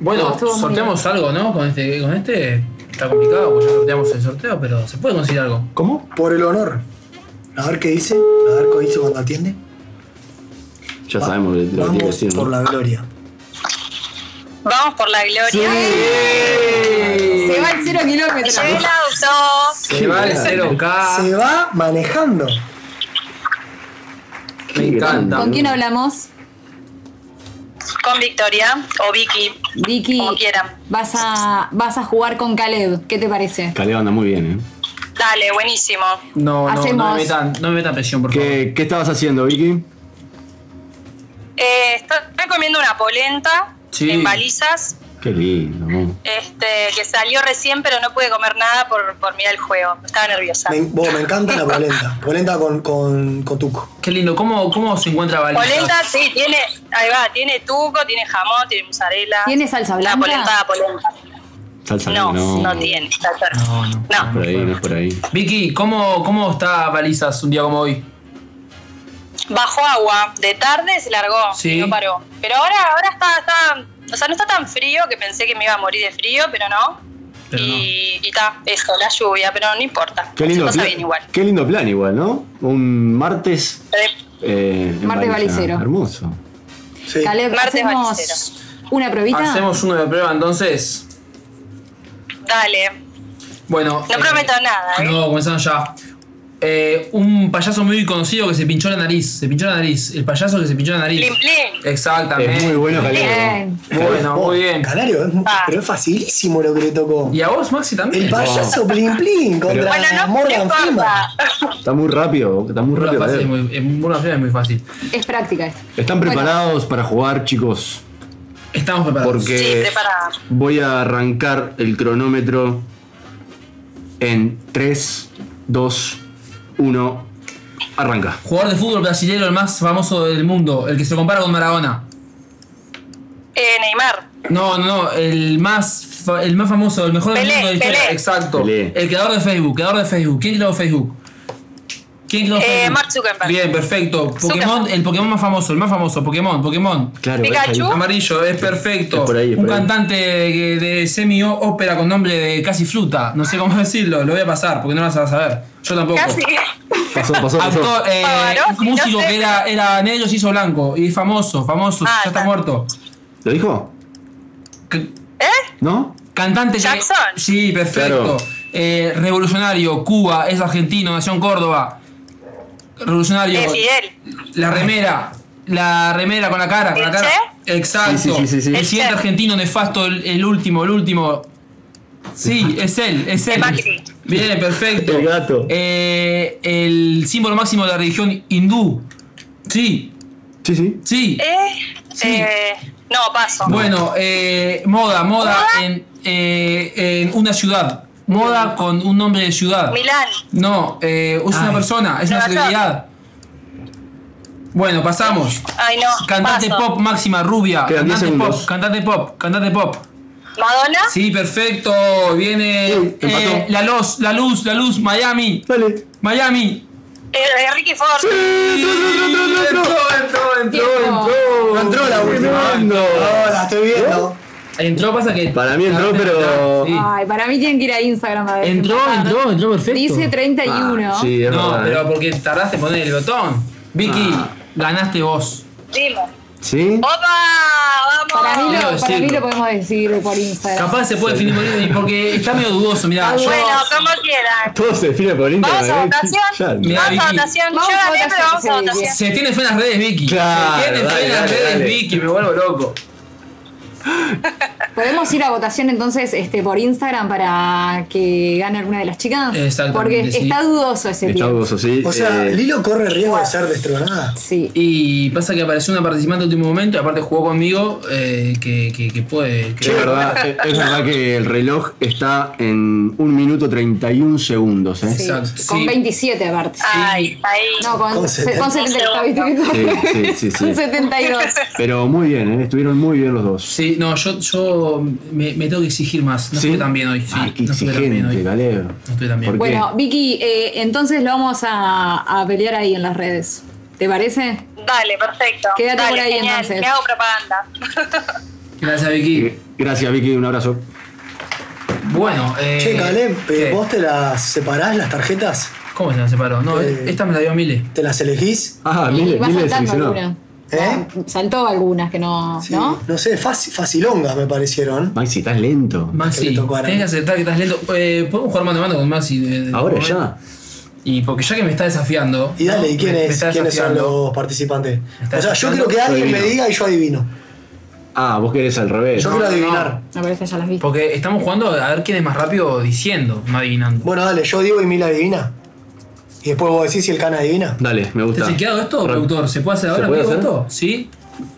S5: Bueno,
S3: estuvo muy
S5: sorteamos algo, ¿no? Con este, con este está complicado, porque ya sorteamos el sorteo, pero se puede conseguir algo.
S2: ¿Cómo?
S4: Por el honor. A ver qué dice, a ver qué dice cuando atiende.
S2: Ya sabemos que te lo tiene que
S4: Vamos
S2: decir. ¿no?
S4: por la gloria.
S7: Vamos por la gloria.
S3: Se va el cero kilómetro.
S7: Se ve el auto.
S5: Se va el 0K.
S4: Se va manejando.
S5: Me encanta.
S3: ¿Con quién hablamos?
S7: Con Victoria o Vicky,
S3: Vicky,
S7: como quieran.
S3: vas a, vas a jugar con Caleb. ¿Qué te parece?
S2: Caleo anda muy bien, ¿eh?
S7: Dale, buenísimo.
S5: No, no, no
S3: Hacemos-
S5: me, metan, no me metan presión, por favor.
S2: ¿Qué, qué estabas haciendo, Vicky?
S7: Eh, estoy estoy comiendo una polenta
S2: Sí.
S7: en balizas,
S2: Qué lindo, ¿no?
S7: este, que salió recién, pero no pude comer nada por, por mirar el juego. Estaba nerviosa.
S4: Me, vos, me encanta la polenta. Polenta con, con, con tuco.
S5: Qué lindo, ¿cómo, cómo se encuentra Valencia?
S7: Polenta, sí, tiene, ahí va, tiene tuco, tiene jamón, tiene mozzarella.
S3: ¿Tiene salsa
S7: La
S3: blanca?
S7: polenta, polenta.
S2: Salsa
S7: No,
S2: no.
S7: no, tiene. salsa no.
S5: No, no.
S7: No.
S2: Por ahí, no es por ahí.
S5: Vicky, ¿cómo, ¿cómo está Balizas un día como hoy?
S7: Bajó agua, de tarde se largó,
S5: Sí.
S7: no paró. Pero ahora, ahora está, está, o sea, no está tan frío que pensé que me iba a morir de frío, pero no.
S5: Pero no.
S7: y y está, eso, la lluvia, pero no importa.
S2: Qué lindo,
S7: Se pasa
S2: plan,
S7: bien igual.
S2: qué lindo plan igual, ¿no? Un martes. eh, en
S3: Martes
S2: Bariloche.
S3: balicero.
S2: Hermoso.
S4: Sí.
S3: Caleb,
S7: Martes
S3: hacemos una probita.
S5: Hacemos uno de prueba entonces.
S7: Dale,
S5: Bueno.
S7: no
S5: eh,
S7: prometo nada, ¿eh?
S5: No, comenzamos ya. Eh, un payaso muy conocido que se pinchó la nariz. Se pinchó la nariz. El payaso que se pinchó la nariz.
S7: Plim, plim.
S5: Exactamente.
S2: Es muy bueno, Caleo.
S3: Bien.
S5: Bueno,
S4: Vos,
S5: muy bien.
S4: Canario, es mu-
S7: Ah.
S4: pero es facilísimo lo que le tocó.
S5: Y a vos, Maxi, también.
S4: El payaso Plin Plin contra
S7: Bueno, no
S4: Morgan Freeman.
S7: importa.
S2: Está muy rápido, está muy
S5: Burla
S2: rápido.
S5: fácil es
S2: Caleo.
S5: muy, en Burla Fea es muy fácil.
S3: Es práctica esto.
S2: Están
S3: Bueno.
S2: preparados para jugar, chicos.
S5: Estamos preparados.
S2: Porque
S7: Sí, preparada.
S2: voy a arrancar el cronómetro en 3, 2, 1. Arranca.
S5: Jugador de fútbol brasileño, el más famoso del mundo. El que se compara con Maradona.
S7: Eh, Neymar,
S5: No, no, no. El más, fa- el más famoso, el mejor del
S7: Pelé,
S5: mundo. de la historia.
S7: Pelé.
S5: Exacto.
S2: Pelé.
S5: El creador de Facebook. Creador de Facebook. ¿Quién creó Facebook? ¿Quién quedó
S13: Eh,
S5: feliz?
S13: Mark Zuckerberg.
S5: Bien, perfecto. Pokémon, el Pokémon más famoso, el más famoso, Pokémon, Pokémon.
S13: Claro, Pikachu. es ahí.
S5: Amarillo, es perfecto.
S2: Es por ahí, es
S5: Un
S2: por ahí.
S5: cantante que- de semi-ópera con nombre de casi fruta. No sé cómo decirlo, lo voy a pasar porque no lo vas a saber. Yo tampoco.
S13: Casi que.
S2: Pasó, pasó,
S5: Actor, eh,
S13: Pavarotti,
S5: un músico
S13: no sé. Ah,
S5: que era, era negro se hizo blanco. Y famoso, famoso, ya está muerto.
S2: ¿Lo dijo?
S5: ¿Eh?
S2: ¿No?
S5: Cantante que- sí,
S2: Claro.
S5: perfecto. Eh, revolucionario, Cuba, es argentino, nació en Córdoba. Revolucionario.
S13: Eh, Fidel.
S5: La remera. La remera con la cara, con la cara. Exacto.
S2: Sí, sí, sí, sí, sí.
S5: El siguiente argentino nefasto, el, el último, el último. Sí, es él, es él. Bien, perfecto. El
S2: gato.
S5: el símbolo máximo de la religión hindú. Sí.
S2: Sí, sí.
S5: Sí.
S13: Eh, eh, no, paso.
S5: Bueno, eh, moda, moda en, eh, en una ciudad. Moda con un nombre de ciudad.
S13: Milán.
S5: No, eh, es una
S13: Ay.
S5: persona, es una
S13: Nueva York.
S5: celebridad. Bueno, pasamos.
S13: Ay, no.
S5: Cantante
S13: paso.
S5: pop máxima, rubia.
S2: Quedan diez
S5: Cantante
S2: segundos.
S5: pop, cantante pop, cantante pop.
S13: Madonna.
S5: Sí, perfecto. Viene eh,
S13: empató.
S5: la luz, la luz, la luz, Miami. Miami.
S13: Eh, eh, Ricky Ford.
S5: entró, entró, entró, entró.
S4: entró la última. No, la estoy viendo.
S5: Entró, pasa que.
S2: Para mí entró, pero.
S3: Ay, para mí tienen que ir a Instagram a ver.
S5: Entró, entró, entró perfecto. Ah,
S3: Dice 31.
S2: Ah, sí, es
S5: no,
S2: verdad, ¿eh?
S5: pero porque tardaste en poner el botón. Vicky,
S2: Ah.
S5: ganaste vos.
S13: Dimo.
S2: ¿Sí?
S13: ¡Opa! ¡Vamos!
S3: Para mí,
S5: Quiero
S3: lo, para mí
S5: decirlo.
S3: lo podemos decir por Instagram.
S5: Capaz se puede definir por ahí, porque está medio dudoso,
S4: Ah,
S5: mirá. yo-
S13: Bueno, como quieran.
S2: Todo se define por internet.
S13: Vamos a
S2: ¿eh?
S13: votación.
S2: Ya.
S5: Mirá,
S13: Vamos a
S5: Vicky.
S13: votación. Yo
S3: Vamos a
S13: gané, pero vamos a
S3: votación,
S13: votación.
S5: Se tiene fe en las redes, Vicky.
S2: Claro,
S5: se tiene fe
S2: dale,
S5: en las
S2: dale,
S5: redes,
S2: dale.
S5: Vicky, me vuelvo loco.
S3: Podemos ir a votación entonces este, por Instagram para que gane alguna de las chicas.
S5: Exactamente,
S3: Porque
S5: sí.
S3: está dudoso ese
S2: Está
S3: tío.
S2: dudoso, sí.
S4: O sea,
S2: eh,
S4: Lilo corre riesgo de ser destronada.
S3: Sí.
S5: Y pasa que apareció una participante en último momento, y aparte jugó conmigo, eh, que, que, que puede.
S2: Es verdad, es es verdad que el reloj está en 1 minuto 31 segundos. ¿eh?
S3: Sí,
S5: Exacto.
S3: Con
S5: sí.
S3: 27, aparte.
S13: Ay, ahí.
S3: No, con,
S2: Con
S3: se- con
S13: 70.
S3: 72.
S2: Sí, sí, sí, sí.
S3: Con 72.
S2: Pero muy bien, ¿eh? estuvieron muy bien los dos.
S5: Sí, no, yo, yo me, me tengo que exigir más. No
S2: ¿Sí?
S5: estuve tan bien hoy. Sí,
S2: Ay, qué
S5: no estuve tan bien
S2: exigente,
S5: hoy.
S2: Galero.
S5: No estuve tan
S2: ¿Por
S5: bien.
S2: qué?
S3: Bueno, Vicky, eh, entonces lo vamos a, a pelear ahí en las redes. ¿Te parece?
S13: Dale, perfecto.
S3: Quédate
S13: Dale,
S3: por ahí,
S13: genial.
S3: entonces.
S13: Me hago propaganda.
S5: Gracias, Vicky.
S2: Eh, Gracias, Vicky, un abrazo.
S5: Bueno, eh.
S4: Che, Caleb,
S5: ¿qué?
S4: ¿vos te las separás las tarjetas?
S5: ¿Cómo se la separó? No,
S4: Eh.
S5: esta me la dio Mile.
S4: ¿Te las elegís?
S2: Ah,
S3: Y
S2: Mile,
S3: va
S2: Mile
S3: saltando
S2: seleccionó.
S3: alguna.
S4: ¿Eh?
S3: Saltó algunas que no.
S4: Sí,
S3: ¿No?
S4: No sé, faci- facilongas me parecieron.
S2: Maxi, estás lento.
S4: Que
S5: Maxi,
S4: le tocaron.
S5: tenés que aceptar que estás lento. Eh, Podemos jugar mano a mano con Maxi. de- de-
S2: Ahora
S5: de-
S2: ya.
S5: Y porque ya que me está desafiando.
S4: Y dale, ¿y
S5: ¿no?
S4: quién
S5: Me- me
S4: es-
S5: está
S4: quiénes son
S5: desafiando.
S4: los participantes?
S5: está
S4: O sea, yo
S5: desafiando.
S4: quiero que alguien me
S2: Adivino.
S4: diga y yo adivino.
S2: Ah, vos querés al revés.
S4: Yo
S5: No,
S4: quiero
S5: no, no.
S4: adivinar.
S3: Me parece ya las vi.
S5: Porque estamos jugando a ver quién es más rápido diciendo, no adivinando.
S4: Bueno, dale, yo digo y Mila adivina. Y después vos decís si el can adivina.
S2: Dale, me
S5: ¿Está
S2: gusta.
S5: chequeado esto, productor? ¿Se puede hacer ahora
S2: ¿Se
S5: en
S2: puede
S5: vivo
S2: hacer?
S5: esto? ¿Sí?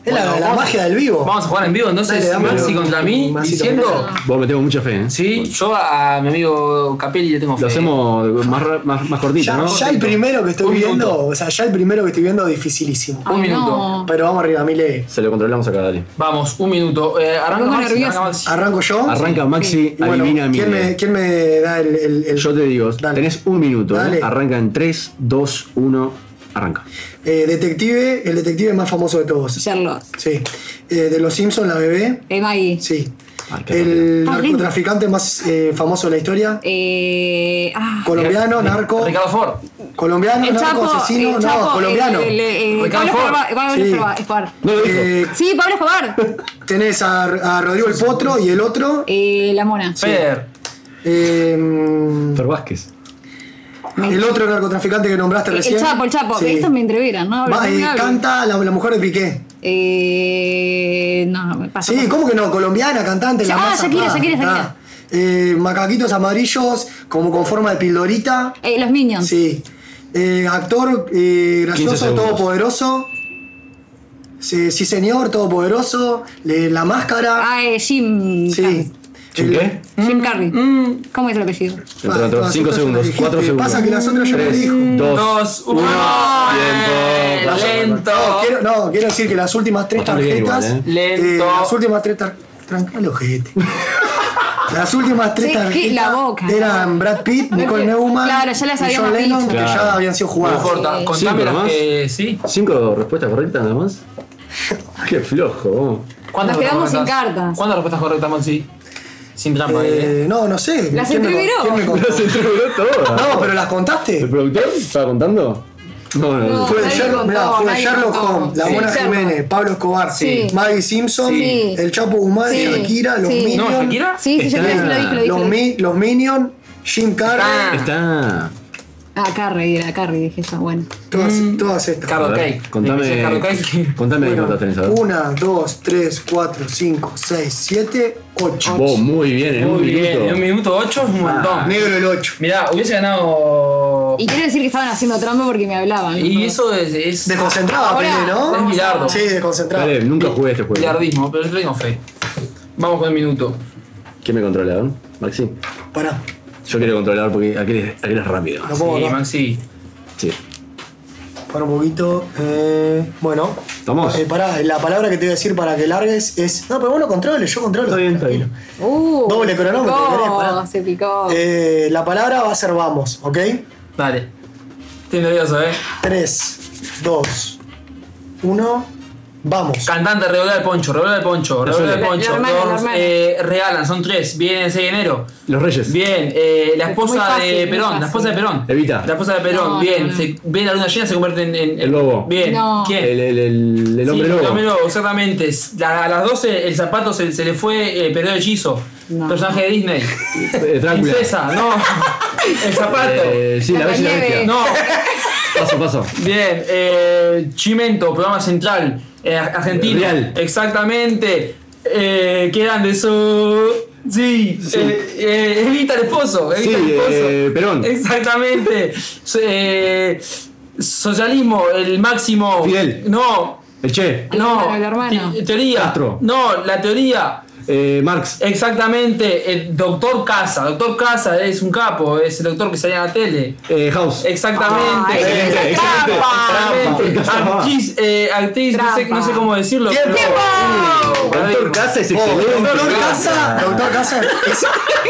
S4: Es la- la,
S5: Bueno, vamos-
S4: magia del vivo.
S5: Vamos a jugar en vivo entonces,
S4: Dale, dame
S5: Maxi
S4: un-
S5: contra mí,
S4: un masito
S5: diciendo.
S2: Vos me tengo mucha fe, ¿eh?
S5: Sí, yo a mi amigo Capelli le tengo fe.
S2: Lo hacemos más, ra- más, más cortito,
S4: Ya,
S2: ¿no?
S4: ya el primero que estoy
S5: Un
S4: viendo,
S5: minuto.
S4: o sea, ya el primero que estoy viendo es dificilísimo.
S5: Un
S3: Ay,
S5: minuto.
S3: no.
S4: Pero vamos arriba, Mile.
S2: Se lo controlamos acá, dale.
S5: Vamos, un minuto. Eh, arranca
S3: Pongo
S5: Maxi,
S3: nerviosa.
S5: arranca Maxi.
S4: Arranco yo.
S2: Arranca Maxi,
S4: Y bueno,
S2: adivina
S4: ¿quién
S2: Mile.
S4: me, ¿Quién me da el, el- el-
S2: Yo te digo,
S4: Dale.
S2: tenés un minuto. ¿eh?
S4: Dale.
S2: Arranca en 3, 2, 1, arranca.
S4: eh, detective? El detective más famoso de todos.
S3: Sherlock.
S4: Sí. Eh, de los Simpsons, la bebé.
S3: Eh, Maggie.
S4: Sí.
S2: Ay, qué rápido.
S4: El
S3: Ah, lindo.
S4: narcotraficante más eh, famoso de la historia.
S3: Eh, ah,
S4: Colombiano, narco.
S5: Ricardo Ford.
S4: Colombiano,
S3: el
S4: narco,
S3: Chapo.
S4: asesino.
S3: el
S4: no,
S3: Chapo,
S4: colombiano.
S3: el- el- el-
S5: Ricardo
S3: Pablo
S5: Ford.
S3: Escobar. Pablo
S4: Sí.
S3: Escobar, Escobar.
S2: No lo dijo.
S4: Eh,
S3: Sí, Pablo Escobar.
S4: tenés a, a Rodrigo el Potro y el otro.
S3: Eh, la mona.
S5: Fer.
S4: eh,
S2: Fer Vázquez.
S4: el otro narcotraficante que nombraste
S3: Eh, El,
S4: recién.
S3: Chapo, el Chapo.
S4: Sí.
S3: Estos me entreveran, ¿no?
S4: Va,
S3: Hablan,
S4: eh,
S3: no hablan.
S4: canta la, la mujer de Piqué.
S3: Eh, no, no, me pasa.
S4: Sí, ¿cómo que no? Colombiana, cantante, la
S3: Ah,
S4: masa,
S3: Shakira,
S4: pa,
S3: Shakira,
S4: pa.
S3: Shakira.
S4: Eh, macaquitos amarillos, como con forma de pildorita.
S3: Eh, los Minions.
S4: Sí. Eh, actor eh,
S2: 15
S4: gracioso,
S2: segundos.
S4: todopoderoso. Sí, sí, señor, todopoderoso. Le- la máscara.
S3: Ah, eh, Jim.
S4: sí. Mm,
S3: Carrey.
S2: ¿Sin
S4: El-
S2: qué?
S3: Jim Carrey. ¿Cómo es el apellido?
S2: Entró, entró.
S4: todas
S2: 5
S4: estas
S2: segundos,
S4: elegiste.
S2: 4 segundos.
S4: Pasa que las otras yo no
S2: 3,
S4: elijo.
S2: 2,
S5: Dos,
S2: 1.
S5: uno. Eh,
S2: Tiempo. Pasa.
S5: Lento.
S4: No, quiero, no, quiero decir que las últimas tres
S2: Bastante bien
S4: tarjetas. eh,
S2: igual,
S5: ¿eh? Lento.
S4: las últimas tres tarjetas. Tranca el ojete. Las últimas tres
S3: Sí, que la
S4: tarjetas
S3: boca.
S4: eran Brad Pitt, Nicole Neumann
S3: Claro, ya las
S4: y John
S3: habíamos
S4: Lennon,
S3: dicho.
S4: que
S2: Claro.
S4: ya habían sido jugadas. Eh,
S5: No importa, contame las que sí.
S2: ¿Cinco respuestas correctas nada más? Qué flojo, vos.
S5: ¿Cuántas
S3: Nos quedamos sin
S5: respuestas?
S3: cartas.
S5: ¿Cuántas respuestas correctas, Monsi? Sin trampa, eh.
S4: Eh, no, no sé.
S3: Las
S4: ¿Quién me con-
S3: entreveró.
S4: quién me contó?
S2: Las entreveró todas.
S4: No, pero las contaste.
S2: ¿El productor estaba contando? No, no, no.
S4: Fue de
S3: nadie
S4: Sherlock,
S3: contó,
S4: mirá, fue de
S3: nadie
S4: Sherlock
S3: contó.
S4: Holmes, La
S5: Sí.
S4: Mona
S5: Sí.
S4: Jiménez, Pablo Escobar,
S5: Sí.
S4: Maggie Simpson,
S3: Sí.
S4: El Chapo Guzmán,
S3: Sí.
S4: Ah, Shakira, Los
S3: Sí.
S4: Minions.
S5: No, Shakira.
S3: Sí, sí, yo
S2: Está-
S3: lo vi, lo vi, lo vi,
S4: los,
S3: lo vi.
S4: Mi- los Minions, Jim Carrey,
S2: Está.
S3: Ah, Carrie, era Carrie, dije yo, bueno.
S4: todas, todas estas.
S5: Cardo
S2: A ver,
S5: Cake.
S2: Contame.
S5: Cardo Cake.
S2: Contame de cuántas tenés a ver.
S4: Una, dos, tres, cuatro, cinco, seis, siete, ocho.
S2: Vos, muy bien, en un
S5: Muy bien, en
S2: minuto. Ah,
S5: un minuto ocho es un montón.
S4: Ah, Negro el ocho.
S5: Mirá, hubiese ganado.
S3: Y quiero decir que estaban haciendo trampa porque me hablaban.
S5: Oh. Y eso es. es
S4: Desconcentrado,
S3: Ahora,
S4: Pele,
S5: es
S4: ¿no?
S5: millardo.
S4: Sí, desconcentrado.
S2: Dale, nunca jugué a este juego.
S5: Millardismo, pero yo tengo fe. Vamos con el minuto.
S2: ¿Quién me controla, eh? Maxi?
S4: Pará,
S2: Yo quiero controlar porque aquel es, aquel es rápido.
S4: lo pongo
S5: Sí,
S4: acá.
S5: Maxi.
S2: Sí.
S4: Para un poquito. eh, bueno.
S2: ¿Estamos?
S4: Eh, pará, la palabra que te voy a decir para que largues es. No, pero vos no controles, yo controlo.
S2: Está bien, está bien.
S3: Uh,
S4: Doble cronómetro,
S3: se picó,
S4: querés, pará.
S3: Se picó.
S4: Eh, la palabra va a ser vamos, ¿ok?
S5: Dale. Estoy nervioso, eh.
S4: 3, 2, 1, vamos.
S5: Cantante, redobla el poncho, redobla el poncho, redobla el
S3: La- la
S5: poncho.
S3: hermana, la
S5: Dos,
S3: hermana.
S5: eh, regalan, son tres. Viene 6 de enero.
S2: Los Reyes.
S5: Bien, eh, la
S3: Pero fue
S5: esposa
S3: muy fácil,
S5: de
S3: muy
S5: Perón, la
S3: fácil.
S5: esposa de Perón.
S2: Evita.
S5: La esposa de Perón,
S3: No,
S5: bien.
S3: no, no.
S5: Se, ve la luna llena, se convierte en. en-
S2: El lobo.
S5: Bien.
S3: No.
S5: ¿Quién?
S2: El, el, el, el hombre
S5: Sí,
S2: lobo.
S5: el exactamente. La- a las 12 el zapato se, se le fue, eh, perdió el hechizo.
S3: No.
S5: Personaje de Disney.
S2: Eh, Drácula.
S5: Princesa, no. El zapato.
S2: Eh, sí, la bella y la
S3: Blancanieves.
S2: bestia.
S5: no.
S2: Paso, paso.
S5: Bien, eh, Chimento, programa central, eh, argentino.
S2: Real.
S5: Exactamente. Eh, ¿Qué eran de eso? Sí, eh, eh, Evita el esposo.
S2: Sí,
S5: Evita el esposo.
S2: eh, Perón.
S5: Exactamente. So- eh, socialismo, el máximo.
S2: Fidel.
S5: No.
S2: El Che.
S3: El
S5: No,
S3: hermano, el hermano.
S5: te- teoría.
S2: Castro.
S5: No, la teoría.
S2: Eh, Marx.
S5: Exactamente, el doctor Casa. Doctor Casa es un capo, es el doctor que salía en la tele.
S2: Eh, House.
S3: Ah,
S5: Exactamente.
S2: Excelente, excelente.
S5: Trampa.
S2: Trampa. Trampa.
S5: Actriz, eh, actriz no, sé,
S3: Trampa.
S5: no sé cómo decirlo. pero- Uh,
S2: Doctor Casa es
S4: Oh,
S2: excelente.
S4: doctor Casa, doctor Casa,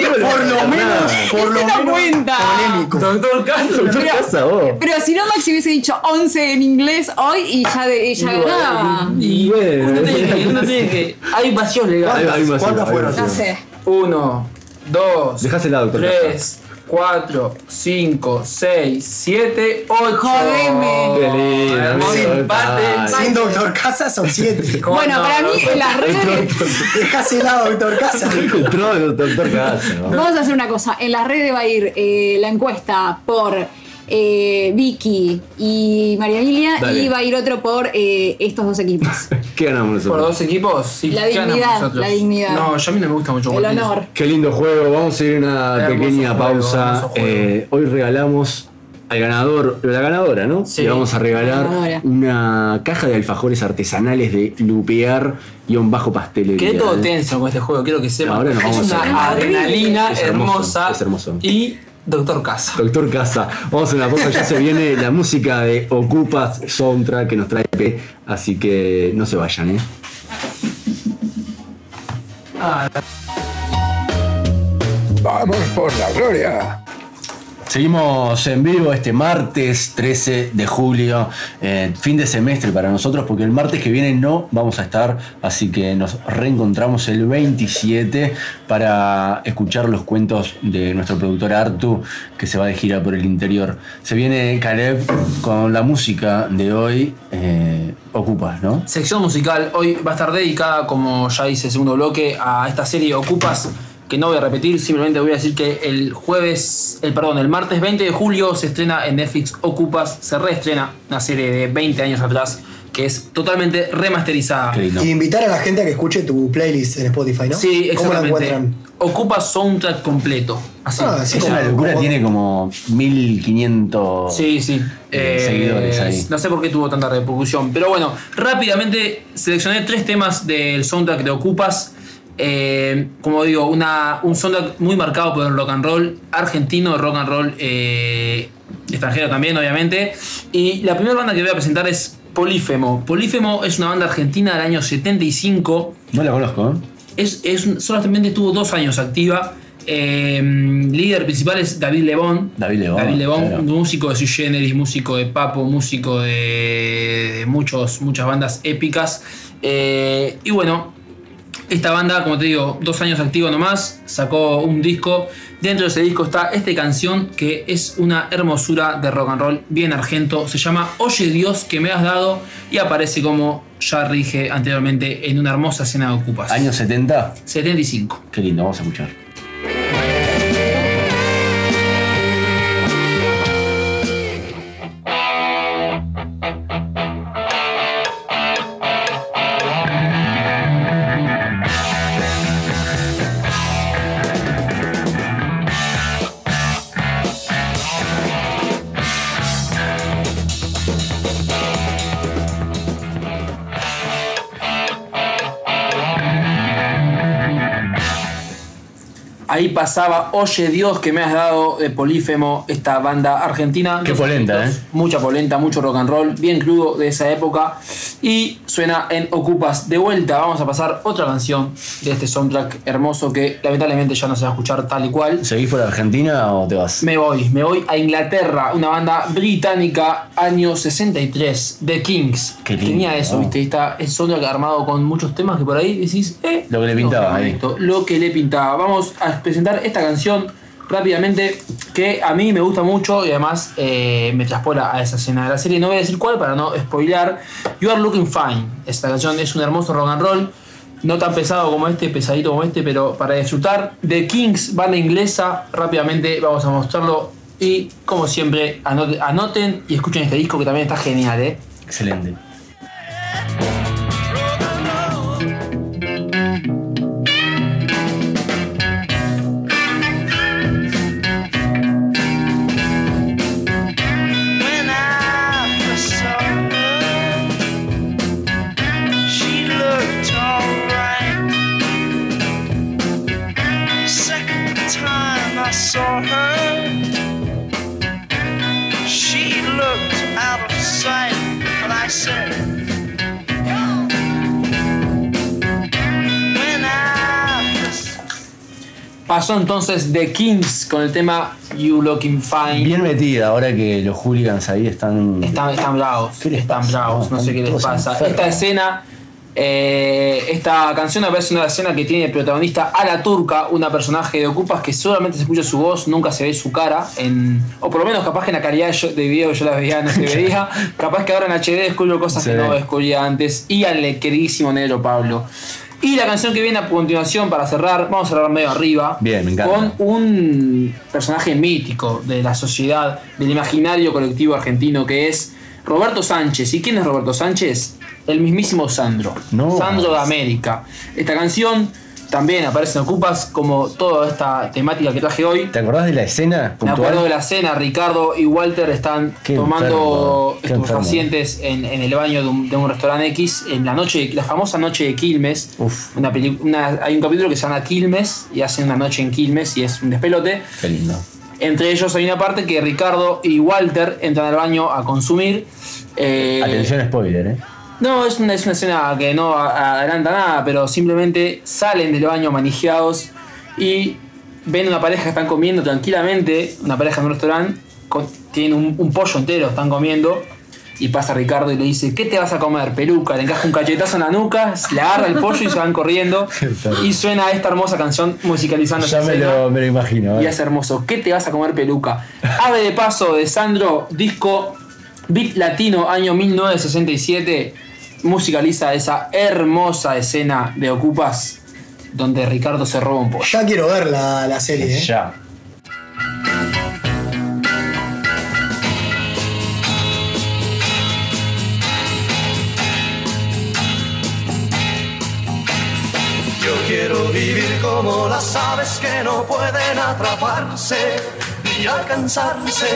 S4: es por lo menos, por lo menos
S3: cuenta.
S4: polémico.
S5: Doctor Casa.
S2: Doctor
S5: Mira,
S2: Casa, vos.
S3: Pero si no, Maxi hubiese dicho 11 en inglés hoy y ya, de, y ya ganaba.
S5: Y
S2: Bueno.
S5: uno tiene que- uno tiene que- Hay vacíos legales.
S2: Ahí- ahí vacío,
S4: ¿Cuántas
S2: ahí
S4: fueron?
S2: vacío.
S3: No sé.
S5: Uno, dos,
S2: Dejásela, doctor
S5: tres, cuatro, cinco, seis, siete, ocho.
S3: Jodeme.
S2: Qué lindo,
S5: Hermoso
S2: amigo,
S5: empate.
S2: dale.
S4: Sin doctor Casa son siete.
S5: ¿Cómo
S3: Bueno,
S5: no,
S3: para mí
S5: doctor?
S3: en las redes.
S4: Dejásela, doctor Casa.
S2: Encontró el doctor Casa. ¿no?
S3: Vamos a hacer una cosa. En las redes va a ir eh, la encuesta por eh, Vicky y María Emilia
S2: Dale.
S3: y va a ir otro por eh, estos dos equipos.
S2: ¿Qué ganamos
S5: Por
S2: nosotros?
S5: dos equipos, sí,
S3: La
S5: ¿qué ganamos
S3: dignidad,
S5: nosotros?
S3: la dignidad.
S5: No, yo a mí no me gusta mucho.
S3: El
S5: Walter.
S3: honor.
S2: Qué lindo juego. Vamos a ir a una
S5: Hermoso
S2: pequeña
S5: juego, hermoso
S2: pausa.
S5: juego.
S2: Eh, hoy regalamos al ganador, la ganadora, ¿no?
S5: Sí.
S2: Le vamos a regalar
S3: Ganadora.
S2: una caja de alfajores artesanales de lupear y un bajo pastelería.
S5: Quedé todo
S2: ¿eh?
S5: tenso con este juego, quiero que sepan.
S2: Ahora nos
S5: es
S2: vamos a-
S5: una adrenalina
S2: Es hermoso,
S5: hermosa.
S2: es hermoso.
S5: Y Doctor Casa.
S2: Doctor Casa, vamos a una pausa, ya se viene la música de Ocupas Soundtrack que nos trae P, así que no se vayan, ¿eh?
S10: Vamos por la gloria.
S2: Seguimos en vivo este martes 13 de julio, eh, fin de semestre para nosotros, porque el martes que viene no vamos a estar, así que nos reencontramos el 27 para escuchar los cuentos de nuestro productor Artu, que se va de gira por el interior. Se viene Caleb con la música de hoy, eh, Ocupas, ¿no?
S5: Sección musical, hoy va a estar dedicada, como ya hice el segundo bloque, a esta serie Ocupas, que no voy a repetir, simplemente voy a decir que el jueves, el perdón, el martes 20 de julio se estrena en Netflix Ocupas, se reestrena una serie de 20 años atrás, que es totalmente remasterizada.
S2: Qué lindo.
S4: Ah, Y invitar a la gente a que escuche tu playlist en Spotify, ¿no?
S5: Sí,
S4: ¿Cómo la
S5: exactamente.
S4: encuentran?
S5: Ocupa soundtrack completo. Así.
S4: Ah, sí,
S2: Es
S4: como-
S2: una locura,
S4: como-
S2: tiene como 1500...
S5: Sí, sí.
S2: Eh, seguidores ahí.
S5: No sé por qué tuvo tanta repercusión. Pero bueno, rápidamente seleccioné tres temas del soundtrack de Ocupas. Eh, como digo, una, un soundtrack muy marcado por el rock and roll argentino, rock and roll eh, extranjero también, obviamente. Y la primera banda que voy a presentar es Polífemo. Polífemo es una banda argentina del año 75.
S2: No la conozco, ¿eh?
S5: es, es un- solamente estuvo dos años activa. Eh, líder principal es David Lebón.
S2: David Lebón.
S5: David Lebón,
S2: claro.
S5: músico de Sui Generis, músico de Papo, músico de, de muchos, muchas bandas épicas. Eh, y bueno, esta banda, como te digo, dos años activo nomás, sacó un disco. Dentro de ese disco está esta canción que es una hermosura de rock and roll bien argento. Se llama Oye Dios que me has dado y aparece como ya dije anteriormente en una hermosa escena de Ocupas.
S2: Año 70.
S5: 75.
S2: Qué lindo, vamos a escuchar.
S5: Ahí pasaba Oye Dios que me has dado de Polífemo, esta banda argentina.
S2: Qué
S5: Dos
S2: polenta, ¿eh?
S5: mucha polenta, mucho rock and roll, bien crudo de esa época. Y suena en Ocupas. De vuelta vamos a pasar otra canción de este soundtrack hermoso que lamentablemente ya no se va a escuchar tal y cual.
S2: ¿Seguís por Argentina o te vas?
S5: Me voy, me voy a Inglaterra, una banda británica, año 63, The Kings.
S2: Qué lindo,
S5: Tenía eso,
S2: ¿no?
S5: viste, está el soundtrack armado con muchos temas que por ahí decís, eh,
S2: Lo que le pintaba ahí.
S5: esto, lo que le pintaba. Vamos a presentar esta canción rápidamente que a mí me gusta mucho y además eh, me transpora a esa escena de la serie. No voy a decir cuál para no spoilar. You Are Looking Fine. Esta canción es un hermoso rock and roll. No tan pesado como este, pesadito como este, pero para disfrutar. The Kings, banda inglesa. Rápidamente vamos a mostrarlo. Y como siempre, anote- anoten y escuchen este disco que también está genial, ¿eh?
S2: Excelente.
S1: When I first saw her, she looked alright. Second time I saw her, she looked out of sight, and I said, When I first
S5: Pasó entonces The Kings con el tema You Looking Fine.
S2: Bien metida, ahora que los hooligans ahí están.
S5: Están, están bravos. están bravos. No, sé qué les pasa. Esta escena. eh, esta canción aparece en una escena que tiene el protagonista a la turca, una personaje de Ocupas que solamente se escucha su voz, nunca se ve su cara, en, o por lo menos capaz que en la calidad yo- de video yo la veía, no se veía, capaz que ahora en HD descubro cosas
S2: Se
S5: que no
S2: ve.
S5: descubría antes, y al queridísimo negro Pablo. Y la canción que viene a continuación para cerrar, vamos a cerrar medio arriba,
S2: Bien, me encanta.
S5: con un personaje mítico de la sociedad, del imaginario colectivo argentino que es Roberto Sánchez. ¿Y quién es Roberto Sánchez? El mismísimo Sandro.
S2: No.
S5: Sandro de América. Esta canción también aparece en Ocupas como toda esta temática que traje hoy.
S2: ¿Te acordás de la escena?
S5: Me
S2: Puntual?
S5: acuerdo de la cena, Ricardo y Walter están
S2: Qué
S5: tomando
S2: enfermo, qué enfermo.
S5: estupefacientes en, en el baño de un, de un restaurante X, en la noche, de- la famosa noche de Quilmes. Una peli- una- hay un capítulo que se llama Quilmes y hacen una noche en Quilmes y es un despelote.
S2: Qué lindo.
S5: Entre ellos hay una parte que Ricardo y Walter entran al baño a consumir. Eh,
S2: Atención, spoiler, ¿eh?
S5: no, es una, es una escena que no a- adelanta nada, pero simplemente salen del baño manijeados y ven una pareja que están comiendo tranquilamente, una pareja en un restaurante, con- tienen un, un pollo entero, están comiendo. Y pasa Ricardo y le dice, ¿qué te vas a comer? Peluca, le encaja un cachetazo en la nuca, le agarra el pollo y se van corriendo. Y suena esta hermosa canción musicalizando
S2: Ya
S5: esa
S2: me
S5: escena.
S2: lo, me lo imagino. ¿eh?
S5: Y es hermoso. ¿Qué te vas a comer peluca? Ave de paso de Sandro, disco Beat Latino, año 1967. Musicaliza esa hermosa escena de Ocupas donde Ricardo se roba un pollo.
S4: Ya quiero ver la, la serie, ¿eh?
S2: Ya.
S1: Yo quiero vivir como las aves que no pueden atraparse ni alcanzarse.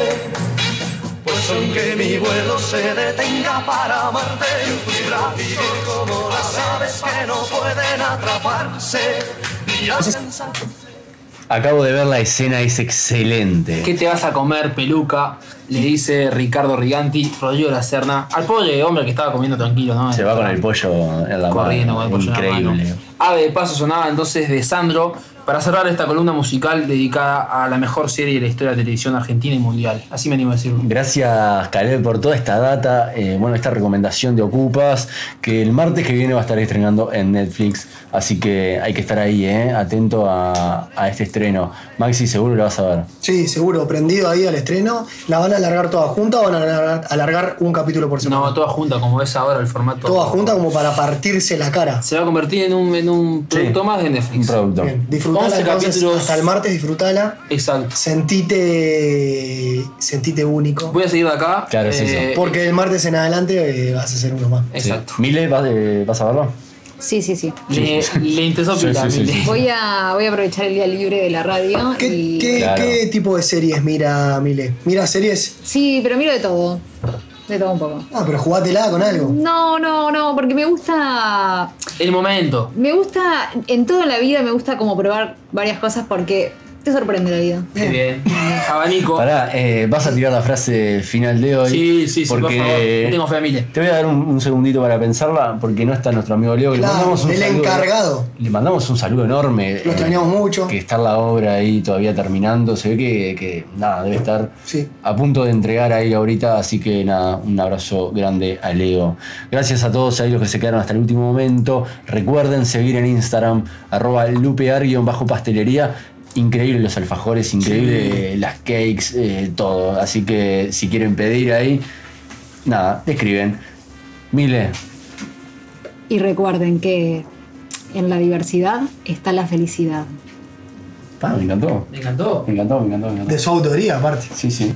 S1: Pues aunque mi vuelo se detenga para amarte, yo quiero vivir como las aves que no pueden atraparse ni alcanzarse.
S2: Acabo de ver la escena, es excelente.
S5: ¿Qué te vas a comer, peluca? Le dice Ricardo Riganti, Rodrigo La Serna, al pobre hombre que estaba comiendo tranquilo, ¿no?
S2: Se va con el pollo en la
S5: Corriendo
S2: mano.
S5: con el pollo en la
S2: Increíble.
S5: Ave de Paso sonaba entonces de Sandro para cerrar esta columna musical dedicada a la mejor serie de la historia de la televisión argentina y mundial. Así me animo a decirlo.
S2: Gracias, Caleb, por toda esta data, eh, bueno, esta recomendación de Ocupas, que el martes que viene va a estar estrenando en Netflix, así que hay que estar ahí, eh, atento a, a este estreno. Maxi, seguro lo vas a ver.
S4: Sí, seguro, prendido ahí al estreno. ¿La van a alargar toda junta o van a alargar, alargar un capítulo por semana?
S5: No, toda junta, como ves ahora el formato.
S4: Toda junta como para partirse la cara.
S5: Se va a convertir en un, en un producto más de Netflix. Un producto.
S4: Disfrutala
S5: 11
S4: entonces,
S5: capítulos.
S4: hasta el martes, disfrutala.
S5: Exacto.
S4: Sentite, sentite único.
S5: Voy a seguir de acá. eh,
S2: Claro, es eso.
S4: Porque el martes en adelante eh, vas a hacer uno más.
S5: Exacto.
S2: Mile, ¿vas, eh, vas a verlo?
S3: Sí, sí, sí.
S5: Le, le interesó
S2: Sí,
S5: pila,
S2: sí, sí,
S5: Mile.
S2: sí.
S3: Voy a, voy a aprovechar el día libre de la radio. y-
S4: ¿Qué,
S2: Claro.
S4: qué tipo de series mira Mile? ¿Mira series?
S3: Sí, pero miro de todo. De todo un poco.
S4: Ah, pero jugátela con algo.
S3: No, no, no, porque me gusta.
S5: El momento.
S3: Me gusta. En toda la vida me gusta como probar varias cosas porque te sorprende la vida.
S5: Qué bien. Abanico.
S2: Pará, eh, vas a tirar la frase final de hoy.
S5: Sí, sí, sí, por
S2: porque
S5: favor. Tengo fe a Mile.
S2: Te voy a dar un, un segundito para pensarla, porque no está nuestro amigo Leo. que
S4: Claro,
S2: un
S4: el
S2: saludo.
S4: encargado.
S2: Le mandamos un saludo enorme. eh,
S4: Lo extrañamos mucho.
S2: Que está la obra ahí todavía terminando. Se ve que, que, nada, debe estar a punto de entregar ahí ahorita. Así que nada, un abrazo grande a Leo. Gracias a todos ahí los que se quedaron hasta el último momento. Recuerden seguir en Instagram, arroba lupear-bajo pastelería. Increíble los alfajores, increíble eh, las cakes, eh, todo. Así que si quieren pedir ahí, nada, escriben. Mile,
S3: Y recuerden que en la diversidad está la felicidad.
S2: Ah, me encantó.
S5: Me encantó.
S2: Me encantó, me encantó, me encantó.
S4: De su autoría, aparte.
S2: Sí, sí.